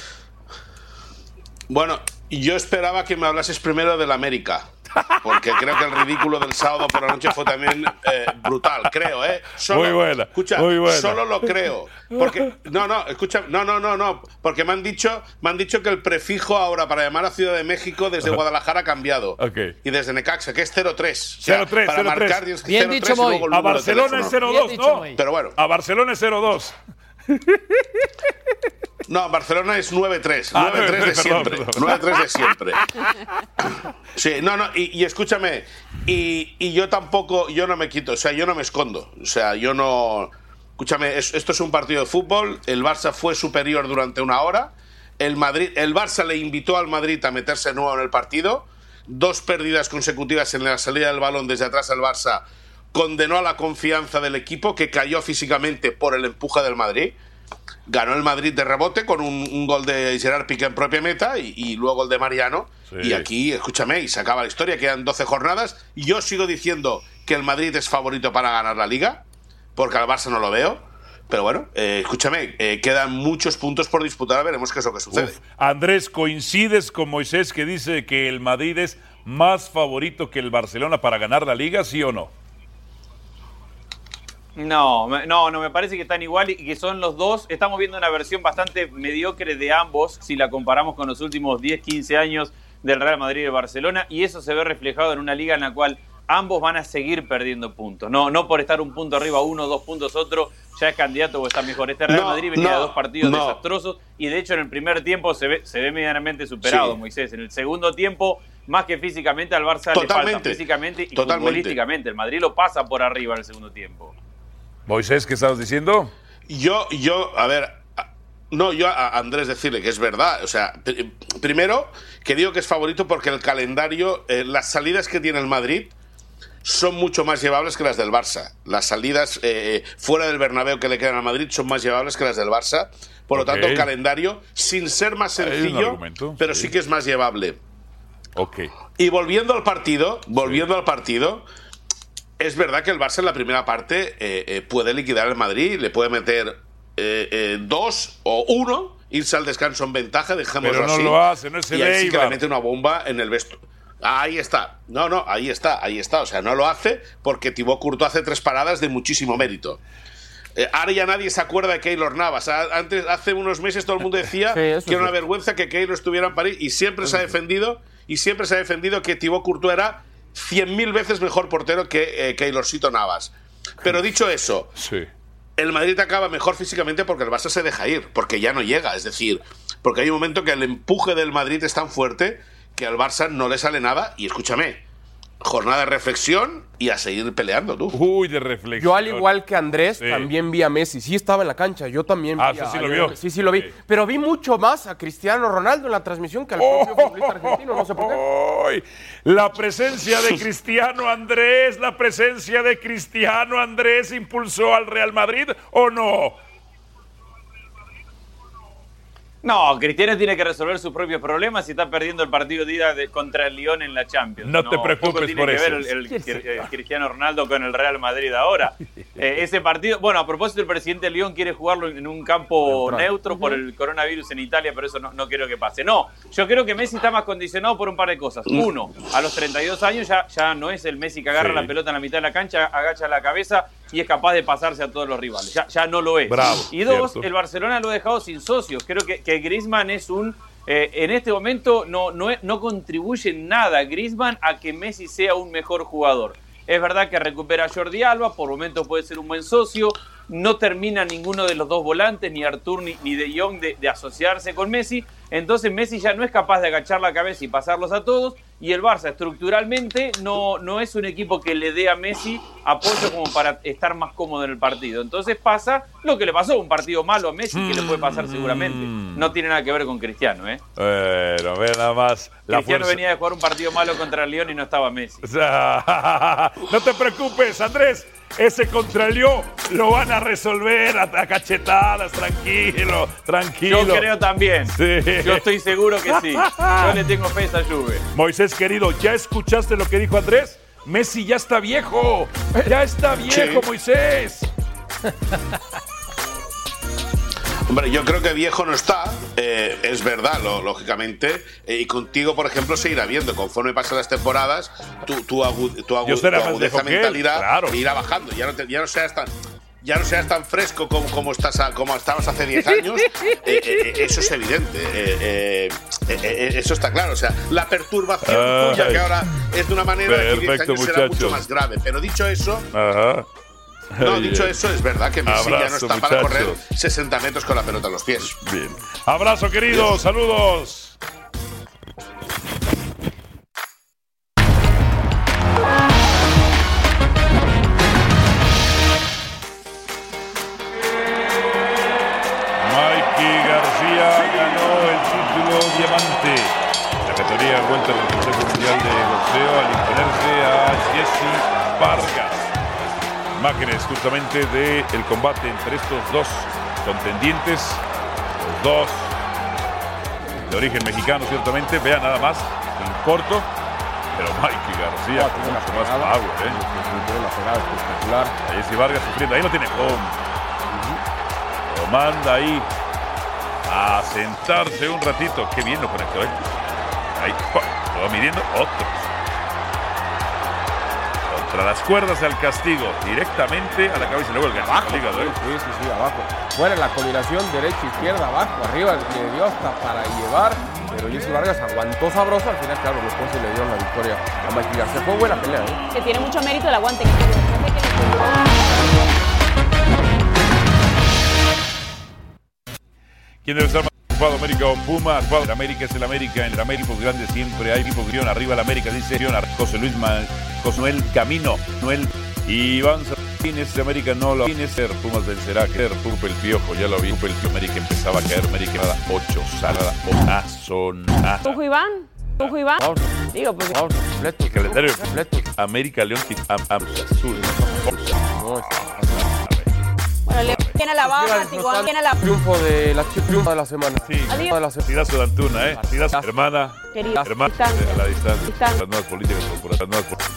Bueno, yo esperaba que me hablases primero del América. Porque creo que el ridículo del sábado por la noche fue también eh, brutal, creo, ¿eh?
Muy buena,
Escucha,
muy buena.
solo lo creo. Porque, no, no, escucha, no, no, no, no. Porque me han dicho, me han dicho que el prefijo ahora para llamar a Ciudad de México desde Guadalajara ha cambiado.
Ok.
Y desde Necaxa, que es 03. O sea,
0-3,
para
0-3.
marcar tienes que 03 y luego el número
A
de
Barcelona es
teléfono.
0-2, ¿no?
Pero bueno.
A Barcelona es 0-2.
No, Barcelona es 9-3.
Ah,
9-3 de
9-3, perdón,
siempre.
perdón.
9-3 de siempre. Sí, no, no, y, y escúchame, y, y yo tampoco, yo no me quito, o sea, yo no me escondo, o sea, yo no... Escúchame, es- esto es un partido de fútbol, el Barça fue superior durante una hora, el, Madrid, el Barça le invitó al Madrid a meterse de nuevo en el partido, dos pérdidas consecutivas en la salida del balón desde atrás al Barça condenó a la confianza del equipo que cayó físicamente por el empuje del Madrid. Ganó el Madrid de rebote con un, un gol de Gerard Piqué en propia meta y, y luego el de Mariano.
Sí.
Y aquí, escúchame, y se acaba la historia, quedan 12 jornadas. Y Yo sigo diciendo que el Madrid es favorito para ganar la liga, porque al Barça no lo veo. Pero bueno, eh, escúchame, eh, quedan muchos puntos por disputar, veremos qué es lo que sucede.
Uf. Andrés, ¿coincides con Moisés que dice que el Madrid es más favorito que el Barcelona para ganar la liga, sí o no?
No, me- no, no, me parece que están igual y que son los dos. Estamos viendo una versión bastante mediocre de ambos si la comparamos con los últimos 10, 15 años del Real Madrid y el Barcelona. Y eso se ve reflejado en una liga en la cual ambos van a seguir perdiendo puntos. No, no por estar un punto arriba uno, dos puntos otro, ya es candidato o está mejor. Este Real
No,
Madrid venía
no,
de dos partidos
no.
desastrosos y de hecho en el primer tiempo se ve, se ve medianamente superado,
Sí.
Moisés. En el segundo tiempo, más que físicamente, al Barça le falta
Totalmente.
físicamente y
Totalmente.
futbolísticamente. El Madrid lo pasa por arriba en el segundo tiempo.
Moisés, ¿qué estabas diciendo?
Yo, yo, a ver, a- no, yo a Andrés decirle que es verdad. O sea, pri- primero, que digo que es favorito porque el calendario, eh, las salidas que tiene el Madrid son mucho más llevables que las del Barça. Las salidas eh, fuera del Bernabéu que le quedan al Madrid son más llevables que las del Barça. Por lo
Ok.
tanto, el calendario, sin ser más
Ahí hay un
sencillo,
argumento,
pero
sí.
sí que es más llevable.
Ok.
Y volviendo al partido, volviendo al partido, es verdad que el Barça en la primera parte eh, eh, puede liquidar al Madrid, le puede meter eh, eh, dos o uno, irse al descanso en ventaja, dejémoslo
Pero no
así.
lo hace, no es el
y ahí sí que
Eibar.
le mete una bomba en el vestuario. Ahí está. No, no, ahí está, ahí está. O sea, no lo hace porque Thibaut Courtois hace tres paradas de muchísimo mérito. Eh, ahora ya nadie se acuerda de Keylor Navas. A- Antes, hace unos meses todo el mundo decía
Sí, eso
que era
sí.
una vergüenza que Keylor estuviera en París y siempre se ha defendido y siempre se ha defendido que Thibaut Courtois era 100.000 veces mejor portero que eh, Keylorcito Navas. Pero dicho eso,
Sí.
el Madrid acaba mejor físicamente porque el Barça se deja ir, porque ya no llega, es decir, porque hay un momento que el empuje del Madrid es tan fuerte que al Barça no le sale nada y escúchame, jornada de reflexión y a seguir peleando tú.
Uy, de reflexión.
Yo al igual que Andrés
Sí.
también vi a Messi, sí estaba en la cancha, yo también
Ah,
vi
sí,
a-
sí lo vio.
Sí, sí lo vi, pero vi mucho más a Cristiano Ronaldo en la transmisión que al
Oh.
propio futbolista argentino, no sé por
qué. La presencia de Cristiano Andrés, la presencia de Cristiano Andrés impulsó al Real Madrid o no?
No, Cristiano tiene que resolver sus propios problemas si está perdiendo el partido de ida de- contra el Lyon en la Champions.
No te preocupes
poco tiene
por
que
eso.
ver el, el Cri- eh, Cristiano Ronaldo con el Real Madrid ahora. Eh, ese partido, bueno, a propósito, el presidente de Lyon quiere jugarlo en un campo
Neutral.
neutro por el coronavirus en Italia, pero eso no, no quiero que pase. No, yo creo que Messi está más condicionado por un par de cosas. Uno, a los 32 años ya, ya no es el Messi que agarra
Mm. Sí.
la pelota en la mitad de la cancha, agacha la cabeza y es capaz de pasarse a todos los rivales. Ya, ya no lo es.
Bravo,
y dos,
cierto.
el Barcelona lo ha dejado sin socios. Creo que, que Griezmann es un. eh, en este momento no, no, es- no contribuye en nada Griezmann a que Messi sea un mejor jugador. Es verdad que recupera a Jordi Alba, por momentos puede ser un buen socio. No termina ninguno de los dos volantes, ni Artur ni, ni De Jong, de, de asociarse con Messi. Entonces Messi ya no es capaz de agachar la cabeza y pasarlos a todos. Y el Barça estructuralmente no, no es un equipo que le dé a Messi apoyo como para estar más cómodo en el partido. Entonces pasa lo que le pasó, un partido malo a Messi que le puede pasar seguramente.
Mm.
No tiene nada que ver con Cristiano, ¿eh?
Bueno, ve nada más. La
Cristiano
fuerza.
venía de jugar un partido malo contra el León y no estaba Messi.
O sea, no te preocupes, Andrés. Ese contra Lyon lo van a resolver a, a cachetadas, tranquilo, tranquilo.
Yo creo también.
Sí.
Yo estoy seguro que sí. Yo le tengo fe a esa Juve.
Moisés querido, ¿ya escuchaste lo que dijo Andrés? Messi ya está viejo. Ya está viejo, Moisés.
Hombre, yo creo que viejo no está, eh, es verdad, lo- lógicamente, eh, y contigo, por ejemplo, se irá viendo, conforme pasan las temporadas, tu, tu, agu- tu agu-
Yo será
tu
más
agudeza
viejo que él,
mentalidad
claro.
irá bajando, ya no, te- ya no seas tan... Ya no seas tan fresco como, como, estás, a- como estabas hace 10 años, eh, eh, eh, eso es evidente, eh, eh, eh, eh, eso está claro. O sea, la perturbación
Ay.
tuya que ahora es de una manera de que 10
Perfecto,
años será mucho
muchachos.
más grave. Pero dicho eso,
Ajá.
No,
Oye.
dicho eso, es verdad que Messi ya no
Abrazo,
está para
muchacho.
correr 60 metros con la pelota en los pies.
Bien. Abrazo, querido. Saludos. Mikey García ganó el título diamante. La categoría vuelta del Consejo Mundial de Boxeo al imponerse a Jesse Vargas. Imágenes justamente del combate entre estos dos contendientes. Los dos de origen mexicano, ciertamente. Vea nada más en corto. Pero Mikey García con mucho más power, ¿eh? la pegada espectacular. Jesse Vargas sufriendo. Ahí no tiene home. Lo manda ahí a sentarse un ratito. Qué bien lo conectó, ¿eh? Ahí, ¡pum! lo va midiendo otro. Contra las cuerdas al castigo, directamente a la cabeza y luego el gancho. al hígado, ¿eh?
Sí, sí, sí, abajo. Fuera la combinación derecha, izquierda, abajo, arriba, le dio hasta para llevar. Pero Jesse Vargas aguantó sabroso. Al final, claro, los jueces le dieron la victoria a Mikey García. Fue buena pelea, ¿eh?
Que tiene mucho mérito el aguante. que tuvo. Fíjate que le pegó.
¿Quién debe estar más preocupado, América o Pumas? Pau, El América es el América, en el América pues, grande siempre hay tipo guión, arriba el América, dice guión, José Luis Ma- José Noel Camino, Noel Iván Martínez de América no lo tiene ser, Pumas vencerá, creer, Pupa el piojo, ya lo vi, Pupa el piojo, América empezaba a caer, América nada, 8, salada, zona.
Tujo Iván. Tujo Iván. Digo, pues.
El calendario América León Am- Am- Azul.
Bueno, le tiene la baja, Tijuana tiene la.
Triunfo de la triunfo de la semana.
Sí.
Adiós.
De la semana.
Tirazo de Antuna, ¿eh? Tirazo, hermana.
Querida.
Hermana,
Distancia.
a la distancia.
Distancia.
Las nuevas políticas corporativas. las nuevas pol-